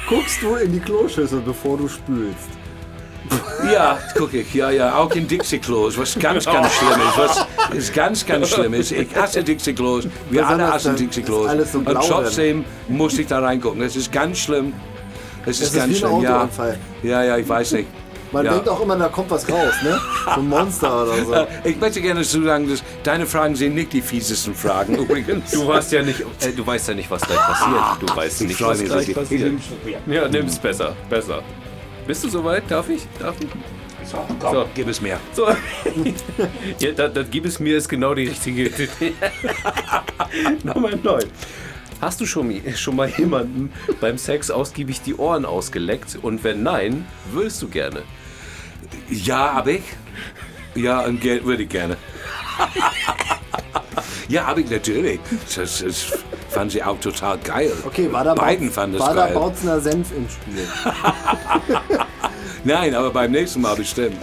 Speaker 3: Guckst du in die Kloschüssel, bevor du spülst?
Speaker 4: Ja, guck ich, ja, ja, auch in Dixie-Klos, was ganz, ganz
Speaker 3: Oh.
Speaker 4: schlimm ist, was ist ganz, ganz schlimm ist. Ich hasse Dixie-Klos, wir alle
Speaker 3: Besonders
Speaker 4: hassen
Speaker 3: dann
Speaker 4: Dixie-Klos.
Speaker 3: ist alles so
Speaker 4: Und
Speaker 3: blau
Speaker 4: trotzdem muss ich da reingucken, das ist ganz schlimm. Das ist,
Speaker 3: ist
Speaker 4: ganz
Speaker 3: wie ein
Speaker 4: schlimm, ja.
Speaker 3: Autounfall.
Speaker 4: Ja, ja, ich weiß nicht.
Speaker 3: Man
Speaker 4: ja.
Speaker 3: denkt auch immer, da kommt was raus, ne? So ein Monster oder so.
Speaker 4: Ich möchte gerne dazu sagen, dass deine Fragen sind nicht die fiesesten Fragen übrigens.
Speaker 2: Du weißt ja nicht, Ah, äh, du weißt ja nicht, was gleich passiert. Du weißt nicht,
Speaker 4: freu
Speaker 2: was
Speaker 4: mich,
Speaker 2: gleich
Speaker 4: dass ich-
Speaker 2: passiert. Ja, nimm's besser, besser. Bist du soweit? Darf ich? Darf ich?
Speaker 4: So, komm,
Speaker 2: So.
Speaker 4: gib es mir.
Speaker 2: So. ja, das, das gib es mir, ist genau die richtige. Nummer 9. Hast du schon, schon mal jemandem beim Sex ausgiebig die Ohren ausgeleckt? Und wenn nein, würdest du gerne?
Speaker 4: Ja, hab ich. Ja, und ge- würde ich gerne. ja, hab ich natürlich. Das, das fand sie auch total geil.
Speaker 3: Okay, war da,
Speaker 4: Beiden
Speaker 3: Bautz-
Speaker 4: fand es
Speaker 3: war da
Speaker 4: geil.
Speaker 3: Bautzner Senf im Spiel?
Speaker 4: Nein, aber beim nächsten Mal bestimmt.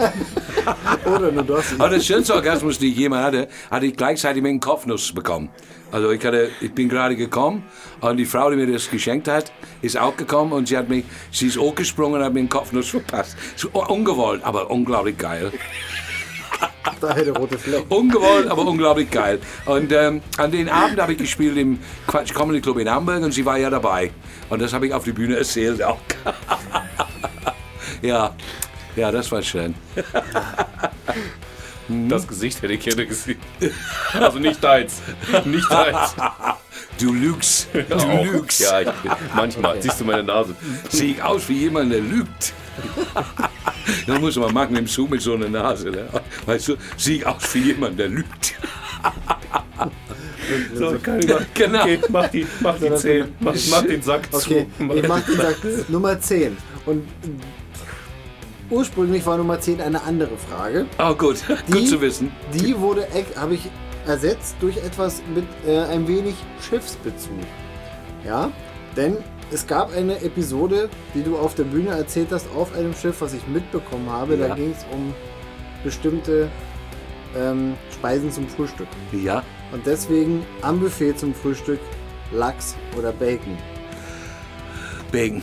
Speaker 3: Oder nur das?
Speaker 4: Aber das schönste Orgasmus, den ich jemals hatte, hatte ich gleichzeitig mit einem Kopfnuss bekommen. Also ich, hatte, ich bin gerade gekommen und die Frau, die mir das geschenkt hat, ist auch gekommen und sie hat mich, sie ist hochgesprungen und hat mir einen Kopfnuss verpasst. So, ungewollt, aber unglaublich geil.
Speaker 3: Da hätte rote Fleck.
Speaker 4: Ungewollt, aber unglaublich geil. Und ähm, an den Abend habe ich gespielt im Quatsch Comedy Club in Hamburg und sie war ja dabei. Und das habe ich auf die Bühne erzählt auch. ja, ja, das war schön.
Speaker 2: Das Gesicht hätte ich gerne gesehen. Mhm. Also nicht deins. Nicht deins.
Speaker 4: Du lügst, du lügst.
Speaker 2: Ja, ich, manchmal. Siehst du meine Nase?
Speaker 4: Sehe ich aus wie jemand, der lügt. Das muss man machen im Zoom mit so einer Nase. Ne? Weißt du, sehe ich aus wie jemand, der lügt.
Speaker 2: So, kann ich mal,
Speaker 4: Genau.
Speaker 2: okay, mach die, mach die Zähne. Mach, mach den Sack zu.
Speaker 3: Okay, ich mach den Sack Nummer 10. Und ursprünglich war Nummer 10 eine andere Frage.
Speaker 4: Oh gut, gut zu wissen.
Speaker 3: Die wurde, habe ich ersetzt durch etwas mit äh, ein wenig Schiffsbezug. Ja, denn es gab eine Episode, die du auf der Bühne erzählt hast, auf einem Schiff, was ich mitbekommen habe. Da
Speaker 4: Ja.
Speaker 3: ging es um bestimmte ähm, Speisen zum Frühstück.
Speaker 4: Ja.
Speaker 3: Und deswegen am Buffet zum Frühstück Lachs oder Bacon.
Speaker 4: Bacon.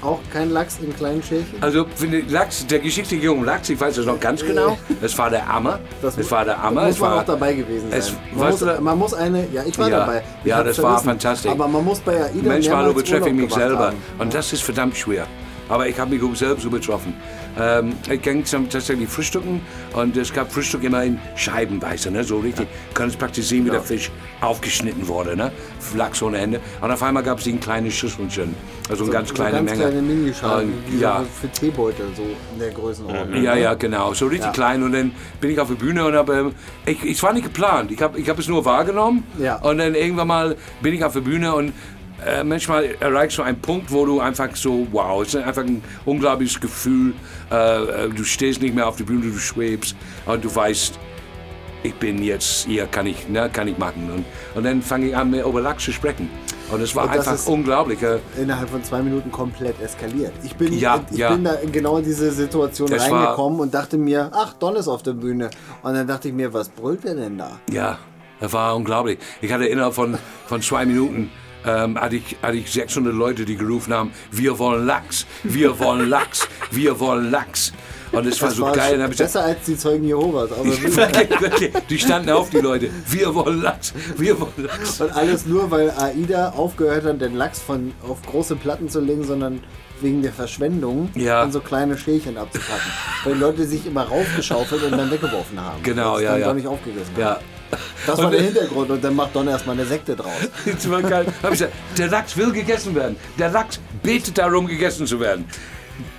Speaker 3: Auch kein Lachs in kleinen Schälchen.
Speaker 4: Also für den Lachs, der Geschichte ging um Lachs, ich weiß das noch ganz genau. Das war der Ammer. Das, war der Ammer.
Speaker 3: Da
Speaker 4: es
Speaker 3: muss man
Speaker 4: war,
Speaker 3: auch dabei gewesen sein.
Speaker 4: es-
Speaker 3: man,
Speaker 4: weißt
Speaker 3: muss,
Speaker 4: du-
Speaker 3: man muss eine, ja, ich war
Speaker 4: Ja,
Speaker 3: dabei. Ich
Speaker 4: ja,
Speaker 3: hab's
Speaker 4: das
Speaker 3: ja
Speaker 4: war
Speaker 3: wissen.
Speaker 4: fantastisch.
Speaker 3: Aber man muss bei AIDA
Speaker 4: Manchmal
Speaker 3: mehrmals
Speaker 4: übertreffe ich
Speaker 3: Urlaub
Speaker 4: mich
Speaker 3: gemacht
Speaker 4: selber.
Speaker 3: haben.
Speaker 4: Und das ist verdammt schwer. Aber ich habe mich auch selbst übertroffen. Ähm, ich ging zum tatsächlich frühstücken und es gab Frühstück immer in Scheibenweise, ne? so richtig. Ja. Kannst praktisch sehen, wie der Fisch aufgeschnitten wurde, ne? Lachs ohne Ende. Und auf einmal gab es ein kleines Schüsselchen, also eine ganz
Speaker 3: so
Speaker 4: kleine
Speaker 3: ganz
Speaker 4: Menge.
Speaker 3: kleine Minischalen,
Speaker 4: Und
Speaker 3: die
Speaker 4: ja,
Speaker 3: so für Teebeutel so in der Größenordnung.
Speaker 4: ja, ja, genau. So richtig
Speaker 3: ne? Ja.
Speaker 4: klein. Und dann bin ich auf die Bühne und habe. ähm, Ich, ich war nicht geplant. Ich habe ich hab es nur wahrgenommen.
Speaker 3: Ja.
Speaker 4: Und dann irgendwann mal bin ich auf der Bühne und äh, manchmal erreichst du einen Punkt, wo du einfach so, wow, es ist einfach ein unglaubliches Gefühl. Äh, äh, du stehst nicht mehr auf der Bühne, du schwebst und du weißt, ich bin jetzt hier, kann ich, ne, kann ich machen. Und, und dann fange ich an, mir über Lachs zu sprechen. Und es war
Speaker 3: Und das
Speaker 4: einfach
Speaker 3: ist-
Speaker 4: unglaublich. äh,
Speaker 3: Innerhalb von zwei Minuten komplett eskaliert. Ich bin,
Speaker 4: Ja,
Speaker 3: ich
Speaker 4: ja.
Speaker 3: bin da genau in diese Situation
Speaker 4: Das war-
Speaker 3: reingekommen und dachte mir, ach, Don ist auf der Bühne. Und dann dachte ich mir, was brüllt der denn da?
Speaker 4: Ja, das war unglaublich. Ich hatte innerhalb von, von zwei Minuten ähm, hatte, ich, hatte ich 600 Leute, die gerufen haben, wir wollen Lachs, wir wollen Lachs, wir wollen Lachs. Und es war so geil. Dann hab ich gesagt,
Speaker 3: besser als die Zeugen Jehovas. Aber
Speaker 4: die standen auf, die Leute, wir wollen Lachs, wir wollen Lachs.
Speaker 3: und alles nur, weil AIDA aufgehört hat, den Lachs von, auf große Platten zu legen, sondern wegen der Verschwendung
Speaker 4: Ja.
Speaker 3: in so kleine Schälchen abzupacken. weil die Leute sich immer raufgeschaufelt und dann weggeworfen haben.
Speaker 4: Genau,
Speaker 3: das
Speaker 4: ja,
Speaker 3: dann
Speaker 4: ja.
Speaker 3: Doch nicht aufgegessen haben.
Speaker 4: Ja,
Speaker 3: Das war
Speaker 4: Und-
Speaker 3: der Hintergrund und dann macht Don erstmal eine Sekte draus.
Speaker 4: das war geil. Hab ich gesagt, der Lachs will gegessen werden. Der Lachs betet darum, gegessen zu werden.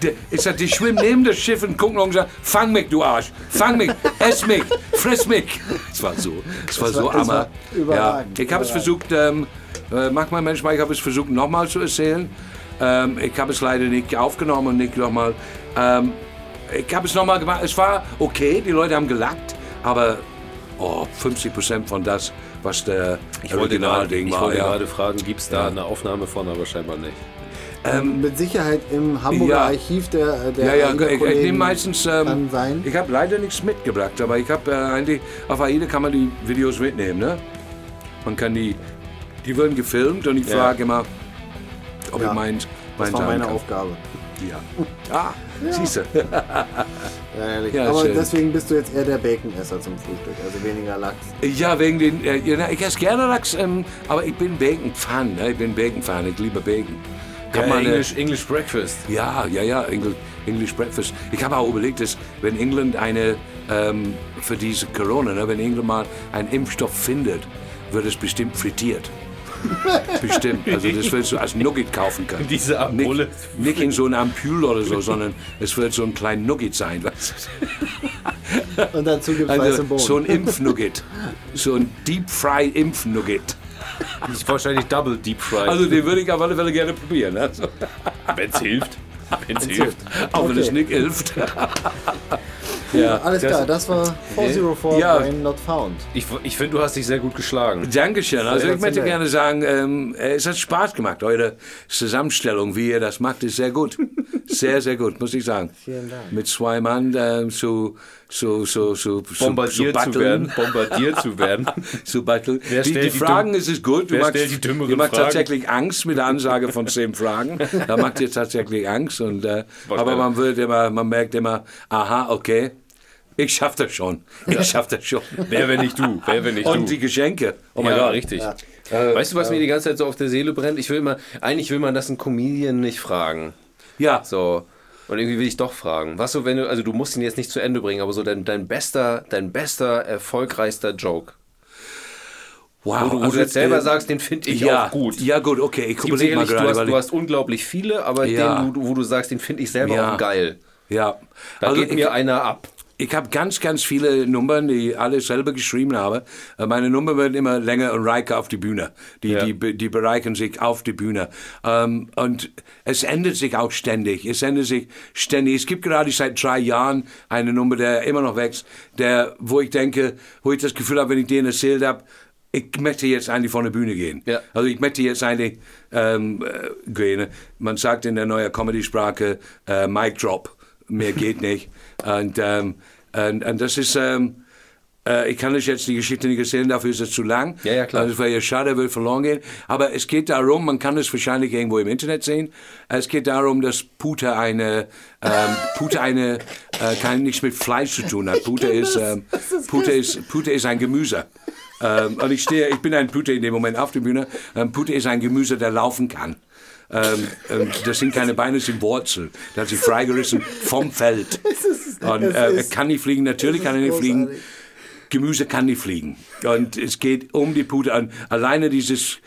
Speaker 4: Der, ich sag, die schwimmen neben das Schiff und gucken und sagen, fang mich, du Arsch, fang mich, ess mich, fress mich. Es war so, es war
Speaker 3: Es war-
Speaker 4: so
Speaker 3: es war
Speaker 4: ammer.
Speaker 3: überragend,
Speaker 4: ich habe es
Speaker 3: überragend.
Speaker 4: versucht, ähm, äh, manchmal, manchmal, ich habe es versucht, nochmal zu erzählen. Ähm, ich habe es leider nicht aufgenommen und nicht nochmal. Ähm, ich habe es nochmal gemacht. Es war okay, die Leute haben gelacht, aber oh, 50% von das, was der
Speaker 2: Ich wollte gerade
Speaker 4: Originalding
Speaker 2: ich
Speaker 4: war.
Speaker 2: wollte
Speaker 4: Ja.
Speaker 2: gerade fragen, gibt es da eine Aufnahme von, aber scheinbar nicht.
Speaker 3: Mit Sicherheit im Hamburger
Speaker 4: Ähm, ja.
Speaker 3: Archiv der, der
Speaker 4: Ja, ja,
Speaker 3: AIDA
Speaker 4: ich, ich
Speaker 3: Kollegen.
Speaker 4: nehme meistens. Ähm,
Speaker 3: kann sein.
Speaker 4: Ich habe leider nichts mitgebracht, aber ich habe äh, eigentlich. Auf AIDA kann man die Videos mitnehmen, ne? Man kann die. Die werden gefilmt und ich
Speaker 2: Ja.
Speaker 4: frage immer, ob
Speaker 3: Ja.
Speaker 4: ich meins.
Speaker 3: Das
Speaker 4: meins
Speaker 3: war
Speaker 4: haben
Speaker 3: meine
Speaker 4: kann.
Speaker 3: Aufgabe.
Speaker 4: Ja. Ah, siehst du.
Speaker 3: Ja, ehrlich.
Speaker 4: Ja,
Speaker 3: Aber
Speaker 4: schön.
Speaker 3: deswegen bist du jetzt eher der Baconesser zum Frühstück, also weniger Lachs.
Speaker 4: Ja, wegen den. Äh, ja, na, ich esse gerne Lachs, ähm, aber ich bin Bacon-Fan. Ne? Ich bin Bacon-Fan. Ich liebe Bacon. Kann man, äh,
Speaker 2: English, English Breakfast.
Speaker 4: Ja, ja, ja, Engl English Breakfast. Ich habe auch überlegt, dass wenn England eine, ähm, für diese Corona, ne, wenn England mal einen Impfstoff findet, wird es bestimmt frittiert. bestimmt. Also das willst du als Nugget kaufen können.
Speaker 2: Diese Ampulle.
Speaker 4: Nicht, nicht in so einer Ampule oder so, sondern es wird so ein kleiner Nugget sein. Weißt
Speaker 3: Und dazu gibt es weiße
Speaker 4: du? Also
Speaker 3: Bohnen.
Speaker 4: so ein Impfnugget. So ein Deep Fry Impfnugget.
Speaker 2: Das ist wahrscheinlich Double Deep Fried.
Speaker 4: Also den würde ich auf alle Fälle gerne probieren. Also,
Speaker 2: wenn es hilft. Wenn es hilft.
Speaker 4: auch wenn es
Speaker 3: Okay.
Speaker 4: nicht hilft. ja.
Speaker 3: Alles
Speaker 2: das-
Speaker 3: klar, das war 404
Speaker 4: Ja.
Speaker 3: Brain Not Found.
Speaker 2: Ich, ich finde, du hast dich sehr gut geschlagen.
Speaker 4: Dankeschön. Also ich möchte
Speaker 3: Sensationell.
Speaker 4: gerne sagen, ähm, es hat Spaß gemacht. Eure Zusammenstellung, wie ihr das macht, ist sehr gut. Sehr, sehr gut, muss ich sagen.
Speaker 3: Vielen Dank.
Speaker 4: Mit zwei Mann ähm, zu, zu, zu, zu, zu,
Speaker 2: Bombardiert
Speaker 4: zu
Speaker 2: zu werden. Bombardiert zu werden.
Speaker 4: zu batteln.
Speaker 2: Wer
Speaker 4: die,
Speaker 2: stellt
Speaker 4: die
Speaker 2: die
Speaker 4: Fragen ist es gut. Du
Speaker 2: wer
Speaker 4: machst,
Speaker 2: stellt die dümmeren
Speaker 4: ihr macht
Speaker 2: Fragen?
Speaker 4: tatsächlich Angst mit der Ansage von zehn Fragen. Da macht ihr tatsächlich Angst. Und, äh, aber
Speaker 2: schneller.
Speaker 4: man, wird immer, man merkt immer, aha, okay, ich schaff das schon. Ich schaff das schon.
Speaker 2: Wer, wenn nicht du? Wer, wenn nicht
Speaker 4: Und
Speaker 2: du?
Speaker 4: die Geschenke. Oh mein
Speaker 2: ja, Äh,
Speaker 4: Gott.
Speaker 2: richtig. weißt du, was mir die ganze Zeit so auf der Seele brennt? Ich will immer, eigentlich will man das einen Comedian nicht fragen.
Speaker 4: Ja.
Speaker 2: So. Und irgendwie will ich doch fragen. Was so, wenn du, also du musst ihn jetzt nicht zu Ende bringen, aber so dein, dein bester, dein bester, erfolgreichster Joke.
Speaker 4: Wow,
Speaker 2: Wo du, wo
Speaker 4: also,
Speaker 2: du jetzt selber
Speaker 4: äh,
Speaker 2: sagst, den finde ich
Speaker 4: ja,
Speaker 2: auch gut.
Speaker 4: Ja, gut, okay, ich
Speaker 2: Es gibt sicherlich,
Speaker 4: überlege mal
Speaker 2: du,
Speaker 4: gerade.
Speaker 2: hast,
Speaker 4: weil
Speaker 2: du hast unglaublich viele, aber
Speaker 4: Ja.
Speaker 2: den, wo, du- wo du sagst, den finde ich selber
Speaker 4: Ja.
Speaker 2: auch geil.
Speaker 4: ich, ja.
Speaker 2: Da
Speaker 4: Also
Speaker 2: geht
Speaker 4: ich,
Speaker 2: mir einer ab.
Speaker 4: ich habe ganz, ganz viele Nummern, die alle selber geschrieben habe. Äh, Meine Nummern werden immer länger und reicher auf die Bühne. Die,
Speaker 2: Ja.
Speaker 4: die, be- die bereichern sich auf die Bühne. Ähm, und es ändert sich auch ständig. Es ändert sich ständig. Es gibt gerade seit drei Jahren eine Nummer, der immer noch wächst, der, wo ich denke, wo ich das Gefühl habe, wenn ich den erzählt habe, ich möchte jetzt eigentlich von der Bühne gehen.
Speaker 2: Ja.
Speaker 4: Also ich möchte jetzt eigentlich ähm, äh, gehen. Man sagt in der neuen Comedy-Sprache äh, Mic Drop. Mehr geht nicht. Und, ähm, und, und das ist, ähm, äh, ich kann euch jetzt die Geschichte nicht erzählen, dafür ist es zu lang.
Speaker 2: Ja, ja, klar.
Speaker 4: Also es wäre ja schade, würde verloren gehen. Aber es geht darum, man kann es wahrscheinlich irgendwo im Internet sehen, es geht darum, dass Pute eine, ähm, Pute eine, äh, kann nichts mit Fleisch zu tun hat. Pute ist, ähm, Pute ist, Pute ist ein Gemüse. Ähm, und ich stehe, ich bin ein Pute in dem Moment auf der Bühne. Ähm, Pute ist ein Gemüse, der laufen kann. Ähm, ähm, das sind keine Beine, das sind Wurzeln. Da hat sich freigerissen vom Feld. Und
Speaker 3: es
Speaker 4: äh,
Speaker 3: ist-
Speaker 4: kann nicht fliegen, natürlich
Speaker 3: es
Speaker 4: kann er
Speaker 3: ist
Speaker 4: nicht fliegen.
Speaker 3: großartig.
Speaker 4: Gemüse kann nicht fliegen. Und es geht um die Pute. Und alleine dieses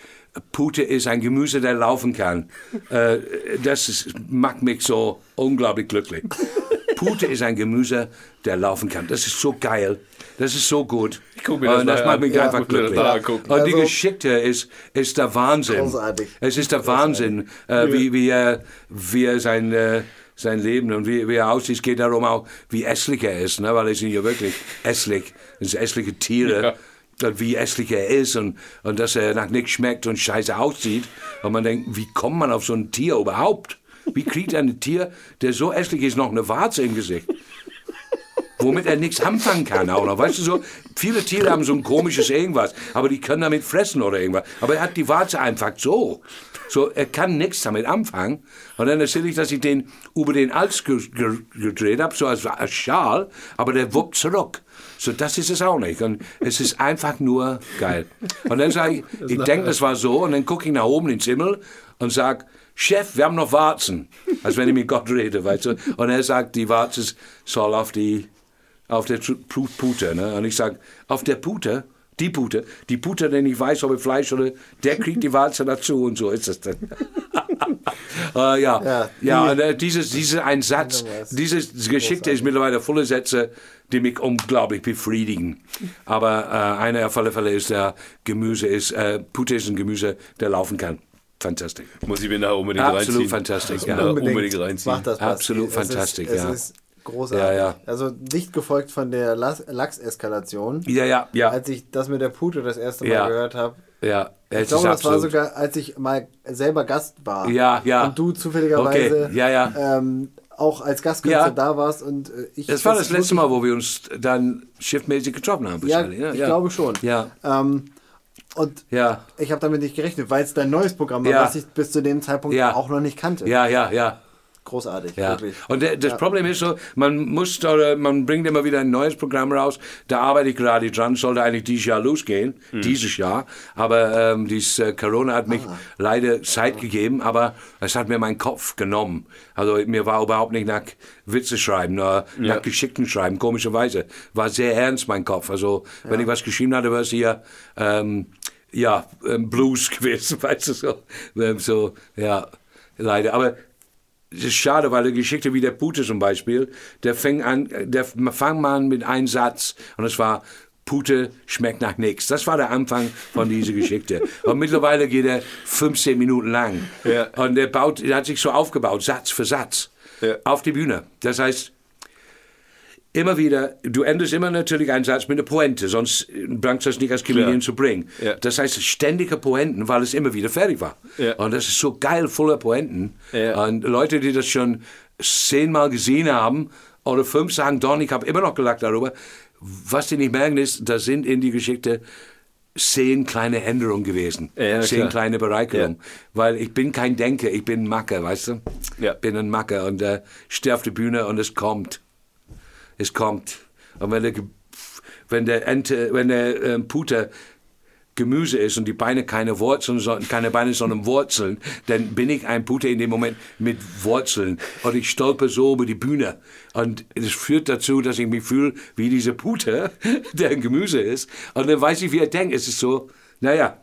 Speaker 4: Pute ist ein Gemüse, der laufen kann. Äh, das ist, macht mich so unglaublich glücklich. Pute ist ein Gemüse, der laufen kann. Das ist so geil. Das ist so gut. Ich
Speaker 2: guck mir das
Speaker 4: Und das
Speaker 2: mal
Speaker 4: macht
Speaker 2: an.
Speaker 4: mich
Speaker 2: Ja,
Speaker 4: einfach
Speaker 2: guck mir das
Speaker 4: glücklich.
Speaker 2: mal an, guck.
Speaker 4: Und die
Speaker 3: Also-
Speaker 4: Geschichte ist, ist der Wahnsinn.
Speaker 3: Großartig.
Speaker 4: Es ist der Wahnsinn, äh, wie, wie, er, wie er sein, äh, sein Leben und wie, wie er aussieht. Es geht darum auch, wie hässlich er ist, ne? weil er sind ja wirklich hässlich. Das sind hässliche Tiere. Und wie hässlich er ist und, und dass er nach nichts schmeckt und scheiße aussieht. Und man denkt, wie kommt man auf so ein Tier überhaupt? Wie kriegt ein Tier, der so hässlich ist, noch eine Warze im Gesicht? womit er nichts anfangen kann auch noch. Weißt du so, viele Tiere haben so ein komisches irgendwas, aber die können damit fressen oder irgendwas. Aber er hat die Warze einfach so. So, er kann nichts damit anfangen. Und dann erzähle ich, dass ich den über den Hals ge ge gedreht habe, so als als Schal, aber der wuppt zurück. So, das ist es auch nicht. Und es ist einfach nur geil. Und dann sage ich, ich denke, das war so. Und dann gucke ich nach oben ins Himmel und sage, Chef, wir haben noch Warzen. Als wenn ich mit Gott rede, weißt du. Und er sagt, die Warze soll auf die auf der Tru- Pu- Pute, ne? Und ich sag, auf der Pute, die Pute, die Pute, denn ich weiß, ob ich Fleisch oder, der kriegt die Walze dazu und so ist es dann. äh, ja, ja,
Speaker 3: Ja,
Speaker 4: und, äh, dieses, dieses ein Satz, dieses Geschickte ist mittlerweile volle Sätze, die mich unglaublich befriedigen. Aber äh, einer auf alle Fälle ist der Gemüse ist, äh, Pute ist ein Gemüse, der laufen kann. Fantastisch.
Speaker 2: Muss ich mir nachher unbedingt
Speaker 4: Absolut
Speaker 2: reinziehen.
Speaker 4: fantastisch.
Speaker 2: Muss
Speaker 4: Ja.
Speaker 2: man da unbedingt reinziehen.
Speaker 3: Mach das
Speaker 4: Äh, Absolut
Speaker 3: Basti. Es
Speaker 4: fantastisch,
Speaker 3: ist, es
Speaker 4: ja.
Speaker 3: ist großartig.
Speaker 4: Ja, ja.
Speaker 3: Also dicht gefolgt von der Las- Lachseskalation.
Speaker 4: Ja, ja, ja,
Speaker 3: Als ich das mit der Pute das erste Mal
Speaker 4: Ja.
Speaker 3: gehört habe.
Speaker 4: ja. Es
Speaker 3: Ich glaube,
Speaker 4: ist
Speaker 3: das war
Speaker 4: absolut-
Speaker 3: sogar, als ich mal selber Gast war.
Speaker 4: Ja, ja.
Speaker 3: Und du zufälligerweise
Speaker 4: Okay, ja, ja.
Speaker 3: Ähm, auch als Gastkünstler
Speaker 4: Ja.
Speaker 3: da warst. Und äh, ich,
Speaker 4: Das war das
Speaker 3: wirklich-
Speaker 4: letzte Mal, wo wir uns dann schiffmäßig getroffen haben.
Speaker 3: Ja,
Speaker 4: wahrscheinlich, ne?
Speaker 3: ich glaube schon.
Speaker 4: Ja,
Speaker 3: Ähm, und
Speaker 4: ja,
Speaker 3: ich habe damit nicht gerechnet, weil es dein neues Programm war,
Speaker 4: Ja.
Speaker 3: was ich bis zu dem Zeitpunkt
Speaker 4: Ja.
Speaker 3: auch noch nicht kannte.
Speaker 4: ja, ja, ja.
Speaker 3: großartig.
Speaker 4: Ja.
Speaker 3: Wirklich.
Speaker 4: Und der, das Problem ist so, man muss oder man bringt immer wieder ein neues Programm raus. Da arbeite ich gerade dran, sollte eigentlich dieses Jahr losgehen, dieses Jahr. Aber ähm, dieses äh, Corona hat mich leider Zeit gegeben, aber es hat mir meinen Kopf genommen. Also mir war überhaupt nicht nach Witze schreiben, nur nach Geschichten schreiben, komischerweise. War sehr ernst mein Kopf. Also wenn ich was geschrieben hatte, war es hier ähm, ja, ähm, Blues gewesen, weißt du so. Ähm, so, ja, leider. Aber es ist schade, weil eine Geschichte wie der Pute zum Beispiel, der fängt an, der fang mal an mit einem Satz und es war Pute schmeckt nach nichts. Das war der Anfang von dieser Geschichte. Und mittlerweile geht er 15 Minuten lang.
Speaker 2: Ja.
Speaker 4: Und der, baut, der hat sich so aufgebaut, Satz für Satz,
Speaker 2: Ja.
Speaker 4: auf die Bühne. Das heißt, immer wieder, du endest immer natürlich einen Satz mit einer Pointe, sonst bringst du das nicht als Comedian
Speaker 2: Klar.
Speaker 4: zu bringen.
Speaker 2: Ja.
Speaker 4: Das heißt, ständige Pointen, weil es immer wieder fertig war.
Speaker 2: Ja.
Speaker 4: Und das ist so geil, voller Pointen.
Speaker 2: Ja.
Speaker 4: Und Leute, die das schon zehnmal gesehen haben oder fünf, sagen, Don, ich habe immer noch gelacht darüber. Was die nicht merken ist, da sind in die Geschichte zehn kleine Änderungen gewesen.
Speaker 2: Ja,
Speaker 4: zehn
Speaker 2: klar.
Speaker 4: kleine Bereicherungen. Weil ich bin kein Denker, ich bin ein Macker, weißt du?
Speaker 2: Ja.
Speaker 4: Bin ein Macker und äh, stehe auf der Bühne und es kommt es kommt. Und wenn der, Ge- wenn der, Ente, wenn der ähm, Pute Gemüse ist und die Beine keine Wurzeln, sondern keine Beine, sondern Wurzeln, dann bin ich ein Pute in dem Moment mit Wurzeln und ich stolpe so über die Bühne und es führt dazu, dass ich mich fühle wie diese Pute, der ein Gemüse ist und dann weiß ich, wie er denkt. Es ist so, naja,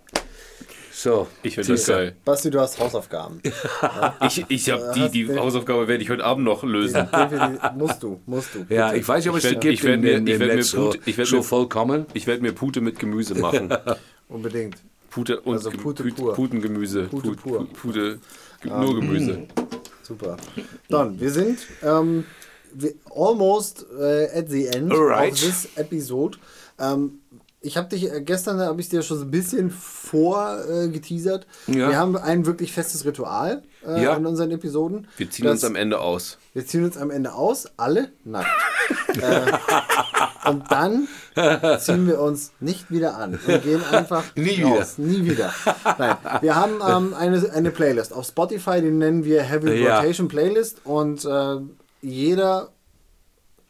Speaker 4: so.
Speaker 2: Ich finde das geil.
Speaker 3: Basti, du hast Hausaufgaben.
Speaker 2: Ich, ich habe die, die Hausaufgabe werde ich heute Abend noch lösen.
Speaker 3: Definitiv. musst du, musst du.
Speaker 4: Ja, ich weiß nicht, ob es
Speaker 2: Ich
Speaker 4: die
Speaker 2: werd-
Speaker 4: gibt
Speaker 2: ich werd
Speaker 4: in,
Speaker 2: mir-
Speaker 4: in,
Speaker 2: ich
Speaker 4: im
Speaker 2: werd mir
Speaker 4: Netz so,
Speaker 2: Pute- ich werd
Speaker 4: so
Speaker 2: mir-
Speaker 4: vollkommen.
Speaker 2: Ich werde mir Pute mit Gemüse machen.
Speaker 3: Unbedingt.
Speaker 2: Pute und
Speaker 3: Also
Speaker 2: Ge-
Speaker 3: Pute
Speaker 2: Püt-
Speaker 3: pur.
Speaker 2: Putengemüse.
Speaker 3: Pute
Speaker 2: Put-
Speaker 3: pur. Ähm.
Speaker 2: Put- Pute, Ge- nur Gemüse.
Speaker 3: Super. Dann, wir sind ähm, wir almost äh, at the end
Speaker 4: Alright.
Speaker 3: of this episode. Ähm, ich habe dich äh, gestern habe ich dir schon so ein bisschen vorgeteasert. Äh, geteasert.
Speaker 4: Ja.
Speaker 3: Wir haben ein wirklich festes Ritual äh,
Speaker 4: Ja.
Speaker 3: in unseren Episoden.
Speaker 2: Wir ziehen
Speaker 3: Das-
Speaker 2: uns am Ende aus.
Speaker 3: wir ziehen uns am Ende aus, alle nackt. äh, und dann ziehen wir uns nicht wieder an und gehen einfach
Speaker 4: Nie
Speaker 3: raus. Nie wieder. Nein, wir haben ähm, eine, eine Playlist auf Spotify, die nennen wir Heavy
Speaker 4: Ja.
Speaker 3: Rotation Playlist und äh, jeder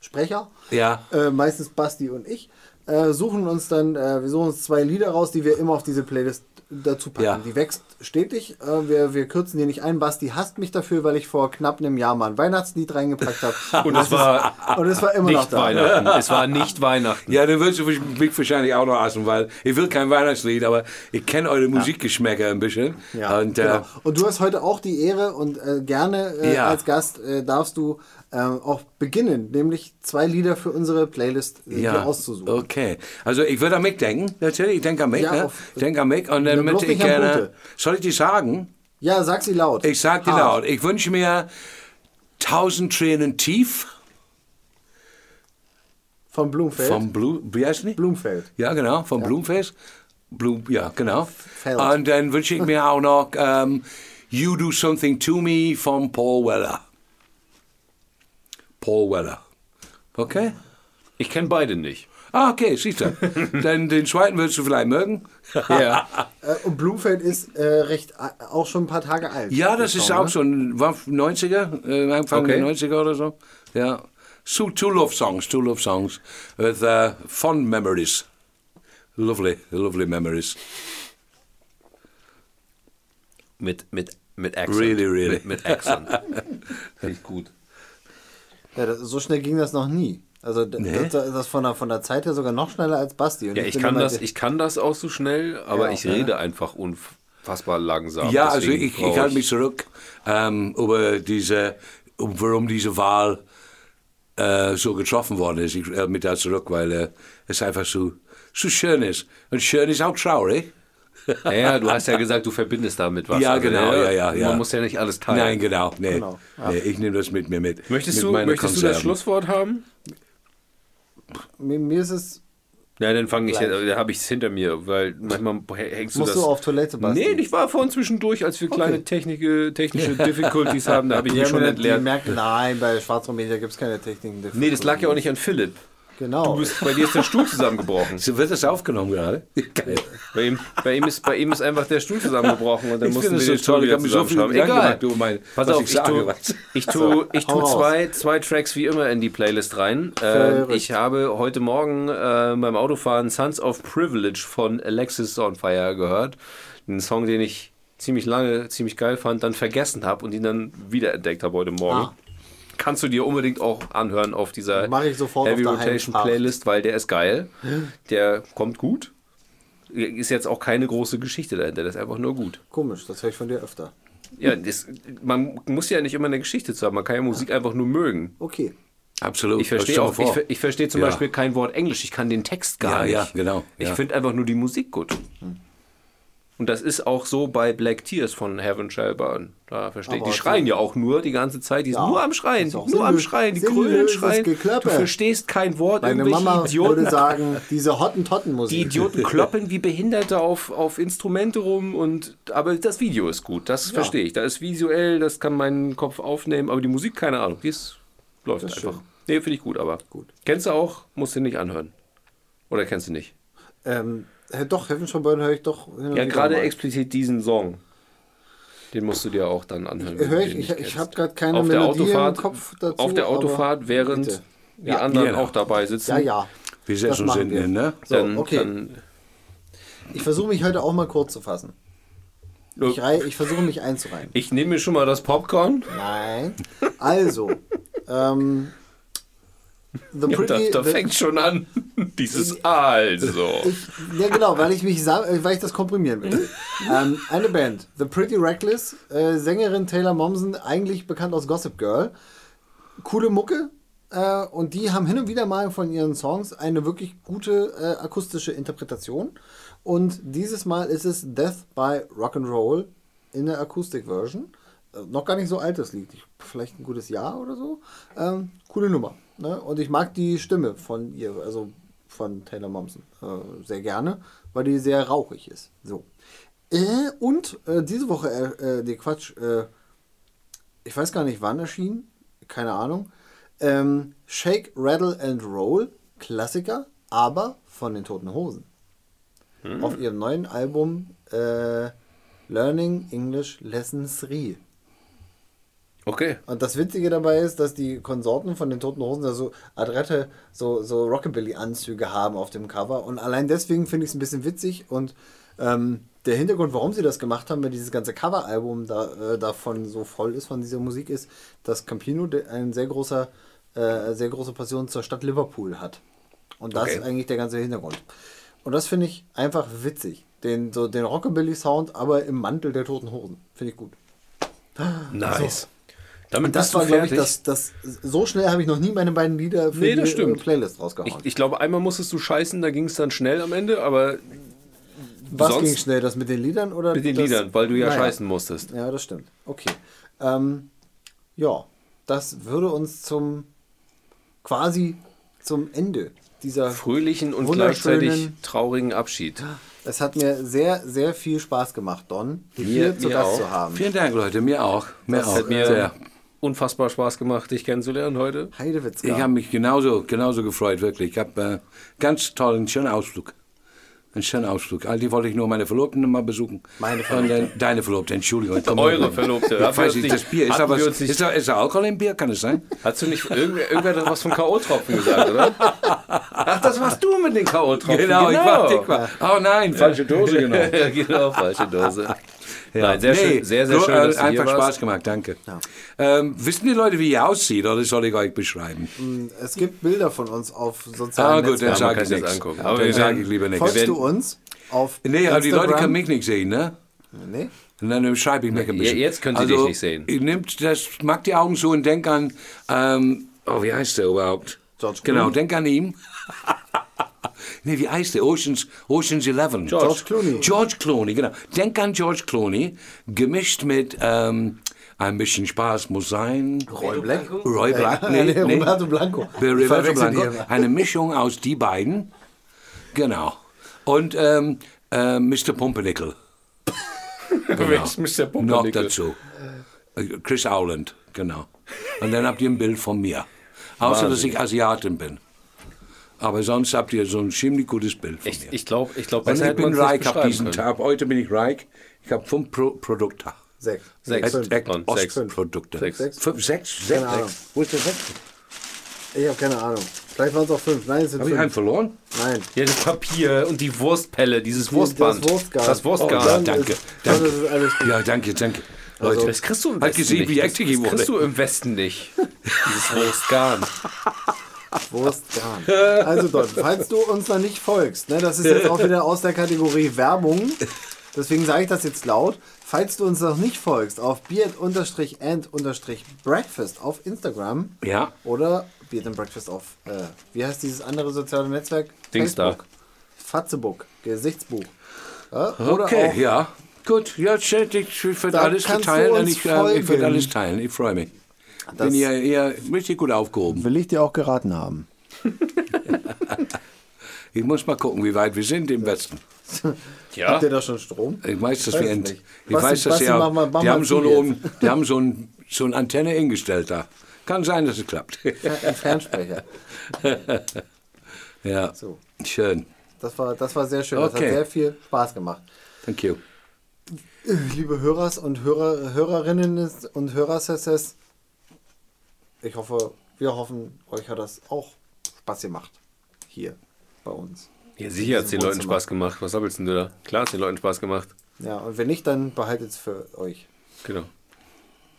Speaker 3: Sprecher,
Speaker 4: Ja.
Speaker 3: äh, meistens Basti und ich, äh, suchen uns dann, äh, wir suchen uns zwei Lieder raus, die wir immer auf diese Playlist dazu packen.
Speaker 4: Ja.
Speaker 3: Die wächst stetig. Äh, wir, wir kürzen die nicht ein. Basti hasst mich dafür, weil ich vor knapp einem Jahr mal ein Weihnachtslied reingepackt habe.
Speaker 2: Und es war
Speaker 3: und es war immer noch
Speaker 2: nicht
Speaker 3: da.
Speaker 2: Weihnachten. Es war nicht Weihnachten.
Speaker 4: Ja, dann würdest du mich wahrscheinlich auch noch hassen, weil ich will kein Weihnachtslied, aber ich kenne eure Musikgeschmäcker ein bisschen.
Speaker 3: Ja,
Speaker 4: und,
Speaker 3: genau.
Speaker 4: äh,
Speaker 3: und du hast heute auch die Ehre und äh, gerne äh,
Speaker 4: Ja.
Speaker 3: als Gast äh, darfst du äh, auch beginnen, nämlich zwei Lieder für unsere Playlist äh,
Speaker 4: ja,
Speaker 3: hier auszusuchen.
Speaker 4: okay. Also ich würde an mich denken, natürlich, ich denke an mich.
Speaker 3: Ja,
Speaker 4: ne?
Speaker 3: auf-
Speaker 4: Ich denke an mich und
Speaker 3: Ja,
Speaker 4: dann
Speaker 3: bloß
Speaker 4: möchte ich
Speaker 3: nicht an
Speaker 4: gerne,
Speaker 3: Pute.
Speaker 4: soll ich die sagen?
Speaker 3: Ja, sag sie laut.
Speaker 4: Ich sag die
Speaker 3: Hart.
Speaker 4: laut. Ich wünsche mir Tausend Tränen tief
Speaker 3: Von Blumfeld.
Speaker 4: vom Blue, wie heißt die?
Speaker 3: Blumfeld.
Speaker 4: Ja, genau, vom Blumenfest. Blum, ja, genau.
Speaker 3: Feld.
Speaker 4: Und dann wünsche ich mir auch noch ähm, You Do Something To Me von Paul Weller. Paul Weller. Okay?
Speaker 2: Ich kenne beide nicht.
Speaker 4: Ah, okay, siehst du. dann den zweiten würdest du vielleicht mögen.
Speaker 2: Ja.
Speaker 3: Äh, und Blumfeld ist äh, recht äh, auch schon ein paar Tage alt.
Speaker 4: Ja, das ist
Speaker 3: ne?
Speaker 4: auch schon, war 90er, äh, Anfang
Speaker 2: ne? Okay.
Speaker 4: der 90er oder so. Ja. So, two love songs, two love songs. With uh, fond memories. Lovely, lovely memories.
Speaker 2: Mit, mit, mit Accent.
Speaker 4: Really, really.
Speaker 2: Mit, mit Accent. Finde ich gut.
Speaker 3: Ja, das, so schnell ging das noch nie. Also d-
Speaker 4: Nee.
Speaker 3: das, das von, der, von der Zeit her sogar noch schneller als Basti. Und
Speaker 2: Ja, ich
Speaker 3: bin
Speaker 2: kann,
Speaker 3: immer
Speaker 2: das,
Speaker 3: der-
Speaker 2: ich kann das auch so schnell, aber
Speaker 3: Ja.
Speaker 2: ich rede einfach unfassbar langsam.
Speaker 4: Ja, also
Speaker 2: Deswegen
Speaker 4: ich,
Speaker 2: brauch
Speaker 4: ich halte mich zurück ähm, über diese, um, warum diese Wahl äh, so getroffen worden ist. Ich halte mich da zurück, weil äh, es einfach so, so schön ist. Und schön ist auch traurig.
Speaker 2: Ja, ja, du hast ja gesagt, du verbindest damit was.
Speaker 4: Ja,
Speaker 2: Also,
Speaker 4: genau, ja, ja,
Speaker 2: Man
Speaker 4: ja.
Speaker 2: muss Ah, ja nicht alles teilen.
Speaker 4: Nein, genau. Nee,
Speaker 3: Genau.
Speaker 4: nee, ich nehme das mit mir mit.
Speaker 2: Möchtest,
Speaker 4: mit
Speaker 2: du,
Speaker 4: meiner
Speaker 2: möchtest du das
Speaker 4: Konserven.
Speaker 2: Schlusswort haben?
Speaker 3: mir, mir ist es.
Speaker 2: Nein, dann fange ich,
Speaker 3: Gleich.
Speaker 2: da habe ich es hinter mir, weil manchmal hängst du
Speaker 3: Musst
Speaker 2: das.
Speaker 3: du auf Toilette, Basti?
Speaker 2: nee, ich war vorhin zwischendurch, als wir kleine Technische, technische Difficulties haben, da habe ich
Speaker 3: Die
Speaker 2: mich
Speaker 3: haben
Speaker 2: schon
Speaker 3: mir die
Speaker 2: entleert.
Speaker 3: merkt, nein, bei Schwarzraum Media gibt es keine Techniken.
Speaker 2: Nee, das lag ja auch nicht an Philipp.
Speaker 3: Genau.
Speaker 2: Du bist, bei dir ist der Stuhl zusammengebrochen.
Speaker 4: So wird das aufgenommen gerade. Geil.
Speaker 2: Bei ihm, bei ihm, ist, bei ihm ist einfach der Stuhl zusammengebrochen und dann
Speaker 4: Ich
Speaker 2: mussten
Speaker 4: finde
Speaker 2: wir
Speaker 4: das so
Speaker 2: den Stuhl
Speaker 4: toll, ich
Speaker 2: wieder
Speaker 4: hab mir so viel
Speaker 2: zusammenschrauben.
Speaker 4: Gedanken
Speaker 2: Egal.
Speaker 4: gemacht, du mein-
Speaker 2: Pass
Speaker 4: was
Speaker 2: auf,
Speaker 4: ich
Speaker 2: ich,
Speaker 4: sage,
Speaker 2: tue,
Speaker 4: was.
Speaker 2: ich tue, ich
Speaker 3: Also, hau
Speaker 2: tue
Speaker 3: raus.
Speaker 2: zwei, zwei Tracks wie immer in die Playlist rein. Äh,
Speaker 3: Verrückt.
Speaker 2: ich habe heute Morgen äh, beim Autofahren Sons of Privilege von Alexis on Fire gehört. Ein Song, den ich ziemlich lange, ziemlich geil fand, dann vergessen habe und ihn dann wiederentdeckt habe heute Morgen.
Speaker 3: Ah.
Speaker 2: Kannst du dir unbedingt auch anhören auf dieser
Speaker 3: Mach ich sofort auf
Speaker 2: Heavy
Speaker 3: der
Speaker 2: Rotation
Speaker 3: Heimfahrt.
Speaker 2: Playlist, weil der ist geil. Der kommt gut. Ist jetzt auch keine große Geschichte dahinter, der ist einfach nur gut.
Speaker 3: Komisch, das höre ich von dir öfter.
Speaker 2: Ja, das, man muss ja nicht immer eine Geschichte zu haben, man kann ja Musik einfach nur mögen.
Speaker 3: Okay.
Speaker 4: Absolut.
Speaker 2: Ich verstehe
Speaker 4: Stell dir
Speaker 2: auch, ich,
Speaker 4: vor.
Speaker 2: ver- ich verstehe zum
Speaker 4: Ja.
Speaker 2: Beispiel kein Wort Englisch, ich kann den Text gar
Speaker 4: Ja, ja,
Speaker 2: nicht.
Speaker 4: genau,
Speaker 2: Ich
Speaker 4: ja. Hm.
Speaker 2: finde einfach nur die Musik gut. Und das ist auch so bei Black Tears von Heaven Shall Burn. Da verstehe ich.
Speaker 3: Aber
Speaker 2: Die
Speaker 3: also-
Speaker 2: schreien ja auch nur die ganze Zeit. Die sind
Speaker 3: Ja,
Speaker 2: nur am Schreien.
Speaker 3: ist auch
Speaker 2: Nur am
Speaker 3: sinnlös-
Speaker 2: Schreien. Die
Speaker 3: sinnlöses
Speaker 2: Krölen schreien.
Speaker 3: Geklappe.
Speaker 2: Du verstehst kein Wort.
Speaker 3: Meine
Speaker 2: irgendwelche
Speaker 3: Mama
Speaker 2: Idioten
Speaker 3: würde sagen, diese
Speaker 2: Die
Speaker 3: Hottentottenmusik.
Speaker 2: Idioten kloppen wie Behinderte auf, auf Instrumente rum und aber das Video ist gut, das verstehe ich. Da ist visuell, das kann mein Kopf aufnehmen, aber die Musik, keine Ahnung, die ist, läuft
Speaker 3: Das ist
Speaker 2: einfach.
Speaker 3: schön.
Speaker 2: Nee, finde ich gut, aber
Speaker 3: Gut.
Speaker 2: kennst du auch, musst du nicht anhören. Oder kennst du nicht?
Speaker 3: Ähm, äh, doch, Heaven Shall Burn höre ich doch. hin und
Speaker 2: Ja,
Speaker 3: wieder
Speaker 2: gerade
Speaker 3: mal.
Speaker 2: explizit diesen Song. Den musst du dir auch dann anhören. wenn
Speaker 3: Hör
Speaker 2: du
Speaker 3: ich,
Speaker 2: den
Speaker 3: ich,
Speaker 2: nicht
Speaker 3: ich
Speaker 2: kennst.
Speaker 3: habe gerade keine
Speaker 2: auf der
Speaker 3: Melodie
Speaker 2: Autofahrt,
Speaker 3: im Kopf dazu.
Speaker 2: auf der
Speaker 3: aber-
Speaker 2: Autofahrt, während
Speaker 3: Bitte.
Speaker 2: die anderen
Speaker 4: genau.
Speaker 2: auch dabei sitzen.
Speaker 3: Ja, ja.
Speaker 4: Wir
Speaker 3: das
Speaker 4: setzen uns
Speaker 3: machen
Speaker 4: hinten
Speaker 3: wir.
Speaker 4: hin, ne?
Speaker 3: So,
Speaker 2: Dann,
Speaker 3: okay.
Speaker 2: dann
Speaker 3: Ich versuche mich heute auch mal kurz zu fassen. Ich, rei ich versuche mich einzureihen.
Speaker 2: ich nehme mir schon mal das Popcorn.
Speaker 3: Nein. Also, ähm, The
Speaker 2: Ja, da,
Speaker 3: Pretty.
Speaker 2: da
Speaker 3: the-
Speaker 2: fängt schon an. Dieses Also.
Speaker 3: ich, ja, genau, weil ich mich sa- äh, weil ich das komprimieren will.
Speaker 2: Mhm.
Speaker 3: ähm, eine Band, The Pretty Reckless, äh, Sängerin Taylor Momsen, eigentlich bekannt aus Gossip Girl. Coole Mucke. Äh, und die haben hin und wieder mal von ihren Songs eine wirklich gute äh, akustische Interpretation. Und dieses Mal ist es Death by Rock'n'Roll in der Akustik-Version. Äh, noch gar nicht so altes Lied. Ich, vielleicht ein gutes Jahr oder so. Ähm, coole Nummer. Ne? Und ich mag die Stimme von ihr. Also von Taylor Momsen äh, sehr gerne, weil die sehr rauchig ist. So. Äh, und äh, diese Woche, äh, äh, die Quatsch, äh, ich weiß gar nicht wann erschien, keine Ahnung. Ähm, Shake, Rattle and Roll, Klassiker, aber von den Toten Hosen. Auf ihrem neuen Album äh, Learning English Lesson 3.
Speaker 2: Okay.
Speaker 3: Und das Witzige dabei ist, dass die Konsorten von den Toten Hosen da so adrette, so, so Rockabilly-Anzüge haben auf dem Cover. Und allein deswegen finde ich es ein bisschen witzig. Und ähm, der Hintergrund, warum sie das gemacht haben, weil dieses ganze Coveralbum da, äh, davon so voll ist, von dieser Musik, ist, dass Campino de, ein sehr großer, äh, sehr große Passion zur Stadt Liverpool hat. Und das
Speaker 2: Okay.
Speaker 3: ist eigentlich der ganze Hintergrund. Und das finde ich einfach witzig. Den, so den Rockabilly-Sound, aber im Mantel der Toten Hosen. Finde ich gut.
Speaker 2: Nice. Damit
Speaker 3: Das
Speaker 2: bist du
Speaker 3: war, glaube ich,
Speaker 2: fertig.
Speaker 3: das, das. So schnell habe ich noch nie meine beiden Lieder für
Speaker 2: Nee, das
Speaker 3: die
Speaker 2: stimmt.
Speaker 3: äh, Playlist
Speaker 2: ich,
Speaker 3: rausgehauen.
Speaker 2: ich glaube, einmal musstest du scheißen, da ging es dann schnell am Ende, aber
Speaker 3: Was
Speaker 2: sonst-
Speaker 3: ging schnell? Das mit den Liedern oder?
Speaker 2: mit den
Speaker 3: das,
Speaker 2: Liedern, weil du ja
Speaker 3: Naja.
Speaker 2: scheißen musstest.
Speaker 3: Ja, das stimmt. Okay. Ähm, ja, das würde uns zum quasi zum Ende dieser.
Speaker 2: Fröhlichen und
Speaker 3: Wunderschönen-
Speaker 2: gleichzeitig traurigen Abschied.
Speaker 3: Es hat mir sehr, sehr viel Spaß gemacht, Don, dich hier zu
Speaker 2: mir
Speaker 3: Gast
Speaker 2: auch.
Speaker 3: zu haben.
Speaker 4: Vielen Dank, Leute. Mir auch. Mir
Speaker 3: Das
Speaker 4: auch.
Speaker 2: Hat mir
Speaker 4: Sehr.
Speaker 2: unfassbar Spaß gemacht, dich kennenzulernen heute.
Speaker 3: Heidewitzka.
Speaker 4: Ich habe mich genauso, genauso gefreut, wirklich. Ich habe äh, ganz tollen, schönen Ausflug. Einen schönen Ausflug. All die wollte ich nur meine Verlobten mal besuchen.
Speaker 3: Meine
Speaker 4: Verlobte. Und, äh, deine Verlobte, Entschuldigung. Ich komm
Speaker 2: Eure
Speaker 4: nicht.
Speaker 2: Verlobte. Hatten
Speaker 4: Ich
Speaker 2: wir
Speaker 4: weiß
Speaker 2: uns
Speaker 4: nicht,
Speaker 2: nicht-
Speaker 4: das Bier. Ist
Speaker 2: hatten
Speaker 4: da, was,
Speaker 2: wir uns nicht-
Speaker 4: ist, da, ist da Alkohol im Bier? Kann es sein?
Speaker 2: Hast du nicht irgendwer, irgendwer hat was vom K.O.-Tropfen gesagt, oder? Genau, Ach, das warst du mit den K.O.-Tropfen.
Speaker 4: Genau, ich war, ich war. Oh nein, falsche Dose genommen.
Speaker 2: Ja, genau, falsche Dose.
Speaker 4: Ja.
Speaker 2: Nein, sehr
Speaker 4: Nee,
Speaker 2: schön, sehr, sehr
Speaker 4: nur,
Speaker 2: schön,
Speaker 4: äh,
Speaker 2: dass du
Speaker 4: Einfach
Speaker 2: hier warst.
Speaker 4: Spaß gemacht, danke. Ähm, wissen die Leute, wie ihr aussieht, oder soll ich euch beschreiben?
Speaker 3: Es gibt Bilder von uns auf
Speaker 4: Ah,
Speaker 3: sozialen
Speaker 4: gut,
Speaker 2: man
Speaker 4: dann
Speaker 3: Netzwerken.
Speaker 2: sag-
Speaker 4: sage
Speaker 2: kann
Speaker 4: ich
Speaker 2: sich
Speaker 4: nichts.
Speaker 2: angucken. Aber
Speaker 4: Dann
Speaker 2: wir
Speaker 4: sage
Speaker 2: werden-
Speaker 4: ich lieber nichts.
Speaker 2: wir
Speaker 3: Folgst
Speaker 2: werden-
Speaker 3: du uns auf
Speaker 4: Nee, aber die
Speaker 3: Instagram?
Speaker 4: Leute können mich nicht sehen, ne?
Speaker 3: Nee?
Speaker 4: Und dann schreibe ich mich ein
Speaker 2: Ja,
Speaker 4: bisschen.
Speaker 2: jetzt können sie dich nicht sehen.
Speaker 4: Ihr nehmt Also, das, macht die Augen zu und denkt an, ähm, oh, wie heißt der überhaupt?
Speaker 3: George
Speaker 4: Genau,
Speaker 3: Clooney.
Speaker 4: denk an ihn. nee, wie heißt der? Oceans, Oceans 11.
Speaker 3: George Clooney.
Speaker 4: George Clooney, genau. Denk an George Clooney, gemischt mit, ähm, ein bisschen Spaß muss sein.
Speaker 3: Roy Black?
Speaker 4: Roy Black, nee,
Speaker 3: Nee,
Speaker 4: nee.
Speaker 3: Roberto Blanco.
Speaker 4: Bill
Speaker 3: Ich
Speaker 4: Rivera
Speaker 3: verwechsel die
Speaker 4: Blanco.
Speaker 3: immer.
Speaker 4: Eine Mischung aus die beiden. Genau. Und ähm, äh, Mr. Pumpernickel. Genau.
Speaker 2: Mr.
Speaker 4: Noch
Speaker 2: Pumpernickel.
Speaker 4: dazu. Äh, Chris Howland, genau. Und dann habt ihr ein Bild von mir. Außer, dass ich Asiatin bin. Aber sonst habt ihr so ein ziemlich gutes Bild von mir.
Speaker 2: Ich, ich glaube, ich glaub,
Speaker 4: Und
Speaker 2: besser
Speaker 4: ich
Speaker 2: hätte
Speaker 4: bin
Speaker 2: man's nicht
Speaker 4: reich, ich habe
Speaker 2: beschreiben
Speaker 4: diesen
Speaker 2: können.
Speaker 4: Tag. Heute bin ich reich. Ich habe fünf Pro Produkte.
Speaker 3: Sechs.
Speaker 2: Sechs.
Speaker 3: Fünf.
Speaker 4: Act
Speaker 2: Und
Speaker 4: Ost
Speaker 2: sechs.
Speaker 4: Produkte.
Speaker 2: Sechs.
Speaker 4: Fünf, Sechs? Sechs?
Speaker 3: Keine Ahnung.
Speaker 4: Wo ist der sechste?
Speaker 3: Ich habe keine Ahnung. Vielleicht waren es auch fünf. Nein, es sind
Speaker 4: Habe ich einen
Speaker 3: fünf.
Speaker 4: verloren?
Speaker 3: Nein.
Speaker 2: Ja, das Papier und die Wurstpelle, dieses Wurstband.
Speaker 3: Das Wurstgarn.
Speaker 2: Das Wurstgarn.
Speaker 4: Oh, ja,
Speaker 3: Dann
Speaker 4: danke,
Speaker 3: Ist, dann
Speaker 4: danke.
Speaker 3: ist es alles gut.
Speaker 4: Ja, danke, danke.
Speaker 2: Also,
Speaker 4: Leute,
Speaker 2: das kriegst du im
Speaker 4: Hat
Speaker 2: Westen
Speaker 4: halt gesehen,
Speaker 2: nicht.
Speaker 4: wie
Speaker 2: Das-
Speaker 4: eckig
Speaker 2: das
Speaker 4: ich wurde.
Speaker 2: kriegst du im Westen nicht. Dieses Wurstgarn.
Speaker 3: Wurstgarn. Also Don, falls du uns noch nicht folgst, ne, das ist jetzt auch wieder aus der Kategorie Werbung. Deswegen sage ich das jetzt laut. Falls du uns noch nicht folgst, auf beard-and-breakfast auf Instagram
Speaker 4: Ja.
Speaker 3: oder beard-and-breakfast auf, äh, wie heißt dieses andere soziale Netzwerk?
Speaker 2: Dings da.
Speaker 3: Facebook. Fatzebook, Gesichtsbuch. Ja, oder
Speaker 4: Okay,
Speaker 3: auch
Speaker 4: ja. Gut, oh. ja, shit, ich werde
Speaker 3: Da
Speaker 4: alles
Speaker 3: kannst du
Speaker 4: teilen.
Speaker 3: uns
Speaker 4: Ich, äh, ich
Speaker 3: folgen.
Speaker 4: werde alles teilen. Ich freue mich.
Speaker 3: Das-
Speaker 4: Bin ja eher richtig gut aufgehoben.
Speaker 3: will ich dir auch geraten haben.
Speaker 4: Ich muss mal gucken, wie weit wir sind im Westen.
Speaker 2: Ja.
Speaker 3: Habt ihr da schon Strom?
Speaker 4: Ich weiß, dass
Speaker 3: Weiß
Speaker 4: wir in,
Speaker 3: nicht.
Speaker 4: ich
Speaker 3: Basti,
Speaker 4: weiß, dass
Speaker 3: Basti,
Speaker 4: wir,
Speaker 3: mach mal- mach
Speaker 4: die,
Speaker 3: mal
Speaker 4: haben so
Speaker 3: zu
Speaker 4: einen, die haben so ein so eine Antenne hingestellt da. Kann sein, dass es klappt.
Speaker 3: Ein Fernsprecher.
Speaker 4: ja,
Speaker 3: So.
Speaker 4: schön.
Speaker 3: Das war, das war sehr schön. Das
Speaker 4: Okay.
Speaker 3: hat sehr viel Spaß gemacht.
Speaker 4: Thank you.
Speaker 3: Äh, Liebe Hörers und Hörer, Hörerinnen und Hörers, ich hoffe, wir hoffen, euch hat das auch Spaß gemacht. Hier bei uns.
Speaker 2: Ja, sicher hat es den Leuten
Speaker 3: Wohnzimmer.
Speaker 2: Spaß gemacht. Was sabbelst denn du da? Klar hat es den Leuten Spaß gemacht.
Speaker 3: Ja, und wenn nicht, dann behaltet es für euch.
Speaker 2: Genau.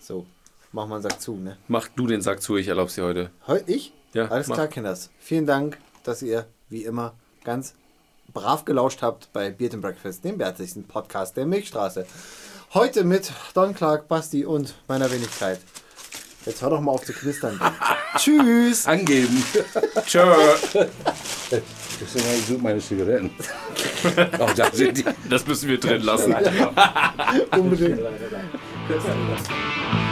Speaker 3: So, mach mal einen Sack zu, ne?
Speaker 2: Mach du den Sack zu, ich erlaub's dir heute.
Speaker 3: Heu- Ich?
Speaker 2: Ja,
Speaker 3: Alles
Speaker 2: mach.
Speaker 3: klar, Kinders. Vielen Dank, dass ihr, wie immer, ganz brav gelauscht habt bei Beard and Breakfast, dem wertigsten Podcast der Milchstraße. Heute mit Don Clark, Basti und meiner Wenigkeit. Jetzt hör doch mal auf zu knistern. Tschüss!
Speaker 4: Angeben.
Speaker 2: Tschö.
Speaker 4: Das sind eigentlich gut meine Zigaretten. Auch da sind die.
Speaker 2: Das müssen wir drin lassen.
Speaker 3: Unbedingt.
Speaker 5: Leider da.